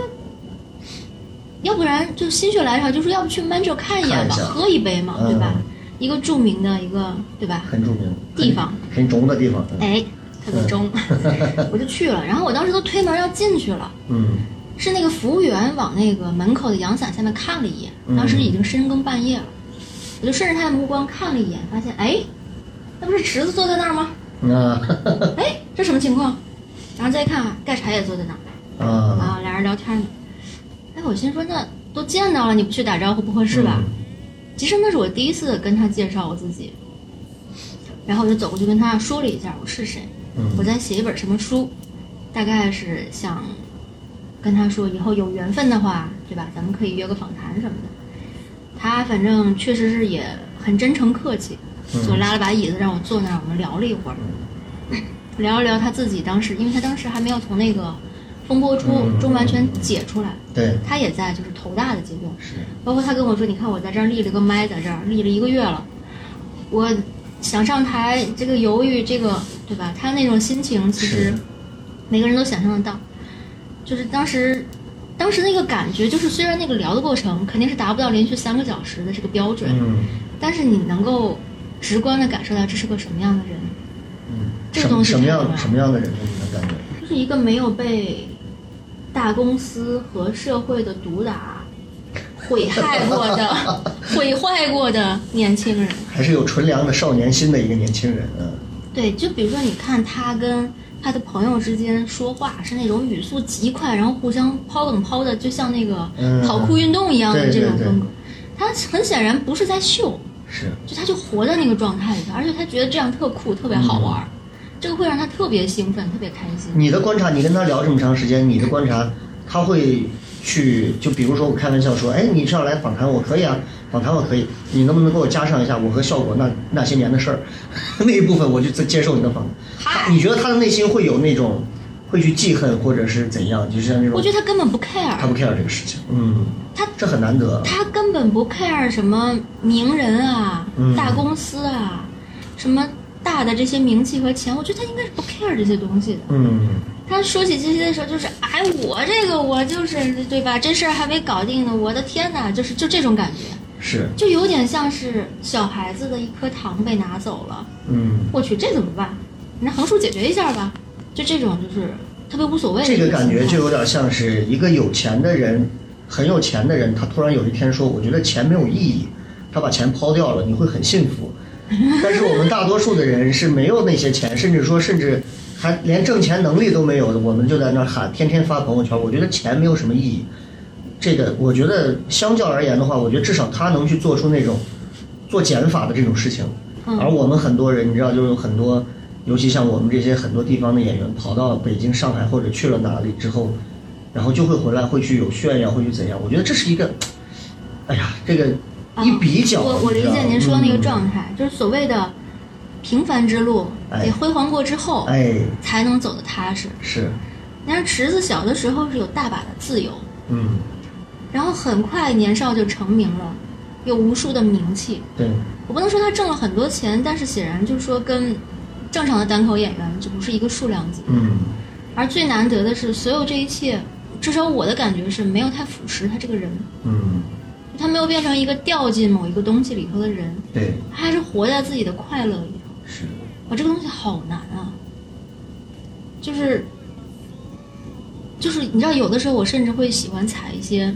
[SPEAKER 3] 要不然就心血来潮，就说要不去 Manjo 看一
[SPEAKER 2] 看
[SPEAKER 3] 眼吧，
[SPEAKER 2] 一下
[SPEAKER 3] 喝一杯嘛，对吧
[SPEAKER 2] 嗯？
[SPEAKER 3] 一个著名的一个，对吧？
[SPEAKER 2] 很著名，
[SPEAKER 3] 地方
[SPEAKER 2] 很很中的地方，嗯
[SPEAKER 3] 哎，特别中， 我就去了。然后我当时都推门要进去了，
[SPEAKER 2] 嗯
[SPEAKER 3] 是那个服务员往那个门口的阳伞下面看了一眼，当时已经深更半夜了，我就顺着他的目光看了一眼，发现哎，那不是池子坐在那儿吗？
[SPEAKER 2] 那
[SPEAKER 3] 哎，这什么情况？然后再看看盖柴也坐在那儿
[SPEAKER 2] 啊，
[SPEAKER 3] 啊，俩人聊天呢。哎，我心说那都见到了，你不去打招呼不合适吧？
[SPEAKER 2] 嗯
[SPEAKER 3] 其实那是我第一次跟他介绍我自己，然后我就走过去跟他说了一下我是谁，
[SPEAKER 2] 嗯
[SPEAKER 3] 我在写一本什么书，大概是想跟他说以后有缘分的话，对吧？咱们可以约个访谈什么的。他反正确实是也很真诚客气，
[SPEAKER 2] 嗯
[SPEAKER 3] 就拉了把椅子让我坐那儿，我们聊了一会儿， 聊了聊他自己当时，因为他当时还没有从那个风波出
[SPEAKER 2] 嗯
[SPEAKER 3] 中完全解出来，
[SPEAKER 2] 对，
[SPEAKER 3] 他也在就是头大的阶段，
[SPEAKER 2] 是，
[SPEAKER 3] 包括他跟我说，你看我在这儿立了个麦，在这儿立了一个月了，我想上台，这个犹豫，这个对吧？他那种心情，其
[SPEAKER 2] 是
[SPEAKER 3] 实每个人都想象得到。就是当时，当时那个感觉，就是虽然那个聊的过程肯定是达不到连续三个小时的这个标准，
[SPEAKER 2] 嗯
[SPEAKER 3] 但是你能够直观的感受到这是个什么样的人，
[SPEAKER 2] 嗯，
[SPEAKER 3] 这个
[SPEAKER 2] 什
[SPEAKER 3] 东西
[SPEAKER 2] 什么
[SPEAKER 3] 太重
[SPEAKER 2] 样
[SPEAKER 3] 要
[SPEAKER 2] 什么样的人呢？你能感觉？
[SPEAKER 3] 就是一个没有被大公司和社会的毒打毁害过的、毁坏过的年轻人。
[SPEAKER 2] 还是有纯良的少年心的一个年轻人，嗯
[SPEAKER 3] 对，就比如说，你看他跟他的朋友之间说话是那种语速极快，然后互相抛梗抛的，就像那个
[SPEAKER 2] 嗯
[SPEAKER 3] 跑酷运动一样的
[SPEAKER 2] 对
[SPEAKER 3] 这
[SPEAKER 2] 对
[SPEAKER 3] 种
[SPEAKER 2] 对
[SPEAKER 3] 风格。他很显然不是在秀，
[SPEAKER 2] 是，
[SPEAKER 3] 就他就活在那个状态里头，而且他觉得这样特酷、特别好
[SPEAKER 2] 嗯
[SPEAKER 3] 玩儿，这个会让他特别兴奋、特别开心。
[SPEAKER 2] 你的观察，你跟他聊这么长时间，你的观察，他会去就比如说我开玩笑说，哎，你是要来访谈我可以啊，访谈我可以，你能不能给我加上一下我和效果那那些年的事儿 那一部分，我就再接受你的访谈。
[SPEAKER 3] 嗨
[SPEAKER 2] 他你觉得他的内心会有那种会去记恨或者是怎样？就像那种
[SPEAKER 3] 我觉得他根本不
[SPEAKER 2] 他
[SPEAKER 3] care，
[SPEAKER 2] 不 care 这个事情，嗯，
[SPEAKER 3] 他
[SPEAKER 2] 这很难得。
[SPEAKER 3] 他根本不 care 什么名人啊、
[SPEAKER 2] 嗯
[SPEAKER 3] 大公司啊、什么大的这些名气和钱，我觉得他应该是不 care 这些东西的。
[SPEAKER 2] 嗯，
[SPEAKER 3] 他说起这些的时候，就是哎，我这个我就是对吧？这事儿还没搞定呢，我的天哪，就是就这种感觉，
[SPEAKER 2] 是，
[SPEAKER 3] 就有点像是小孩子的一颗糖被拿走了，
[SPEAKER 2] 嗯。
[SPEAKER 3] 我去，这怎么办？你拿横竖解决一下吧，就这种就是特别无所谓的
[SPEAKER 2] 这
[SPEAKER 3] 一
[SPEAKER 2] 个
[SPEAKER 3] 心态。
[SPEAKER 2] 感觉就有点像是一个有钱的人，很有钱的人，他突然有一天说：“我觉得钱没有意义。”他把钱抛掉了，你会很幸 福。但是我们大多数的人是没有那些钱，甚至说甚至还连挣钱能力都没有的，我们就在那儿喊，天天发朋友圈。我觉得钱没有什么意义。这个我觉得相较而言的话，我觉得至少他能去做出那种做减法的这种事情。
[SPEAKER 3] 嗯
[SPEAKER 2] 而我们很多人，你知道，就是有很多，尤其像我们这些很多地方的演员，跑到北京、上海或者去了哪里之后，然后就会回来，会去有炫耀，会去怎样？我觉得这是一个，哎呀，这个
[SPEAKER 3] 啊
[SPEAKER 2] 一比较，
[SPEAKER 3] 我我
[SPEAKER 2] 你
[SPEAKER 3] 理
[SPEAKER 2] 知道
[SPEAKER 3] 解您说的那个
[SPEAKER 2] 嗯
[SPEAKER 3] 状态，就是所谓的平凡之路
[SPEAKER 2] 哎
[SPEAKER 3] 得辉煌过之后，
[SPEAKER 2] 哎，
[SPEAKER 3] 才能走得踏实。
[SPEAKER 2] 是，
[SPEAKER 3] 但是池子小的时候是有大把的自由，
[SPEAKER 2] 嗯，
[SPEAKER 3] 然后很快年少就成名了，有无数的名气。
[SPEAKER 2] 对，
[SPEAKER 3] 我不能说他挣了很多钱，但是显然就是说跟正常的单口演员就不是一个数量级。
[SPEAKER 2] 嗯，
[SPEAKER 3] 而最难得的是，所有这一切，至少我的感觉是没有太腐蚀他这个人，
[SPEAKER 2] 嗯，
[SPEAKER 3] 他没有变成一个掉进某一个东西里头的人，
[SPEAKER 2] 对，
[SPEAKER 3] 他还是活在自己的快乐里头。
[SPEAKER 2] 是，
[SPEAKER 3] 我这个东西好难啊，就是就是你知道，有的时候我甚至会喜欢踩一些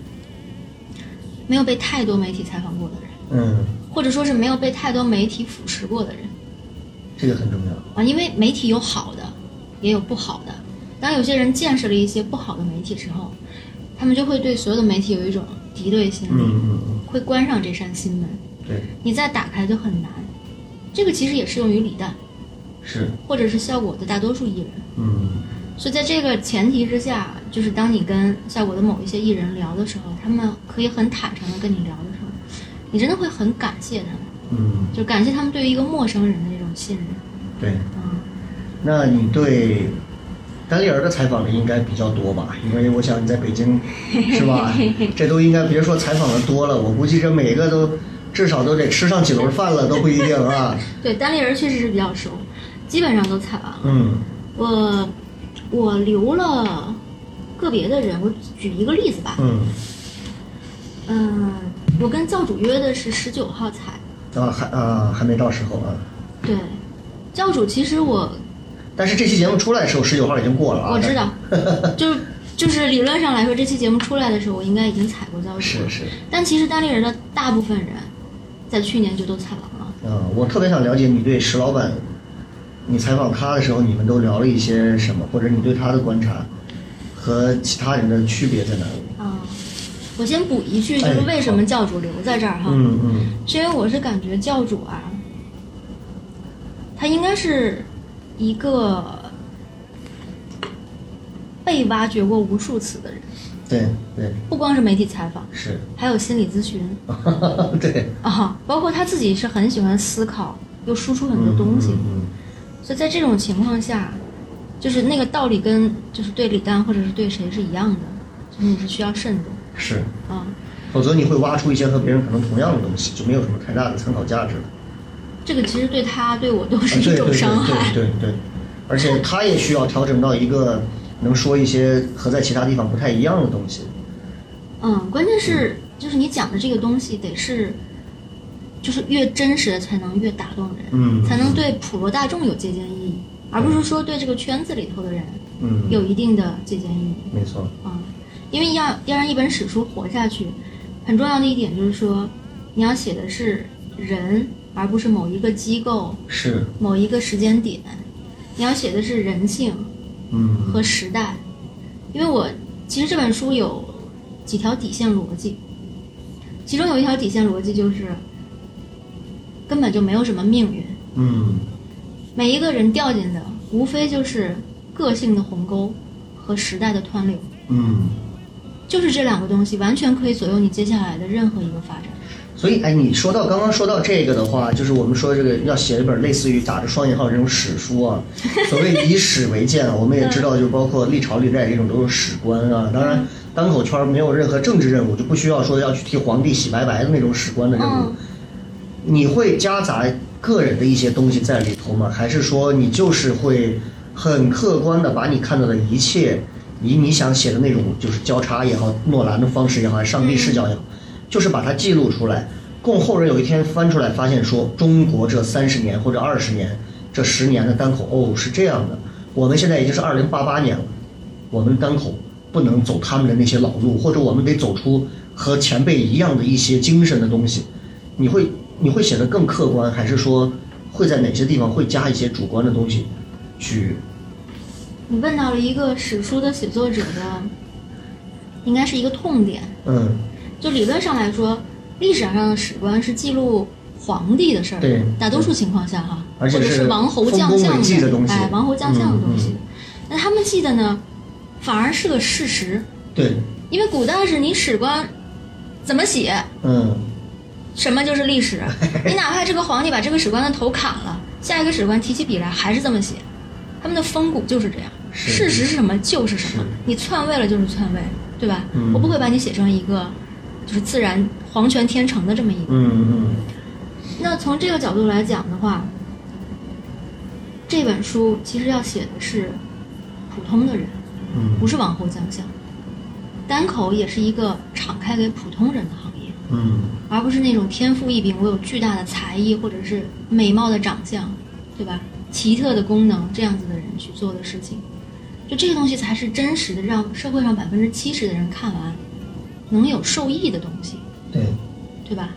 [SPEAKER 3] 没有被太多媒体采访过的人，
[SPEAKER 2] 嗯，
[SPEAKER 3] 或者说是没有被太多媒体腐蚀过的人
[SPEAKER 2] 这个很重要，
[SPEAKER 3] 啊，因为媒体有好的，也有不好的。当有些人见识了一些不好的媒体之后，他们就会对所有的媒体有一种敌对心理，
[SPEAKER 2] 嗯嗯嗯，
[SPEAKER 3] 会关上这扇心门，
[SPEAKER 2] 对，
[SPEAKER 3] 你再打开就很难。这个其实也适用于李诞，
[SPEAKER 2] 是，
[SPEAKER 3] 或者是效果的大多数艺人。
[SPEAKER 2] 嗯，
[SPEAKER 3] 所以在这个前提之下，就是当你跟效果的某一些艺人聊的时候，他们可以很坦诚的跟你聊的时候，你真的会很感谢他们，
[SPEAKER 2] 嗯，
[SPEAKER 3] 就感谢他们对于一个陌生人的那种信任。
[SPEAKER 2] 对。
[SPEAKER 3] 嗯，
[SPEAKER 2] 那你对单立人的采访的应该比较多吧？因为我想 你在北京是吧？这都应该别说采访的多了，我估计这每个都至少都得吃上几轮饭了，都不一定 啊。
[SPEAKER 3] 对，单立人确实是比较熟，基本上都踩完了。
[SPEAKER 2] 嗯
[SPEAKER 3] 我我留了个别的人，我举一个例子吧。
[SPEAKER 2] 嗯，
[SPEAKER 3] 嗯，我跟教主约的是十九号踩，
[SPEAKER 2] 啊还啊还没到时候啊。
[SPEAKER 3] 对，教主其实我
[SPEAKER 2] 但是这期节目出来的时候，十九号已经过了啊。
[SPEAKER 3] 我知道，就就是理论上来说，这期节目出来的时候，我应该已经踩过教主了。
[SPEAKER 2] 是是，
[SPEAKER 3] 但其实单立人的大部分人，在去年就都踩完了。
[SPEAKER 2] 啊，我特别想了解你对石老板，你采访他的时候，你们都聊了一些什么，或者你对他的观察和其他人的区别在哪里？
[SPEAKER 3] 啊、我先补一句，就是
[SPEAKER 2] 哎
[SPEAKER 3] 为什么教主留在这儿哈？
[SPEAKER 2] 嗯嗯
[SPEAKER 3] 是因为我是感觉教主啊，他应该是一个被挖掘过无数次的人，，
[SPEAKER 2] 对对
[SPEAKER 3] 不光是媒体采访，
[SPEAKER 2] 是，
[SPEAKER 3] 还有心理咨询
[SPEAKER 2] 对，
[SPEAKER 3] 啊，包括他自己是很喜欢思考，又输出很多东西，
[SPEAKER 2] 嗯
[SPEAKER 3] 所以在这种情况下，就是那个道理跟就是对李诞或者是对谁是一样的，就是你是需要慎重
[SPEAKER 2] 嗯是，
[SPEAKER 3] 啊。
[SPEAKER 2] 否则你会挖出一些和别人可能同样的东西，就没有什么太大的参考价值了。
[SPEAKER 3] 这个其实对他对我都
[SPEAKER 2] 啊
[SPEAKER 3] 是一种伤害。
[SPEAKER 2] 对对对对对，而且他也需要调整到一个能说一些和在其他地方不太一样的东西。
[SPEAKER 3] 嗯，关键是就是你讲的这个东西得是，就是越真实的才能越打动人，
[SPEAKER 2] 嗯
[SPEAKER 3] 才能对普罗大众有借鉴意义，而不是说对这个圈子里头的人
[SPEAKER 2] 嗯，
[SPEAKER 3] 有一定的借鉴意义
[SPEAKER 2] 没错，
[SPEAKER 3] 啊、因为要要让一本史书活下去，很重要的一点就是说，你要写的是人，而不是某一个机构、
[SPEAKER 2] 是，
[SPEAKER 3] 某一个时间点，你要写的是人性
[SPEAKER 2] 嗯
[SPEAKER 3] 和时代，因为我其实这本书有几条底线逻辑，其中有一条底线逻辑就是根本就没有什么命运，
[SPEAKER 2] 嗯
[SPEAKER 3] 每一个人掉进的无非就是个性的鸿沟和时代的湍流，
[SPEAKER 2] 嗯。
[SPEAKER 3] 就是这两个东西完全可以左右你接下来的任何一个发展。
[SPEAKER 2] 所以，哎，你说到刚刚说到这个的话，就是我们说这个要写一本类似于打着双引号这种史书啊，所谓以史为鉴，啊，我们也知道，就包括历朝历代这种都是史官啊。当然，单口圈没有任何政治任务，就不需要说要去替皇帝洗白白的那种史官的任务
[SPEAKER 3] 嗯。
[SPEAKER 2] 你会夹杂个人的一些东西在里头吗？还是说你就是会很客观的把你看到的一切，以你想写的那种就是交叉也好，诺兰的方式也好，还是上帝视角也好，就是把它记录出来，供后人有一天翻出来发现说，中国这三十年或者二十年这十年的单口哦是这样的，我们现在已经是二零八八年了，我们单口不能走他们的那些老路，或者我们得走出和前辈一样的一些精神的东西。你会你会显得更客观，还是说会在哪些地方会加一些主观的东西去？
[SPEAKER 3] 你问到了一个史书的写作者的，应该是一个痛点。
[SPEAKER 2] 嗯，
[SPEAKER 3] 就理论上来说，历史上的史官是记录皇帝的事儿，
[SPEAKER 2] 对
[SPEAKER 3] 大多数情况下哈，
[SPEAKER 2] 而且
[SPEAKER 3] 或者
[SPEAKER 2] 是
[SPEAKER 3] 是王侯将
[SPEAKER 2] 丰功
[SPEAKER 3] 相
[SPEAKER 2] 伟绩的东西
[SPEAKER 3] 哎，王侯将相的东西
[SPEAKER 2] 嗯。
[SPEAKER 3] 那、他们记的呢，反而是个事实，
[SPEAKER 2] 对，
[SPEAKER 3] 因为古代是你史官怎么写，
[SPEAKER 2] 嗯，
[SPEAKER 3] 什么就是 历史。你哪怕这个皇帝把这个史官的头砍了，下一个史官提起笔来还是这么写，他们的风骨就是这样。
[SPEAKER 2] 是
[SPEAKER 3] 事实是什么就是什么
[SPEAKER 2] 是，
[SPEAKER 3] 你篡位了就是篡位，对吧？
[SPEAKER 2] 嗯
[SPEAKER 3] 我不会把你写成一个就是自然皇权天成的这么一个。
[SPEAKER 2] 嗯
[SPEAKER 3] 那从这个角度来讲的话，这本书其实要写的是普通的人，
[SPEAKER 2] 嗯嗯，
[SPEAKER 3] 不是王侯将相。单口也是一个敞开给普通人的行业。
[SPEAKER 2] 嗯
[SPEAKER 3] 而不是那种天赋异禀，我有巨大的才艺或者是美貌的长相，对吧？奇特的功能这样子的人去做的事情，就这个东西才是真实的，让社会上百分之七十的人看完能有受益的东西，
[SPEAKER 2] 对，
[SPEAKER 3] 对吧？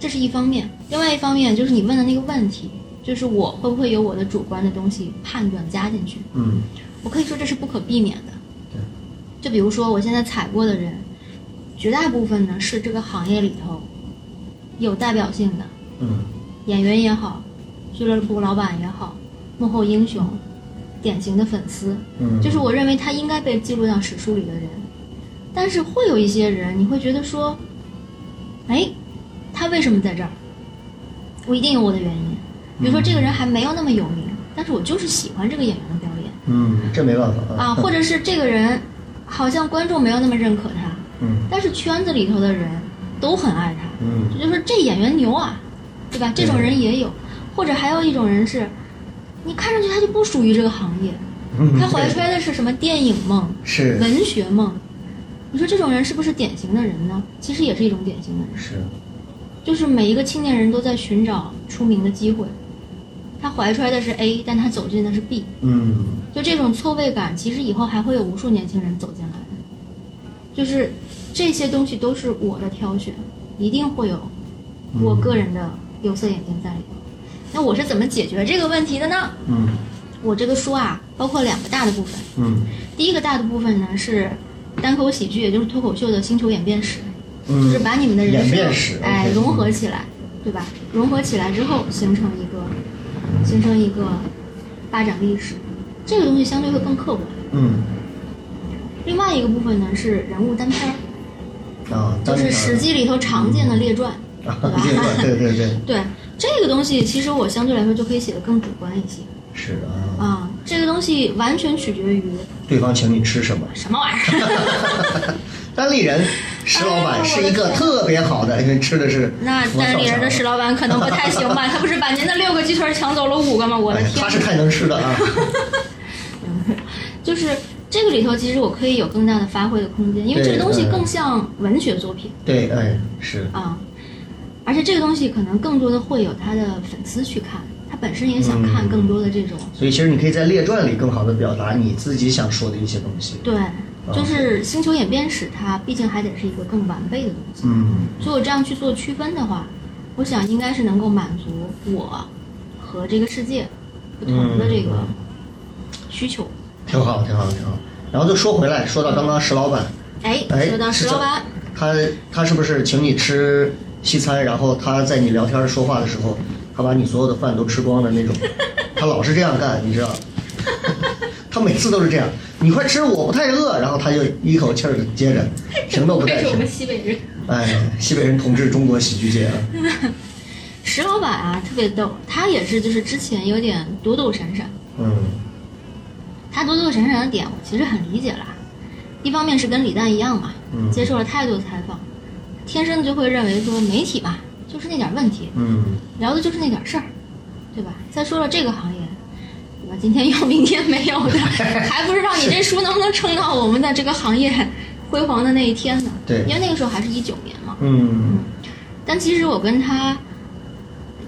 [SPEAKER 3] 这是一方面，另外一方面就是你问的那个问题，就是我会不会有我的主观的东西判断加进去？
[SPEAKER 2] 嗯
[SPEAKER 3] 我可以说这是不可避免的。
[SPEAKER 2] 对，
[SPEAKER 3] 就比如说我现在踩过的人，绝大部分呢是这个行业里头有代表性的
[SPEAKER 2] 嗯
[SPEAKER 3] 演员也好，俱乐部老板也好，幕后英雄，典型的粉丝，
[SPEAKER 2] 嗯，
[SPEAKER 3] 就是我认为他应该被记录到史书里的人。但是会有一些人，你会觉得说，哎，他为什么在这儿？我一定有我的原因。比如说这个人还没有那么有名，但是我就是喜欢这个演员的表演。
[SPEAKER 2] 嗯，这没办法
[SPEAKER 3] 啊，或者是这个人好像观众没有那么认可他，
[SPEAKER 2] 嗯
[SPEAKER 3] 但是圈子里头的人都很爱他，
[SPEAKER 2] 嗯，
[SPEAKER 3] 就说这演员牛啊，对吧？这种人也有，或者还有一种人是，你看上去他就不属于这个行业，
[SPEAKER 2] 嗯
[SPEAKER 3] 他怀揣的是什么电影梦、
[SPEAKER 2] 是
[SPEAKER 3] 文学梦？你说这种人是不是典型的人呢？其实也是一种典型的人，
[SPEAKER 2] 是，
[SPEAKER 3] 就是每一个青年人都在寻找出名的机会，他怀揣的是 A，但他走进的是 B，
[SPEAKER 2] 嗯，
[SPEAKER 3] 就这种错位感，其实以后还会有无数年轻人走进来的。就是这些东西都是我的挑选，一定会有我
[SPEAKER 2] 嗯
[SPEAKER 3] 个人的有色眼镜在里头。那我是怎么解决这个问题的呢？
[SPEAKER 2] 嗯
[SPEAKER 3] 我这个书啊，包括两个大的部分。
[SPEAKER 2] 嗯
[SPEAKER 3] 第一个大的部分呢是单口喜剧，也就是脱口秀的星球演变史，
[SPEAKER 2] 嗯，
[SPEAKER 3] 就是把你们的人
[SPEAKER 2] 演
[SPEAKER 3] 设
[SPEAKER 2] 变史
[SPEAKER 3] 哎
[SPEAKER 2] OK 嗯
[SPEAKER 3] 融合起来，对吧？融合起来之后形成一个形成一个发展历史，这个东西相对会更客观。
[SPEAKER 2] 嗯
[SPEAKER 3] 另外一个部分呢是人物单篇儿，
[SPEAKER 2] 啊，
[SPEAKER 3] 就
[SPEAKER 2] 当
[SPEAKER 3] 是《
[SPEAKER 2] 然
[SPEAKER 3] 史记》里头常见的列传，
[SPEAKER 2] 啊，
[SPEAKER 3] 对
[SPEAKER 2] 对
[SPEAKER 3] 吧？
[SPEAKER 2] 对对 对，
[SPEAKER 3] 对这个东西，其实我相对来说就可以写得更主观一些
[SPEAKER 2] 是啊，
[SPEAKER 3] 啊。这个东西完全取决于
[SPEAKER 2] 对方请你吃什么？
[SPEAKER 3] 什么玩意 儿。
[SPEAKER 2] 单立人石老
[SPEAKER 3] 哎
[SPEAKER 2] 板是一个特别好的，因为吃的是
[SPEAKER 3] 那
[SPEAKER 2] 佛
[SPEAKER 3] 单
[SPEAKER 2] 跳
[SPEAKER 3] 立人的
[SPEAKER 2] 墙
[SPEAKER 3] 石老板可能不太 行吧？他不是把您的六个鸡腿抢走了五个吗？我的
[SPEAKER 2] 哎
[SPEAKER 3] 天
[SPEAKER 2] 他！是太能吃了 啊，
[SPEAKER 3] 就是这个里头，其实我可以有更大的发挥的空间，因为
[SPEAKER 2] 对
[SPEAKER 3] 这个东西
[SPEAKER 2] 嗯
[SPEAKER 3] 更像文学作品
[SPEAKER 2] 对，哎，是，
[SPEAKER 3] 啊。而且这个东西可能更多的会有他的粉丝去看，他本身也想看
[SPEAKER 2] 嗯
[SPEAKER 3] 更多的这种
[SPEAKER 2] 所以其实你可以在列传里更好的表达你自己想说的一些东西，
[SPEAKER 3] 对，就是《星球演变史》，它毕竟还得是一个更完备的东西。
[SPEAKER 2] 嗯
[SPEAKER 3] 所以我这样去做区分的话，我想应该是能够满足我和这个世界不同的这个
[SPEAKER 2] 嗯
[SPEAKER 3] 需求。
[SPEAKER 2] 挺好，挺好，挺好。然后就说回来，说到刚刚石老板，
[SPEAKER 3] 哎，
[SPEAKER 2] 哎
[SPEAKER 3] 说到石老板，
[SPEAKER 2] 他他是不是请你吃西餐，然后他在你聊天说话的时候，他把你所有的饭都吃光的那 种？他老是这样干，你知道？他每次都是这样，你快吃，我不太饿，然后他就一口气儿地接着，什么都不
[SPEAKER 3] 愧
[SPEAKER 2] 带
[SPEAKER 3] 是我
[SPEAKER 2] 吃
[SPEAKER 3] 们。西北人。
[SPEAKER 2] 哎，西北人统治中国喜剧界啊！
[SPEAKER 3] 石老板啊，特别逗，他也是就是之前有点躲躲闪闪。
[SPEAKER 2] 嗯
[SPEAKER 3] 他躲躲闪闪的点，我其实很理解啦。一方面是跟李诞一样嘛，
[SPEAKER 2] 嗯
[SPEAKER 3] 接受了太多的采访，天生就会认为说媒体嘛就是那点问题，
[SPEAKER 2] 嗯，
[SPEAKER 3] 聊的就是那点事儿，对吧？再说了这个行业，对吧？今天有， 明天没有的，还不知道你这书能不能撑到我们的这个行业辉煌的那一天呢？
[SPEAKER 2] 对
[SPEAKER 3] 因为那个时候还是一九年嘛。
[SPEAKER 2] 嗯，
[SPEAKER 3] 但其实我跟他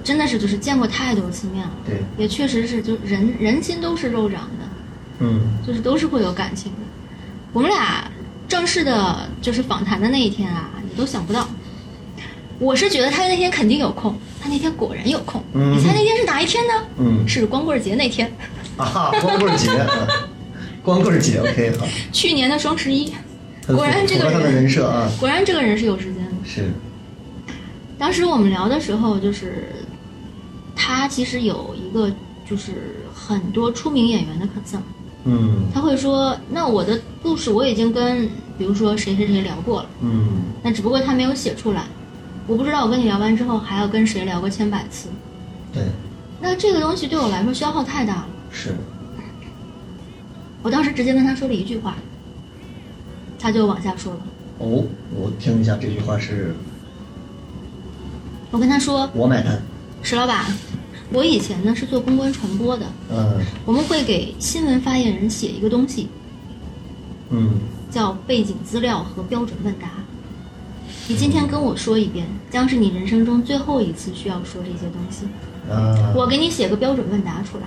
[SPEAKER 3] 真的是就是见过太多次面了，
[SPEAKER 2] 对，
[SPEAKER 3] 也确实是就人人心都是肉长的，
[SPEAKER 2] 嗯
[SPEAKER 3] 就是都是会有感情的。我们俩正式的就是访谈的那一天啊，你都想不到。我是觉得他那天肯定有空，他那天果然有空。
[SPEAKER 2] 嗯
[SPEAKER 3] 你猜那天是哪一天呢？
[SPEAKER 2] 嗯
[SPEAKER 3] 是光棍节那天，
[SPEAKER 2] 啊哈，光棍节，啊、光棍节，OK，好。
[SPEAKER 3] 去年的双十一。
[SPEAKER 2] 很
[SPEAKER 3] 果然这个
[SPEAKER 2] 符合他的人设啊，
[SPEAKER 3] 果然这个人是有时间的。
[SPEAKER 2] 是，
[SPEAKER 3] 当时我们聊的时候，就是他其实有一个就是很多出名演员的 concern，
[SPEAKER 2] 嗯
[SPEAKER 3] 他会说，那我的故事我已经跟比如说谁谁谁聊过了，
[SPEAKER 2] 嗯
[SPEAKER 3] 那只不过他没有写出来，我不知道我跟你聊完之后还要跟谁聊个千百次，
[SPEAKER 2] 对，
[SPEAKER 3] 那这个东西对我来说消耗太大了。
[SPEAKER 2] 是，
[SPEAKER 3] 我当时直接跟他说了一句话，他就往下说了。
[SPEAKER 2] 哦，我听一下这句话是
[SPEAKER 3] 我跟他说，
[SPEAKER 2] 我买单，
[SPEAKER 3] 石老板，我以前呢是做公关传播的，
[SPEAKER 2] 嗯
[SPEAKER 3] 我们会给新闻发言人写一个东西，
[SPEAKER 2] 嗯
[SPEAKER 3] 叫背景资料和标准问答。你今天跟我说一遍，将是你人生中最后一次需要说这些东西。
[SPEAKER 2] 啊，
[SPEAKER 3] 我给你写个标准问答出来，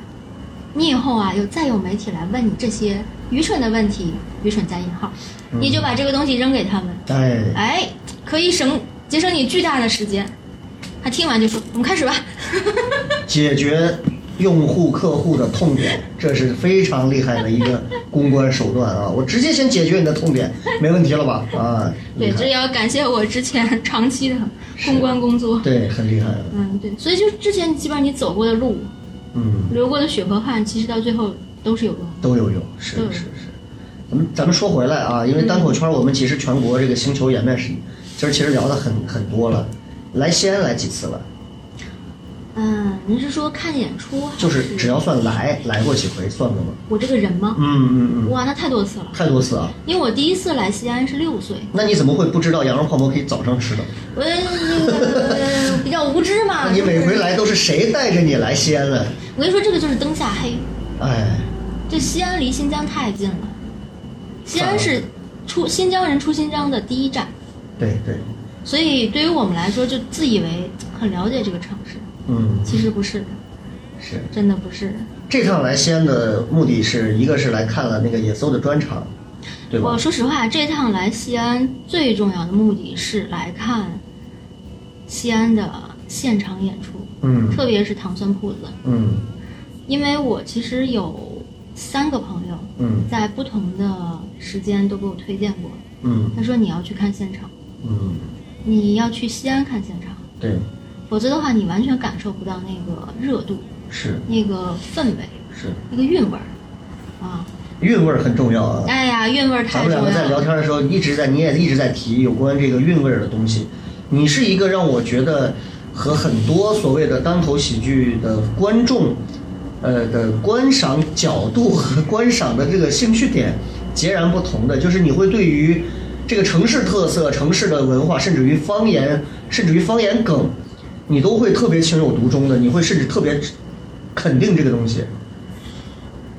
[SPEAKER 3] 你以后啊，有再有媒体来问你这些愚蠢的问题（愚蠢加引号），
[SPEAKER 2] 嗯
[SPEAKER 3] 你就把这个东西扔给他们，
[SPEAKER 2] 哎，
[SPEAKER 3] 哎，可以省节省你巨大的时间。他听完就说：“我们开始吧。
[SPEAKER 2] 解决用户客户的痛点，这是非常厉害的一个公关手段啊！我直接先解决你的痛点，没问题了吧？啊，”
[SPEAKER 3] 对，
[SPEAKER 2] 厉
[SPEAKER 3] 这也
[SPEAKER 2] 害，
[SPEAKER 3] 要感谢我之前长期的公关工作。
[SPEAKER 2] 对，很厉害了，
[SPEAKER 3] 嗯，对，所以就是之前基本上你走过的路、
[SPEAKER 2] 嗯，
[SPEAKER 3] 流过的血和汗，其实到最后都是有用的。
[SPEAKER 2] 都有用，是
[SPEAKER 3] 对
[SPEAKER 2] 是是。咱们咱们说回来啊，因为单口圈儿我们其实全国这个星球演变史，今儿其实聊的很很多了。来西安来几次了？
[SPEAKER 3] 嗯，您是说看演出还
[SPEAKER 2] 就是只要算来来过几回算的吗？
[SPEAKER 3] 我这个人吗？
[SPEAKER 2] 嗯嗯嗯，
[SPEAKER 3] 哇，那太多次了。
[SPEAKER 2] 太多次啊！
[SPEAKER 3] 因为我第一次来西安是六岁，
[SPEAKER 2] 那你怎么会不知道羊肉泡馍可以早上吃呢？
[SPEAKER 3] 我那个比较无知嘛。
[SPEAKER 2] 那 你每
[SPEAKER 3] 就是
[SPEAKER 2] 回来都是谁带着你来西安的？
[SPEAKER 3] 我跟你说，这个就是灯 下黑。
[SPEAKER 2] 哎，
[SPEAKER 3] 这西安离新疆太近了，西
[SPEAKER 2] 啊
[SPEAKER 3] 安是出新疆人出新疆的第一站，
[SPEAKER 2] 对对，
[SPEAKER 3] 所以对于我们来说，就自以为很了解这个城市，
[SPEAKER 2] 嗯，
[SPEAKER 3] 其实不是的，
[SPEAKER 2] 是。
[SPEAKER 3] 真的不是的。
[SPEAKER 2] 这趟来西安的目的是一个是来看了那个野搜的专场，对吧
[SPEAKER 3] 我？说实话，这趟来西安最重要的目的是来看西安的现场演出，
[SPEAKER 2] 嗯
[SPEAKER 3] 特别是糖蒜铺子，
[SPEAKER 2] 嗯
[SPEAKER 3] 因为我其实有三个朋友
[SPEAKER 2] 嗯
[SPEAKER 3] 在不同的时间都给我推荐过，
[SPEAKER 2] 嗯
[SPEAKER 3] 他说你要去看现场，
[SPEAKER 2] 嗯，
[SPEAKER 3] 你要去西安看现场，
[SPEAKER 2] 对，
[SPEAKER 3] 否则的话你完全感受不到那个热度、
[SPEAKER 2] 是
[SPEAKER 3] 那个氛围、
[SPEAKER 2] 是，
[SPEAKER 3] 那个韵味儿啊！
[SPEAKER 2] 韵味儿很重要啊。
[SPEAKER 3] 哎呀，韵味儿
[SPEAKER 2] 咱
[SPEAKER 3] 太
[SPEAKER 2] 们两
[SPEAKER 3] 重要
[SPEAKER 2] 个在聊
[SPEAKER 3] 了。
[SPEAKER 2] 天的时候，一直在你也一直在提有关这个韵味儿的东西。你是一个让我觉得和很多所谓的单口喜剧的观众，呃的观赏角度和观赏的这个兴趣点截然不同的，就是你会对于这个城市特色、城市的文化，甚至于方言，甚至于方言梗，你都会特别情有独钟的，你会甚至特别肯定这个东西。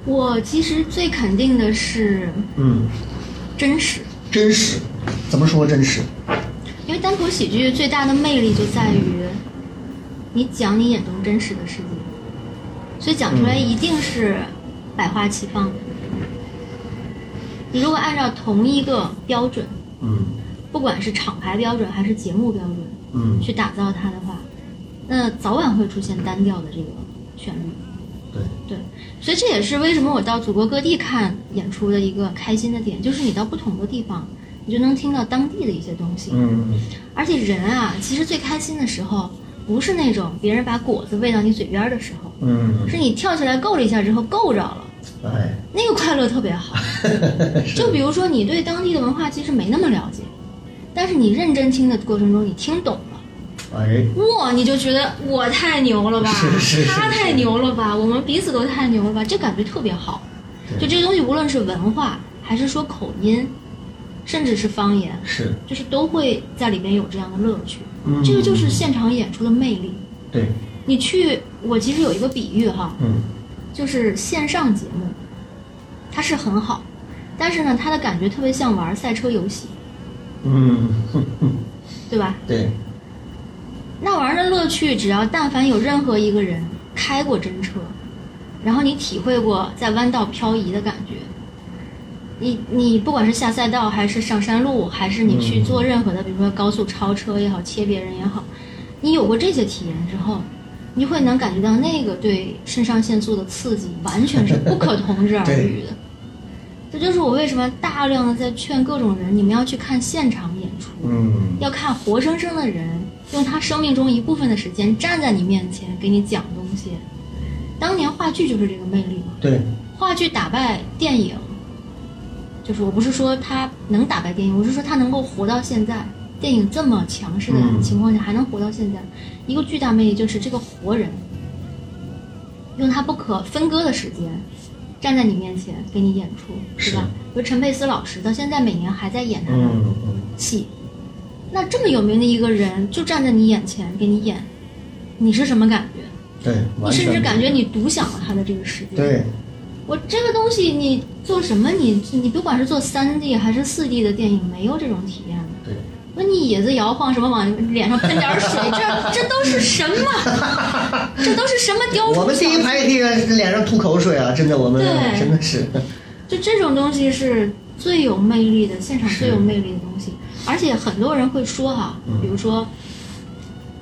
[SPEAKER 3] 我其实最肯定的是
[SPEAKER 2] 嗯，
[SPEAKER 3] 真实，
[SPEAKER 2] 真实，怎么说真实？
[SPEAKER 3] 因为单口喜剧最大的魅力就在于你讲你眼中真实的世界，所以讲出来一定是百花齐放的。你如果按照同一个标准，
[SPEAKER 2] 嗯
[SPEAKER 3] 不管是厂牌标准还是节目标准
[SPEAKER 2] 嗯，
[SPEAKER 3] 去打造它的话，那早晚会出现单调的这个旋律。
[SPEAKER 2] 对。
[SPEAKER 3] 对，所以这也是为什么我到祖国各地看演出的一个开心的点，就是你到不同的地方，你就能听到当地的一些东西。
[SPEAKER 2] 嗯
[SPEAKER 3] 而且人啊，其实最开心的时候，不是那种别人把果子喂到你嘴边儿的时候，
[SPEAKER 2] 嗯，
[SPEAKER 3] 是你跳起来够了一下之后够着了，
[SPEAKER 2] 哎，
[SPEAKER 3] 那个快乐特别好。就比如说你对当地的文化其实没那么了解，但是你认真听的过程中，你听懂了。
[SPEAKER 2] 哎，
[SPEAKER 3] 哇，你就觉得我太牛了吧，
[SPEAKER 2] 是是是
[SPEAKER 3] 他太牛了吧，我们彼此都太牛了吧，这感觉特别好。就
[SPEAKER 2] 对
[SPEAKER 3] 这个东西，无论是文化，还是说口音，甚至是方言，
[SPEAKER 2] 是，
[SPEAKER 3] 就是都会在里边有这样的乐趣。
[SPEAKER 2] 嗯
[SPEAKER 3] 这个就是现场演出的魅力。
[SPEAKER 2] 对，
[SPEAKER 3] 你去，我其实有一个比喻哈，
[SPEAKER 2] 嗯
[SPEAKER 3] 就是线上节目，它是很好，但是呢，它的感觉特别像玩赛车游戏，
[SPEAKER 2] 嗯，哼哼
[SPEAKER 3] 对吧？
[SPEAKER 2] 对，
[SPEAKER 3] 那玩意儿的乐趣，只要但凡有任何一个人开过真车，然后你体会过在弯道漂移的感觉，你你不管是下赛道，还是上山路，还是你去做任何的，比如说高速超车也好，切别人也好，你有过这些体验之后，你会能感觉到那个对肾上腺素的刺激完全是不可同日而语的。这就是我为什么大量的在劝各种人，你们要去看现场演出。
[SPEAKER 2] 嗯
[SPEAKER 3] 要看活生生的人用他生命中一部分的时间站在你面前给你讲东西。当年话剧就是这个魅力嘛，
[SPEAKER 2] 对，
[SPEAKER 3] 话剧打败电影，就是我不是说它能打败电影，我是说它能够活到现在。电影这么强势的
[SPEAKER 2] 嗯
[SPEAKER 3] 情况下还能活到现在，一个巨大魅力就是这个活人，用他不可分割的时间站在你面前给你演出，是吧？比如陈佩斯老师到现在每年还在演他的
[SPEAKER 2] 嗯嗯，
[SPEAKER 3] 戏。那这么有名的一个人，就站在你眼前给你演，你是什么感觉？
[SPEAKER 2] 对，
[SPEAKER 3] 你
[SPEAKER 2] 完全
[SPEAKER 3] 甚至感觉
[SPEAKER 2] 不
[SPEAKER 3] 你独享了他的这个世界。，
[SPEAKER 2] 对，
[SPEAKER 3] 我这个东西，你做什么你，你不管是做三 D 还是四 D 的电影，没有这种体验的。
[SPEAKER 2] 对，
[SPEAKER 3] 那你椅子摇晃什么，往脸上喷点儿水，这这都是什么？ 这都是什么雕虫
[SPEAKER 2] 我们第一
[SPEAKER 3] 小技
[SPEAKER 2] 排也可以脸上吐口水啊，真的，我们
[SPEAKER 3] 对
[SPEAKER 2] 真的是，
[SPEAKER 3] 就这种东西是最有魅力的，现场
[SPEAKER 2] 是
[SPEAKER 3] 最有魅力的东西。而且很多人会说哈、
[SPEAKER 2] 嗯
[SPEAKER 3] 比如说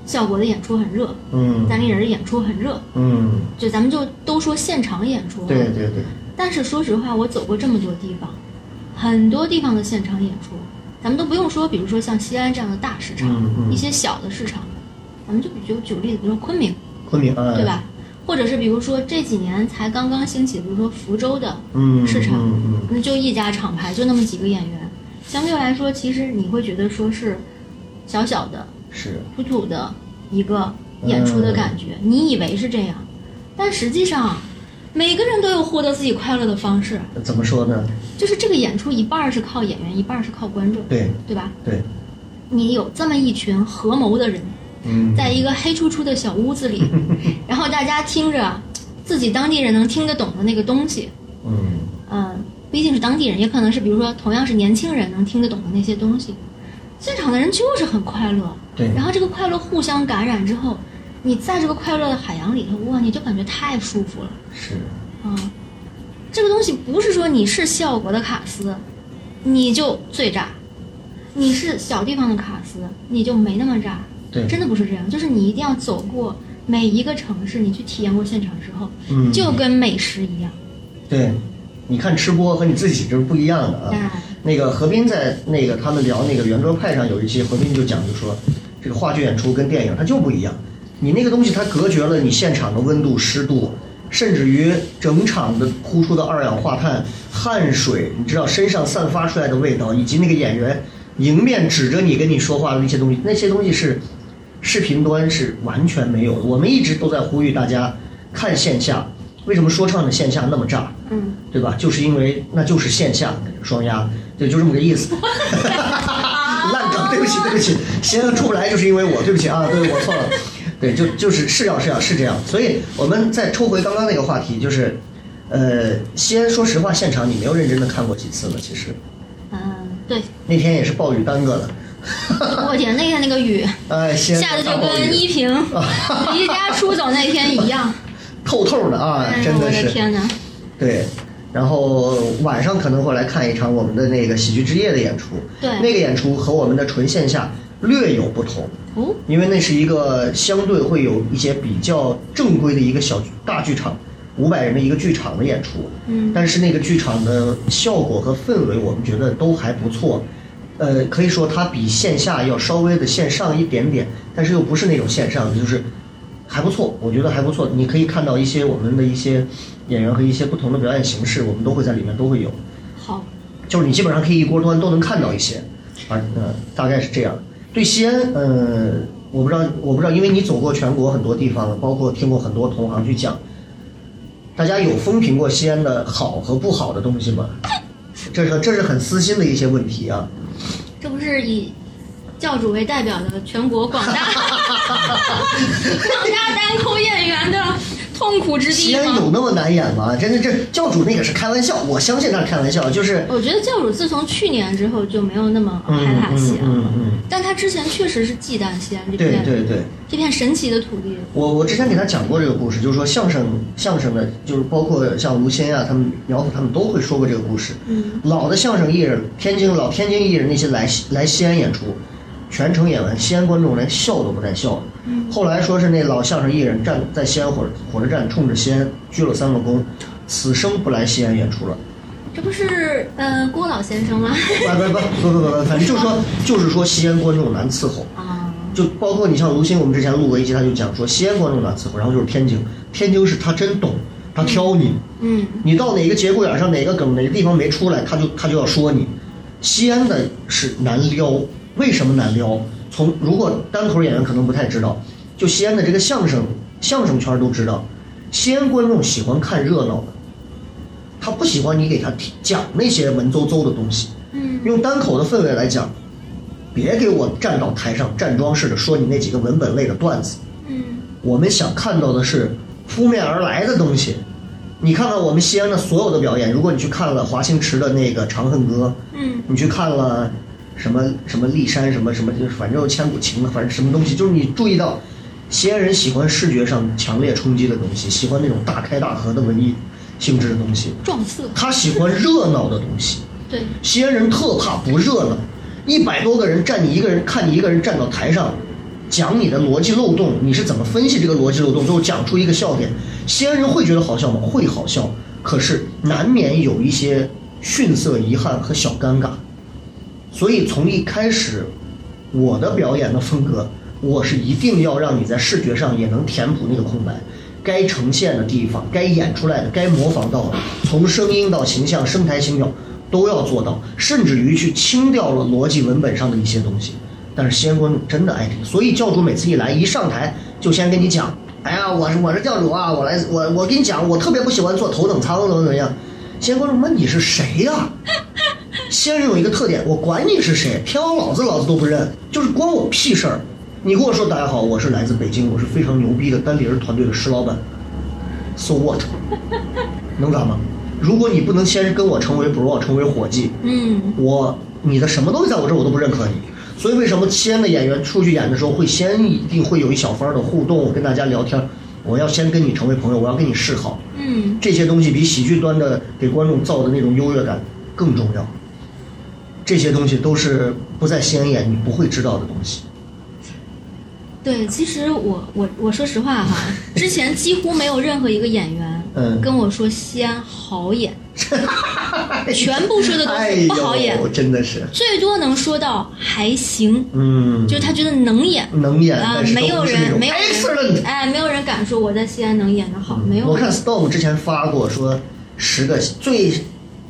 [SPEAKER 3] 效果的演出很热，
[SPEAKER 2] 嗯
[SPEAKER 3] 单立人的演出很热，
[SPEAKER 2] 嗯，
[SPEAKER 3] 就咱们就都说现场演出、
[SPEAKER 2] 对。对对，
[SPEAKER 3] 但是说实话，我走过这么多地方，很多地方的现场演出，咱们都不用说，比如说像西安这样的大市场，
[SPEAKER 2] 嗯嗯
[SPEAKER 3] 一些小的市场，咱们就比就举个例子，比如说昆明，
[SPEAKER 2] 昆明啊，
[SPEAKER 3] 对吧？或者是比如说这几年才刚刚兴起，比如说福州的
[SPEAKER 2] 嗯？嗯，
[SPEAKER 3] 市场
[SPEAKER 2] 嗯
[SPEAKER 3] 那就一家厂牌，就那么几个演员，相对来说，其实你会觉得说是小小的、
[SPEAKER 2] 嗯，是，
[SPEAKER 3] 土土的一个演出
[SPEAKER 2] 嗯
[SPEAKER 3] 的感觉。你以为是这样，但实际上，每个人都有获得自己快乐的方式。
[SPEAKER 2] 怎么说呢？
[SPEAKER 3] 就是这个演出一半儿是靠演员，一半儿是靠观众，
[SPEAKER 2] 对
[SPEAKER 3] 对吧？
[SPEAKER 2] 对，
[SPEAKER 3] 你有这么一群合谋的人，
[SPEAKER 2] 嗯，
[SPEAKER 3] 在一个黑出出的小屋 子里，然后大家听着自己当地人能听得懂的那个东西，
[SPEAKER 2] 嗯
[SPEAKER 3] 嗯，不一定是当地人，也可能是比如说同样是年轻人能听得懂的那些东西。现场的人就是很快乐，
[SPEAKER 2] 对
[SPEAKER 3] 然后这个快乐互相感染之后，你在这个快乐的海洋里头，哇，你就感觉太舒服了。
[SPEAKER 2] 是，
[SPEAKER 3] 啊、这个东西不是说你是效果的卡斯，你就最炸；你是小地方的卡斯，你就没那么炸。
[SPEAKER 2] 对
[SPEAKER 3] 真的不是这样，就是你一定要走过每一个城市，你去体验过现场之后，
[SPEAKER 2] 嗯
[SPEAKER 3] 就跟美食一样。
[SPEAKER 2] 对，你看吃播和你自己这是不一样的啊。
[SPEAKER 3] 哎
[SPEAKER 2] 那个何斌在那个他们聊那个圆桌派上有一期，何斌就讲就说，这个话剧演出跟电影它就不一样，你那个东西它隔绝了你现场的温度、湿度，甚至于整场的呼出的二氧化碳、汗水，你知道身上散发出来的味道，以及那个演员迎面指着你跟你说话的那些东西，那些东西是视频端是完全没有的。我们一直都在呼吁大家看线下，为什么说唱的线下那么炸？
[SPEAKER 3] 嗯，
[SPEAKER 2] 对吧？就是因为那就是线下双压，对，就这么个意思。 烂梗，对不起，对不起，邪恶出不来就是因为我，对不起啊，对我错了，对，就就是是要是要是这样，所以我们再抽回刚刚那个话题，就是，呃，西安，说实话，现场你没有认真的看过几次了，其实
[SPEAKER 3] 嗯，对，
[SPEAKER 2] 那天也是暴雨耽搁了，
[SPEAKER 3] 我天，那天那个雨
[SPEAKER 2] 哎，西安
[SPEAKER 3] 下的就
[SPEAKER 2] 大暴
[SPEAKER 3] 跟依
[SPEAKER 2] 雨，
[SPEAKER 3] 萍离家出走那天一样。
[SPEAKER 2] 透透的啊，
[SPEAKER 3] 哎呦，
[SPEAKER 2] 真
[SPEAKER 3] 我
[SPEAKER 2] 的
[SPEAKER 3] 的
[SPEAKER 2] 是，
[SPEAKER 3] 天哪！
[SPEAKER 2] 对，然后晚上可能会来看一场我们的那个喜剧之夜的演出。
[SPEAKER 3] 对
[SPEAKER 2] 那个演出和我们的纯线下略有不同，
[SPEAKER 3] 哦，
[SPEAKER 2] 因为那是一个相对会有一些比较正规的一个小大剧场，五百人的一个剧场的演出。
[SPEAKER 3] 嗯
[SPEAKER 2] 但是那个剧场的效果和氛围，我们觉得都还不错。呃，可以说它比线下要稍微的线上一点点，但是又不是那种线上的，就是还不错，我觉得还不错。你可以看到一些我们的一些演员和一些不同的表演形式，我们都会在里面都会有，
[SPEAKER 3] 好，
[SPEAKER 2] 就是你基本上可以一锅端都能看到一些，啊，呃，大概是这样。对西安，呃，我不知道，我不知道，因为你走过全国很多地方了，包括听过很多同行去讲，大家有风评过西安的好和不好的东西吗？这是这是很私心的一些问题啊。
[SPEAKER 3] 这不是以教主为代表的全国广 大广大单口演员的痛苦之
[SPEAKER 2] 西
[SPEAKER 3] 地
[SPEAKER 2] 安有
[SPEAKER 3] 吗？
[SPEAKER 2] 那么难演吗？真的，这教主那个是开玩笑，我相信他是开玩笑，就是
[SPEAKER 3] 我觉得教主自从去年之后就没有那么害
[SPEAKER 2] 嗯
[SPEAKER 3] 怕
[SPEAKER 2] 嗯
[SPEAKER 3] 西安，
[SPEAKER 2] 嗯嗯，
[SPEAKER 3] 但他之前确实是忌惮西安这
[SPEAKER 2] 对
[SPEAKER 3] 片
[SPEAKER 2] 对对，
[SPEAKER 3] 这片神奇的土地。
[SPEAKER 2] 我我之前给他讲过这个故事，就是说相声相声的，就是包括像吴昕啊，他们苗阜他们都会说过这个故事。
[SPEAKER 3] 嗯，
[SPEAKER 2] 老的相声艺人，天津老天津艺人那些来西来西安演出，全程演完，西安观众连笑都不带笑的。后来说是那老相声艺人站在西安火火车站，冲着西安鞠了三个躬，此生不来西安演出了。
[SPEAKER 3] 这不是呃郭老先生吗？
[SPEAKER 2] 不不不不不不，反正就是说就是说西安观众难伺候。
[SPEAKER 3] 啊，
[SPEAKER 2] 就包括你像卢鑫，我们之前录过一期，他就讲说西安观众难伺候，然后就是天津，天津是他真懂，他挑你，
[SPEAKER 3] 嗯，
[SPEAKER 2] 你到哪个节骨眼上，哪个梗哪个地方没出来，他就他就要说你。西安的是难撩，为什么难撩？从如果单口演员可能不太知道，就西安的这个相声相声圈都知道，西安观众喜欢看热闹的，他不喜欢你给他提讲那些文绉绉的东西。
[SPEAKER 3] 嗯，
[SPEAKER 2] 用单口的氛围来讲，别给我站到台上站桩似的说你那几个文本类的段子。
[SPEAKER 3] 嗯，
[SPEAKER 2] 我们想看到的是扑面而来的东西。你看看我们西安的所有的表演，如果你去看了华清池的那个《长恨歌》，
[SPEAKER 3] 嗯，
[SPEAKER 2] 你去看了什么什么骊山什么什么，就是反正千古情了，反正什么东西，就是你注意到西安人喜欢视觉上强烈冲击的东西，喜欢那种大开大合的文艺性质的东西，
[SPEAKER 3] 撞色，
[SPEAKER 2] 他喜欢热闹的东西。
[SPEAKER 3] 对，
[SPEAKER 2] 西安人特怕不热闹，一百多个人站你一个人，看你一个人站到台上，讲你的逻辑漏洞，你是怎么分析这个逻辑漏洞，最后讲出一个笑点，西安人会觉得好笑吗？会好笑，可是难免有一些逊色、遗憾和小尴尬。所以从一开始，我的表演的风格，我是一定要让你在视觉上也能填补那个空白，该呈现的地方，该演出来的，该模仿到的，从声音到形象、声台形表都要做到，甚至于去清掉了逻辑文本上的一些东西。但是西安观众真的爱这个，所以教主每次一来一上台就先跟你讲，哎呀，我是我是教主啊，我来我我跟你讲，我特别不喜欢坐头等舱，怎么怎么样。先观众问你是谁呀、先生有一个特点，我管你是谁，飘老子老子都不认，就是关我屁事儿。你跟我说大家好，我是来自北京，我是非常牛逼的单立人团队的石老板，so what，能咋吗？如果你不能先跟我成为 bro，成为伙计，
[SPEAKER 3] 嗯，
[SPEAKER 2] 我你的什么东西在我这儿我都不认可你。所以为什么签的演员出去演的时候会先一定会有一小番儿的互动，跟大家聊天儿。我要先跟你成为朋友，我要跟你示好，
[SPEAKER 3] 嗯，
[SPEAKER 2] 这些东西比喜剧端的给观众造的那种优越感更重要。这些东西都是不在西安演你不会知道的东 西。
[SPEAKER 3] 对，其实我我我说实 话哈，之前几乎没有任何一个演员
[SPEAKER 2] 嗯
[SPEAKER 3] 跟我说西安好演，
[SPEAKER 2] 哎
[SPEAKER 3] 全部说的都是不好演
[SPEAKER 2] 哎呦真的是，
[SPEAKER 3] 最多能说到还行，
[SPEAKER 2] 嗯，
[SPEAKER 3] 就是他觉得能演。
[SPEAKER 2] 能演，嗯
[SPEAKER 3] 啊、
[SPEAKER 2] 但是
[SPEAKER 3] 没
[SPEAKER 2] 都
[SPEAKER 3] 有
[SPEAKER 2] 不是那
[SPEAKER 3] 人，
[SPEAKER 2] 种
[SPEAKER 3] 没有人，
[SPEAKER 2] excellent。
[SPEAKER 3] 哎，没有人敢说我在西安能演得好，没有人。
[SPEAKER 2] 我看 Storm 之前发过说十个最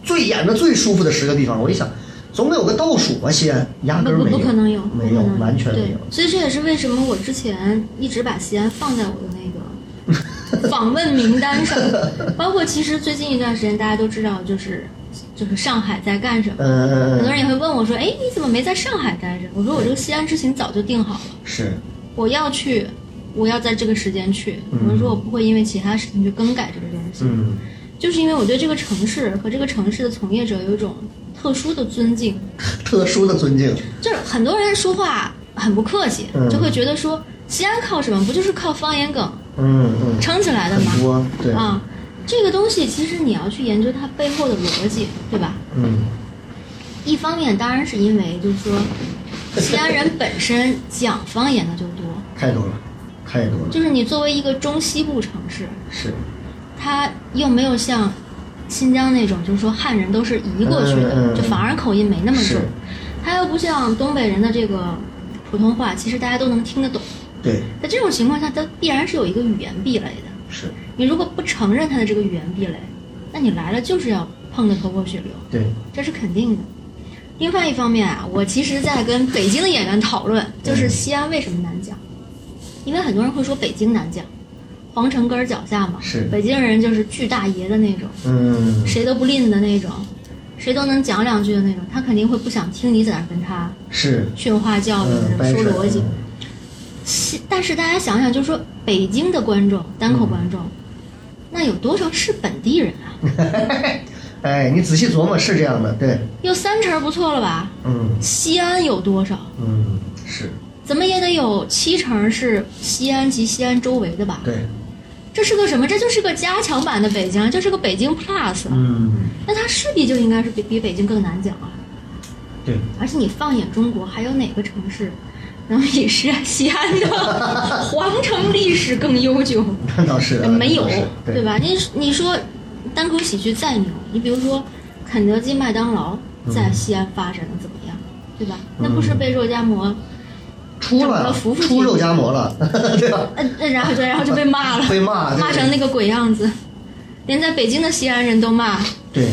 [SPEAKER 2] 最演的最舒服的十个地方，我一想，总得有个倒数啊，西安压根儿
[SPEAKER 3] 不
[SPEAKER 2] 没
[SPEAKER 3] 不
[SPEAKER 2] 有，
[SPEAKER 3] 不可能有，不可
[SPEAKER 2] 没有，
[SPEAKER 3] 能
[SPEAKER 2] 完全没
[SPEAKER 3] 对
[SPEAKER 2] 有。
[SPEAKER 3] 所以这也是为什么我之前一直把西安放在我的那 个访问名单上，包括其实最近一段时间大家都知道，就是就是上海在干什么。
[SPEAKER 2] 嗯
[SPEAKER 3] 很
[SPEAKER 2] 嗯
[SPEAKER 3] 多
[SPEAKER 2] 嗯，
[SPEAKER 3] 人也会问我说：“哎，你怎么没在上海待着？”我说：“我这个西安之行早就定好了，
[SPEAKER 2] 是，
[SPEAKER 3] 我要去，我要在这个时间去。
[SPEAKER 2] 嗯
[SPEAKER 3] 我说我不会因为其他事情去更改这个东西，
[SPEAKER 2] 嗯，
[SPEAKER 3] 就是因为我对这个城市和这个城市的从业者有一种特殊的尊敬。
[SPEAKER 2] 特殊的尊敬，
[SPEAKER 3] 就是很多人说话很不客气，
[SPEAKER 2] 嗯
[SPEAKER 3] 就会觉得说西安靠什么？不就是靠方言梗
[SPEAKER 2] 嗯嗯，
[SPEAKER 3] 撑起来的
[SPEAKER 2] 很
[SPEAKER 3] 吗？
[SPEAKER 2] 多对，
[SPEAKER 3] 啊，这个东西其实你要去研究它背后的逻辑，对吧？
[SPEAKER 2] 嗯
[SPEAKER 3] 一方面当然是因为就是说，西安人本身讲方言的就多，
[SPEAKER 2] 太多了，太多了，
[SPEAKER 3] 就是你作为一个中西部城市，
[SPEAKER 2] 是，
[SPEAKER 3] 它又没有像新疆那种，就是说汉人都是移过去的，
[SPEAKER 2] 嗯嗯嗯
[SPEAKER 3] 就反而口音没那么重
[SPEAKER 2] 是。
[SPEAKER 3] 它又不像东北人的这个普通话，其实大家都能听得懂。
[SPEAKER 2] 对，
[SPEAKER 3] 在这种情况下，它必然是有一个语言壁垒的。
[SPEAKER 2] 是，
[SPEAKER 3] 你如果不承认它的这个语言壁垒，那你来了就是要碰个头破血流，
[SPEAKER 2] 对，
[SPEAKER 3] 这是肯定的。另外一方面啊，我其实在跟北京的演员讨论，就是西安为什么难讲，因为很多人会说北京难讲，皇城根儿脚下嘛，
[SPEAKER 2] 是
[SPEAKER 3] 北京人就是巨大爷的那种，
[SPEAKER 2] 嗯，
[SPEAKER 3] 谁都不吝的那种，谁都能讲两句的那种，他肯定会不想听你在那儿跟他
[SPEAKER 2] 是，
[SPEAKER 3] 训话教育
[SPEAKER 2] 嗯，、掰
[SPEAKER 3] 哦说
[SPEAKER 2] 扯
[SPEAKER 3] 逻辑。西但是大家想想，就是说北京的观众，单口观众，那有多少是本地人啊？
[SPEAKER 2] 嗯 哎，你仔细琢磨，是这样的，对，
[SPEAKER 3] 有三成儿不错了吧？
[SPEAKER 2] 嗯
[SPEAKER 3] 西安有多少？
[SPEAKER 2] 嗯，是
[SPEAKER 3] 怎么也得有七成儿是西安及西安周围的吧？
[SPEAKER 2] 对，
[SPEAKER 3] 这是个什么？这就是个加强版的北京，这是个北京 Plus 啊。
[SPEAKER 2] 嗯
[SPEAKER 3] 那它势必就应该是比比北京更难讲啊！
[SPEAKER 2] 对。
[SPEAKER 3] 而且你放眼中国，还有哪个城市能比西西安的 皇城历史更悠久？
[SPEAKER 2] 那倒是的，
[SPEAKER 3] 呃
[SPEAKER 2] 啊
[SPEAKER 3] 没有
[SPEAKER 2] 那倒呃是，
[SPEAKER 3] 对？吧？你你说单口喜剧再牛，你比如说肯德基、麦当劳
[SPEAKER 2] 嗯
[SPEAKER 3] 在西安发展的怎么样，对吧？那不是被肉夹馍，
[SPEAKER 2] 出
[SPEAKER 3] 整
[SPEAKER 2] 了
[SPEAKER 3] 个服务器
[SPEAKER 2] 出肉夹馍了， 对吧？
[SPEAKER 3] 呃，呃然后就然后就被骂了，
[SPEAKER 2] 被骂对
[SPEAKER 3] 骂成那个鬼样子，连在北京的西安人都骂。
[SPEAKER 2] 对，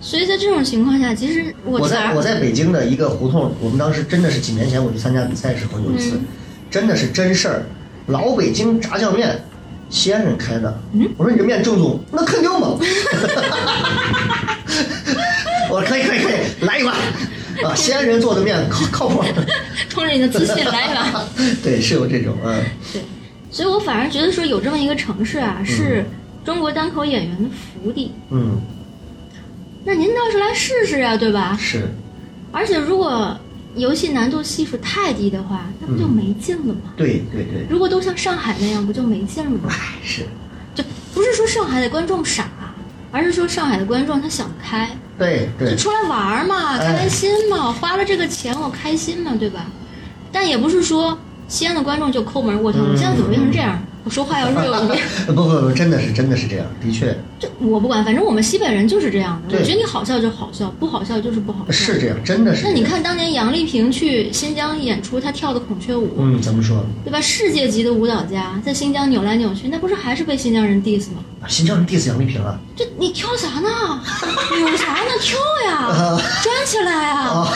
[SPEAKER 3] 所以在这种情况下，其实我
[SPEAKER 2] 我
[SPEAKER 3] 反
[SPEAKER 2] 在
[SPEAKER 3] 而
[SPEAKER 2] 我 在北京的一个胡同，我们当时真的是几年前我去参加比赛的时候有一次，
[SPEAKER 3] 嗯
[SPEAKER 2] 真的是真事儿，老北京炸酱面，西安人开的。
[SPEAKER 3] 嗯
[SPEAKER 2] 我说你这面正宗，那肯定 嘛。我说可以可以可以，来一碗。啊，西安人做的面靠靠谱。
[SPEAKER 3] 冲着你的自信来源。
[SPEAKER 2] 对，是有这种，嗯，
[SPEAKER 3] 对，所以我反而觉得说有这么一个城市啊，是中国单口演员的福地。
[SPEAKER 2] 嗯，
[SPEAKER 3] 那您倒是来试试呀、对吧？
[SPEAKER 2] 是，
[SPEAKER 3] 而且如果游戏难度系数太低的话，那不就没劲了吗？
[SPEAKER 2] 对对对，
[SPEAKER 3] 如果都像上海那样，不就没劲了吗？
[SPEAKER 2] 哎，是，
[SPEAKER 3] 就不是说上海的观众傻，而是说上海的观众他想开，
[SPEAKER 2] 对对
[SPEAKER 3] 就，出来玩儿嘛，
[SPEAKER 2] 哎
[SPEAKER 3] 开心嘛，花了这个钱我开心嘛，对吧？但也不是说西安的观众就抠门过去，
[SPEAKER 2] 嗯
[SPEAKER 3] 我现在怎么变成这样？我说话要锐 一点。
[SPEAKER 2] 不不不，真的是真的是这样，的确
[SPEAKER 3] 这我不管，反正我们西北人就是这样的。
[SPEAKER 2] 对
[SPEAKER 3] 我觉得你好笑就好笑，不好笑就是不好笑。
[SPEAKER 2] 是这样，真的是。
[SPEAKER 3] 那你，看当年杨丽萍去新疆演出，她跳的孔雀舞，
[SPEAKER 2] 嗯，怎么说？
[SPEAKER 3] 对吧？世界级的舞蹈家在新疆扭来扭去，那不是还是被新疆人 diss 吗？
[SPEAKER 2] 新疆人 diss 杨丽萍啊？
[SPEAKER 3] 这你跳啥
[SPEAKER 2] 啊
[SPEAKER 3] 呢？扭啥呢？跳呀，转起来啊！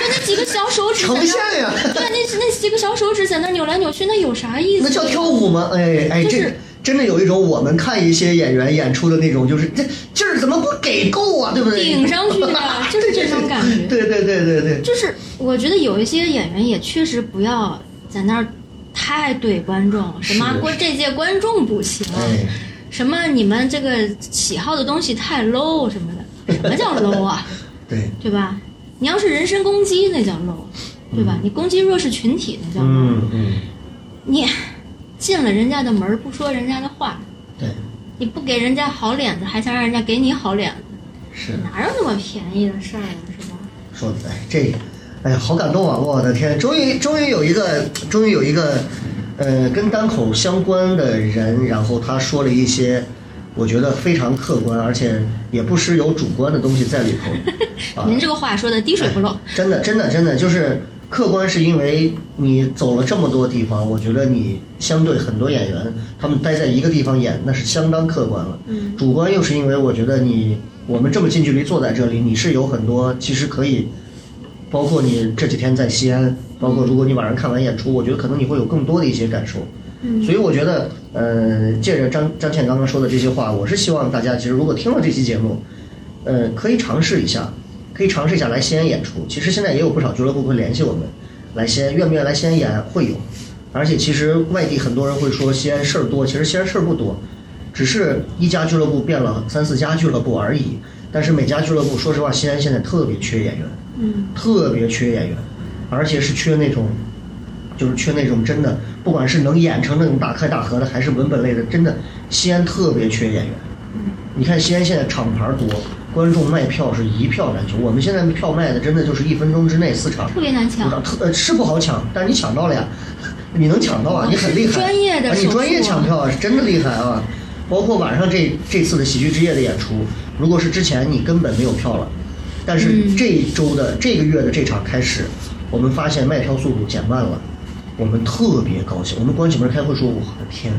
[SPEAKER 3] 就那几个小小手指在
[SPEAKER 2] 呈现
[SPEAKER 3] 那
[SPEAKER 2] 啊呀
[SPEAKER 3] 儿，对，那那几个小手指在那儿扭来扭去，那有啥意思？
[SPEAKER 2] 那叫跳舞吗？哎哎，
[SPEAKER 3] 就是
[SPEAKER 2] 这真的有一种我们看一些演员演出的那种，就是这劲儿怎么不给够啊，对不对？
[SPEAKER 3] 顶上去的 啊就是这种感觉
[SPEAKER 2] 对对对对对，
[SPEAKER 3] 就是我觉得有一些演员也确实不要在那儿太怼观众了，什么
[SPEAKER 2] 是
[SPEAKER 3] 过这届观众不行，
[SPEAKER 2] 哎，
[SPEAKER 3] 什么你们这个喜好的东西太 low 什么的，什么叫 low 啊？
[SPEAKER 2] 对，
[SPEAKER 3] 对吧？你要是人身攻击，那叫 low，对吧？你攻击弱势群体，那叫 low。
[SPEAKER 2] 嗯嗯，
[SPEAKER 3] 你进了人家的门儿，不说人家的话，
[SPEAKER 2] 对，
[SPEAKER 3] 你不给人家好脸子，还想让人家给你好脸子，
[SPEAKER 2] 是
[SPEAKER 3] 哪有那么便宜的事儿啊，是吧？
[SPEAKER 2] 说的，哎，这，哎呀，好感动啊！我的天，终于终于有一个，终于有一个，呃，跟单口相关的人，然后他说了一些。我觉得非常客观，而且也不失有主观的东西在里头。啊。
[SPEAKER 3] 您这个话说的滴水不漏，
[SPEAKER 2] 真的，真的，真的，就是客观是因为你走了这么多地方，我觉得你相对很多演员，他们待在一个地方演，那是相当客观了。
[SPEAKER 3] 嗯，
[SPEAKER 2] 主观又是因为我觉得你我们这么近距离坐在这里，你是有很多其实可以，包括你这几天在西安，包括如果你晚上看完演出，我觉得可能你会有更多的一些感受。所以我觉得，呃，借着张张倩刚刚说的这些话，我是希望大家其实如果听了这期节目，呃，可以尝试一下，可以尝试一下来西安演出。其实现在也有不少俱乐部会联系我们，来西安愿不愿意来西安演会有，而且其实外地很多人会说西安事儿多，其实西安事儿不多，只是一家俱乐部变了三四家俱乐部而已。但是每家俱乐部，说实话，西安现在特别缺演员，
[SPEAKER 3] 嗯，
[SPEAKER 2] 特别缺演员，而且是缺那种，就是缺那种真的，不管是能演成那种大开大合的，还是文本类的，真的西安特别缺演员。
[SPEAKER 3] 嗯
[SPEAKER 2] 你看西安现在厂牌多，观众卖票是一票难求。我们现在票卖的真的就是一分钟之内四场，
[SPEAKER 3] 特别难
[SPEAKER 2] 不知
[SPEAKER 3] 抢
[SPEAKER 2] 道。特呃是不好抢，但是你抢到了呀，你能抢到啊，
[SPEAKER 3] 哦
[SPEAKER 2] 你很厉害，
[SPEAKER 3] 专业的
[SPEAKER 2] 啊，你
[SPEAKER 3] 手
[SPEAKER 2] 专业
[SPEAKER 3] 术啊
[SPEAKER 2] 抢票啊，是真的厉害啊。包括晚上这这次的喜剧之夜的演出，如果是之前你根本没有票了，但是
[SPEAKER 3] 嗯
[SPEAKER 2] 这一周的、这个月的这场开始，我们发现卖票速度减慢了，我们特别高兴。我们关起门开会说，我的天，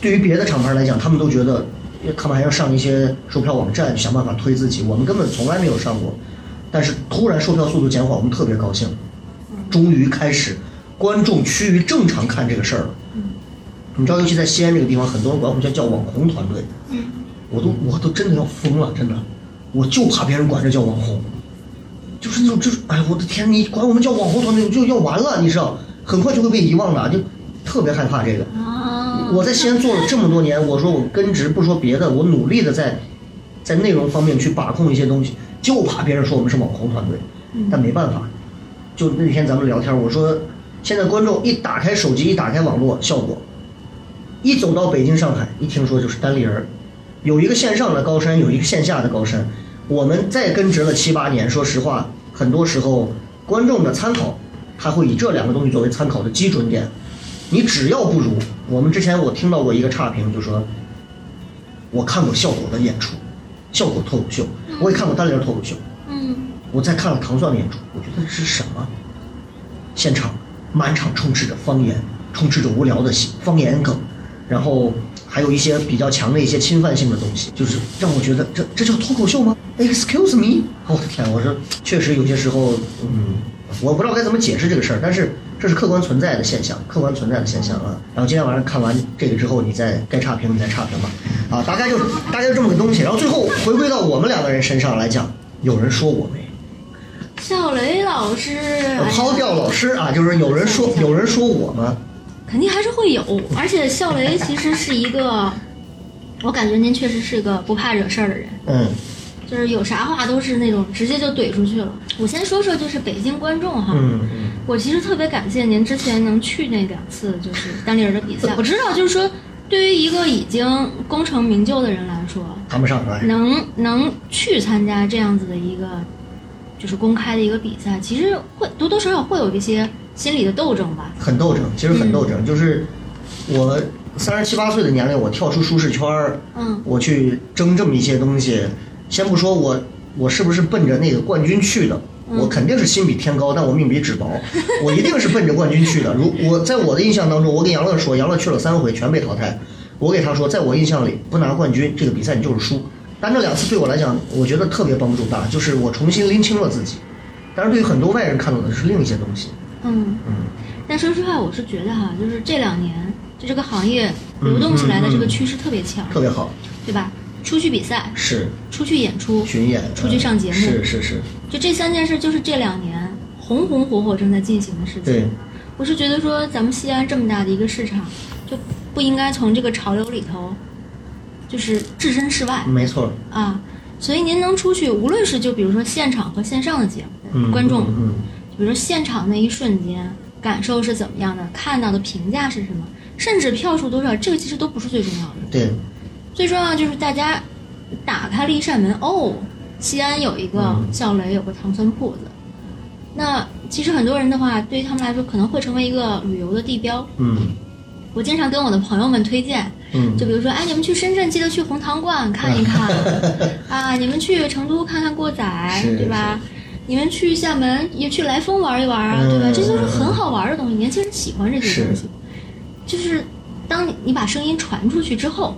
[SPEAKER 2] 对于别的厂牌来讲，他们都觉得呃他们还要上一些售票网站去想办法推自己，我们根本从来没有上过。但是突然售票速度减缓，我们特别高兴，终于开始观众趋于正常看这个事儿了。你知道，尤其在西安这个地方，很多人管我们叫叫网红团队，我都我都真的要疯了，真的，我就怕别人管这叫网红。就是那种，就是哎，我的天，你管我们叫网红团队，我就要完了，你知道，很快就会被遗忘的，就特别害怕这个。
[SPEAKER 3] 啊，
[SPEAKER 2] 哎我在西安做了这么多年，我说我根植不说别的，我努力的在在内容方面去把控一些东西，就怕别人说我们是网红团队，但没办法。就那天咱们聊天，我说现在观众一打开手机，一打开网络效果，一走到北京、上海，一听说就是单立人儿，有一个线上的高山，有一个线下的高山。我们再根植了七八年，说实话，很多时候观众的参考，他会以这两个东西作为参考的基准点。你只要不如，我们之前我听到过一个差评，就说我看过效果的演出，效果脱口秀，我也看过单立人脱口秀，
[SPEAKER 3] 嗯，
[SPEAKER 2] 我再看了糖蒜的演出，我觉得是什么？现场满场充斥着方言，充斥着无聊的戏方言梗，然后还有一些比较强的一些侵犯性的东西，就是让我觉得这这叫脱口秀吗？Excuse me，我的天，我说确实有些时候，嗯，我不知道该怎么解释这个事儿，但是这是客观存在的现象，客观存在的现象啊。然后今天晚上看完这个之后，你再该差评你再差评吧，啊，大概就大概就这么个东西。然后最后回归到我们两个人身上来讲，有人说我没。
[SPEAKER 3] 笑雷老师，哎呀
[SPEAKER 2] 抛掉老师啊，就是有人说有人说我吗？
[SPEAKER 3] 肯定还是会有，而且笑雷其实是一个，我感觉您确实是个不怕惹事儿的人，
[SPEAKER 2] 嗯，
[SPEAKER 3] 就是有啥话都是那种直接就怼出去了。我先说说就是北京观众哈，
[SPEAKER 2] 嗯嗯
[SPEAKER 3] 我其实特别感谢您之前能去那两次就是单立人的比赛，我知道就是说对于一个已经功成名就的人来说，
[SPEAKER 2] 谈不上啊来。
[SPEAKER 3] 能能去参加这样子的一个就是公开的一个比赛，其实会多多少少会有一些心理的斗争吧。
[SPEAKER 2] 很斗争，其实很斗争。就是我三十七八岁的年龄，我跳出舒适圈儿，
[SPEAKER 3] 嗯
[SPEAKER 2] 我去争这么一些东西。先不说我我是不是奔着那个冠军去的，
[SPEAKER 3] 嗯
[SPEAKER 2] 我肯定是心比天高，但我命比纸薄， 我一定是奔着冠军去的。如我在我的印象当中，我跟杨乐说，杨乐去了三回全被淘汰。我给他说，在我印象里，不拿冠军这个比赛你就是输。但这两次对我来讲，我觉得特别帮助大，就是我重新拎清了自己。但是对于很多外人看到的是另一些东西。
[SPEAKER 3] 嗯，但说实话，我是觉得哈，就是这两年就这个行业流动起来的这个趋势特别强，
[SPEAKER 2] 嗯特别好，
[SPEAKER 3] 对吧？出去比赛，
[SPEAKER 2] 是
[SPEAKER 3] 出去演出，
[SPEAKER 2] 巡演，
[SPEAKER 3] 出去上节目
[SPEAKER 2] 嗯是是是，
[SPEAKER 3] 就这三件事，就是这两年红红火火正在进行的事情。
[SPEAKER 2] 对，
[SPEAKER 3] 我是觉得说，咱们西安这么大的一个市场，就不应该从这个潮流里头，就是置身事外
[SPEAKER 2] 没错。
[SPEAKER 3] 啊。所以您能出去，无论是就比如说现场和线上的节目，
[SPEAKER 2] 嗯，
[SPEAKER 3] 观众，
[SPEAKER 2] 嗯，嗯
[SPEAKER 3] 比如说现场那一瞬间感受是怎么样的，看到的评价是什么，甚至票数多少，这个其实都不是最重要的。
[SPEAKER 2] 对，
[SPEAKER 3] 最重要的就是大家打开了一扇门，哦，西安有一个
[SPEAKER 2] 嗯
[SPEAKER 3] 笑雷，有个糖酸铺子。那其实很多人的话，对于他们来说可能会成为一个旅游的地标。
[SPEAKER 2] 嗯
[SPEAKER 3] 我经常跟我的朋友们推荐，
[SPEAKER 2] 嗯，
[SPEAKER 3] 就比如说，哎，你们去深圳记得去红糖馆看 一看，啊，你们去成都看看过仔
[SPEAKER 2] 是，
[SPEAKER 3] 对吧？你们去厦门也去来风玩一玩啊，对吧？
[SPEAKER 2] 嗯
[SPEAKER 3] 这都是
[SPEAKER 2] 嗯
[SPEAKER 3] 很好玩的东西，年轻人喜欢这些东西
[SPEAKER 2] 是。
[SPEAKER 3] 就是当你你把声音传出去之后，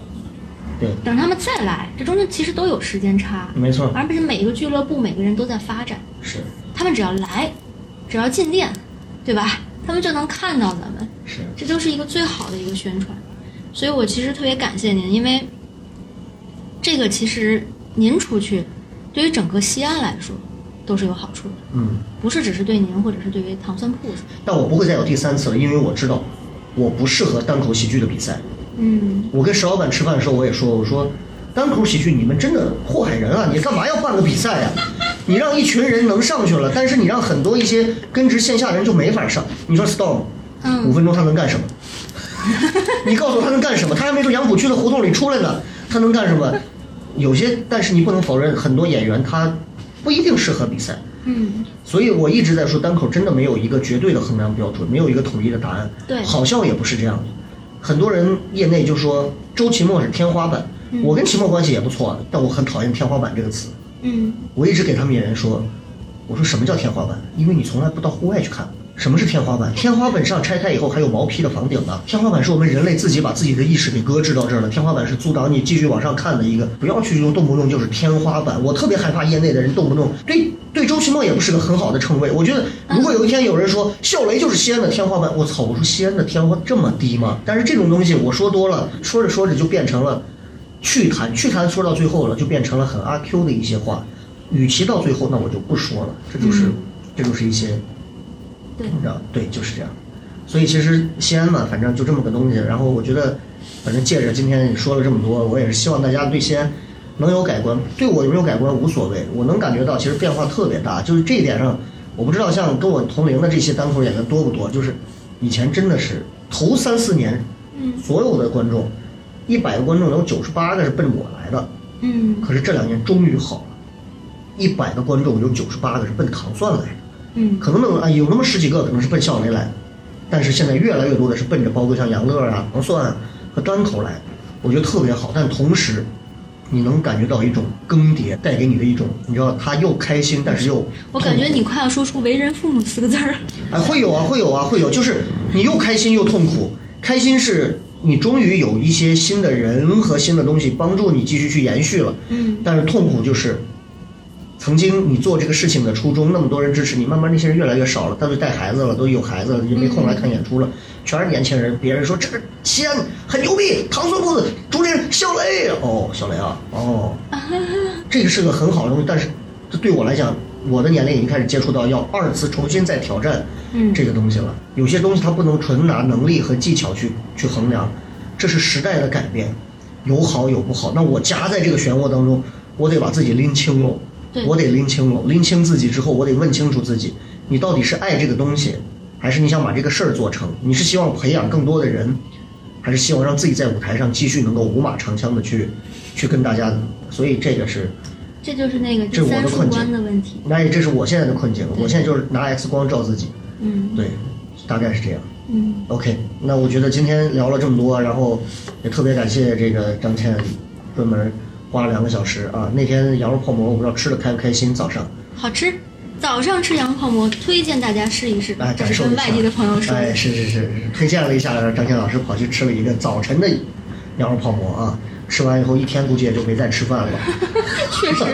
[SPEAKER 2] 对，
[SPEAKER 3] 等他们再来，这中间其实都有时间差，
[SPEAKER 2] 没错，
[SPEAKER 3] 而不是每一个俱乐部每个人都在发展，
[SPEAKER 2] 是
[SPEAKER 3] 他们只要来，只要进店，对吧？他们就能看到咱们，
[SPEAKER 2] 是，
[SPEAKER 3] 这都是一个最好的一个宣传。所以我其实特别感谢您，因为这个其实您出去，对于整个西安来说都是有好处的，
[SPEAKER 2] 嗯。
[SPEAKER 3] 不是只是对您或者是对于糖蒜铺子。
[SPEAKER 2] 但我不会再有第三次了，因为我知道我不适合单口喜剧的比赛。
[SPEAKER 3] 嗯，
[SPEAKER 2] 我跟石老板吃饭的时候，我也说，我说单口喜剧你们真的祸害人啊！你干嘛要办个比赛呀、你让一群人能上去了，但是你让很多一些根植线下人就没法上。你说 Storm，
[SPEAKER 3] 嗯
[SPEAKER 2] 五分钟他能干什么？你告诉我他能干什么？他还没从杨浦区的胡同里出来呢，他能干什么？有些，但是你不能否认，很多演员他不一定适合比赛。
[SPEAKER 3] 嗯，
[SPEAKER 2] 所以我一直在说，单口真的没有一个绝对的衡量标准，没有一个统一的答案。
[SPEAKER 3] 对
[SPEAKER 2] 好笑也不是这样的。很多人业内就说周奇墨是天花板，我跟奇墨关系也不错，啊但我很讨厌“天花板”这个词。
[SPEAKER 3] 嗯，
[SPEAKER 2] 我一直给他们演员说，我说什么叫天花板？因为你从来不到户外去看。什么是天花板？天花板上拆开以后还有毛坯的房顶呢。天花板是我们人类自己把自己的意识给搁置到这儿了。天花板是阻挡你继续往上看的一个，不要去用动不动就是天花板。我特别害怕业内的人动不动对对周奇墨也不是个很好的称谓。我觉得如果有一天有人说笑雷就是西安的天花板，我操！我说西安的天花这么低吗？但是这种东西我说多了，说着说着就变成了趣谈，趣谈说到最后了，就变成了很阿 Q 的一些话。与其到最后，那我就不说了，这就是，
[SPEAKER 3] 嗯
[SPEAKER 2] 这就是一些，
[SPEAKER 3] 对，
[SPEAKER 2] 你知道，对，就是这样。所以其实西安嘛，反正就这么个东西。然后我觉得，反正借着今天也说了这么多，我也是希望大家对西安能有改观。对我有没有改观无所谓，我能感觉到其实变化特别大。就是这一点上，我不知道像跟我同龄的这些单口演员多不多。就是以前真的是头三四年，
[SPEAKER 3] 嗯
[SPEAKER 2] 所有的观众，一百个观众有九十八个是奔我来的。
[SPEAKER 3] 嗯
[SPEAKER 2] 可是这两年终于好了，一百个观众有九十八个是奔糖蒜来的，
[SPEAKER 3] 嗯
[SPEAKER 2] 可能那么啊有那么十几个可能是奔笑雷来的，但是现在越来越多的是奔着包括像杨乐啊、糖蒜啊和单口来的，我觉得特别好。但同时，你能感觉到一种更迭带给你的一种，你知道他又开心，但是又
[SPEAKER 3] 我感觉
[SPEAKER 2] 痛苦
[SPEAKER 3] 你快要说出“为人父母”四个字儿了。
[SPEAKER 2] 哎，会有啊，会有啊，会有，就是你又开心又痛苦。开心是你终于有一些新的人和新的东西帮助你继续去延续了，
[SPEAKER 3] 嗯
[SPEAKER 2] 但是痛苦就是，曾经你做这个事情的初衷，那么多人支持你，慢慢那些人越来越少了，他都带孩子了，都有孩子了，也没空来看演出了，全是年轻人。别人说这个西安很牛逼，糖蒜铺子主理人小雷，哦，小雷啊，哦，这个是个很好的东西，但是这对我来讲，我的年龄已经开始接触到要二次重新再挑战
[SPEAKER 3] 嗯
[SPEAKER 2] 这个东西了。有些东西它不能纯拿能力和技巧去去衡量，这是时代的改变，有好有不好。那我夹在这个漩涡当中，我得把自己拎清喽
[SPEAKER 3] 对，
[SPEAKER 2] 我得拎清喽，拎清自己之后，我得问清楚自己，你到底是爱这个东西，还是你想把这个事儿做成？你是希望培养更多的人，还是希望让自己在舞台上继续能够五马长枪的去去跟大家？所以这个是。
[SPEAKER 3] 这就是那个
[SPEAKER 2] 这是
[SPEAKER 3] 第
[SPEAKER 2] 我的
[SPEAKER 3] 三
[SPEAKER 2] 困
[SPEAKER 3] 束
[SPEAKER 2] 境
[SPEAKER 3] 观的问题。
[SPEAKER 2] 那也这是我现在的困境，我现在就是拿 X 光照自己，
[SPEAKER 3] 嗯
[SPEAKER 2] 对，大概是这样。
[SPEAKER 3] 嗯，
[SPEAKER 2] OK，那我觉得今天聊了这么多，然后也特别感谢这个张倩专门花了两个小时啊。那天羊肉泡馍我不知道吃的开不开心，早上
[SPEAKER 3] 好吃。早上吃羊肉泡馍，推荐大家试一试
[SPEAKER 2] 哎，。
[SPEAKER 3] 这
[SPEAKER 2] 感
[SPEAKER 3] 是
[SPEAKER 2] 受一
[SPEAKER 3] 跟
[SPEAKER 2] 下。
[SPEAKER 3] 外地的朋友说
[SPEAKER 2] 哎，
[SPEAKER 3] 的。
[SPEAKER 2] 是是是，推荐了一下，张倩老师跑去吃了一个早晨的羊肉泡馍啊。吃完以后一天估计也就没再吃饭了。
[SPEAKER 3] 确实，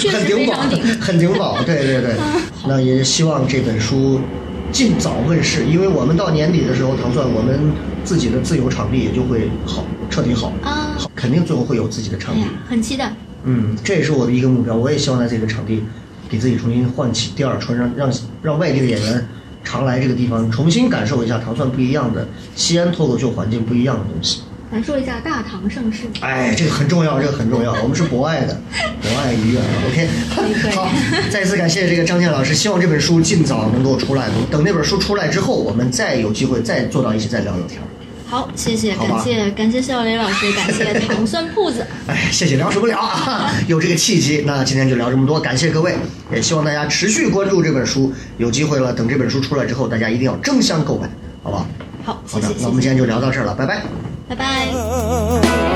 [SPEAKER 3] 确
[SPEAKER 2] 很
[SPEAKER 3] 实非
[SPEAKER 2] 顶饱
[SPEAKER 3] 常顶。，
[SPEAKER 2] 很顶饱，对对 对。那也希望这本书尽早问世，因为我们到年底的时候，唐算我们自己的自由场地也就会好，彻底好，
[SPEAKER 3] 啊
[SPEAKER 2] 好，肯定最后会有自己的
[SPEAKER 3] 哎
[SPEAKER 2] 场地
[SPEAKER 3] 呀。，很期待。
[SPEAKER 2] 嗯，这也是我的一个目标，我也希望在这个场地给自己重新唤起第二春，让让让外地的演员常来这个地方，重新感受一下唐蒜不一样的西安脱口秀环境不一样的东西。
[SPEAKER 3] 咱说一下大唐盛世，
[SPEAKER 2] 哎，这个很重要，这个很重要。我们是博爱的，博爱医院。OK，好，再次感谢这个张健老师，希望这本书尽早能够出来。等那本书出来之后，我们再有机会再坐到一起再聊聊天儿。
[SPEAKER 3] 好，谢谢，
[SPEAKER 2] 好吧
[SPEAKER 3] 感谢感谢笑雷老师，感谢 糖酸铺子，
[SPEAKER 2] 哎，谢谢，聊什么聊啊？ 有这个契机，那今天就聊这么多，感谢各位，也希望大家持续关注这本书。有机会了，等这本书出来之后，大家一定要争相购买，好吧？
[SPEAKER 3] 好，
[SPEAKER 2] 好
[SPEAKER 3] 谢
[SPEAKER 2] 的
[SPEAKER 3] 谢，，
[SPEAKER 2] 那我们
[SPEAKER 3] 谢
[SPEAKER 2] 今
[SPEAKER 3] 谢，
[SPEAKER 2] 天就聊到这儿了，拜拜。
[SPEAKER 3] 拜拜。
[SPEAKER 1] 嗯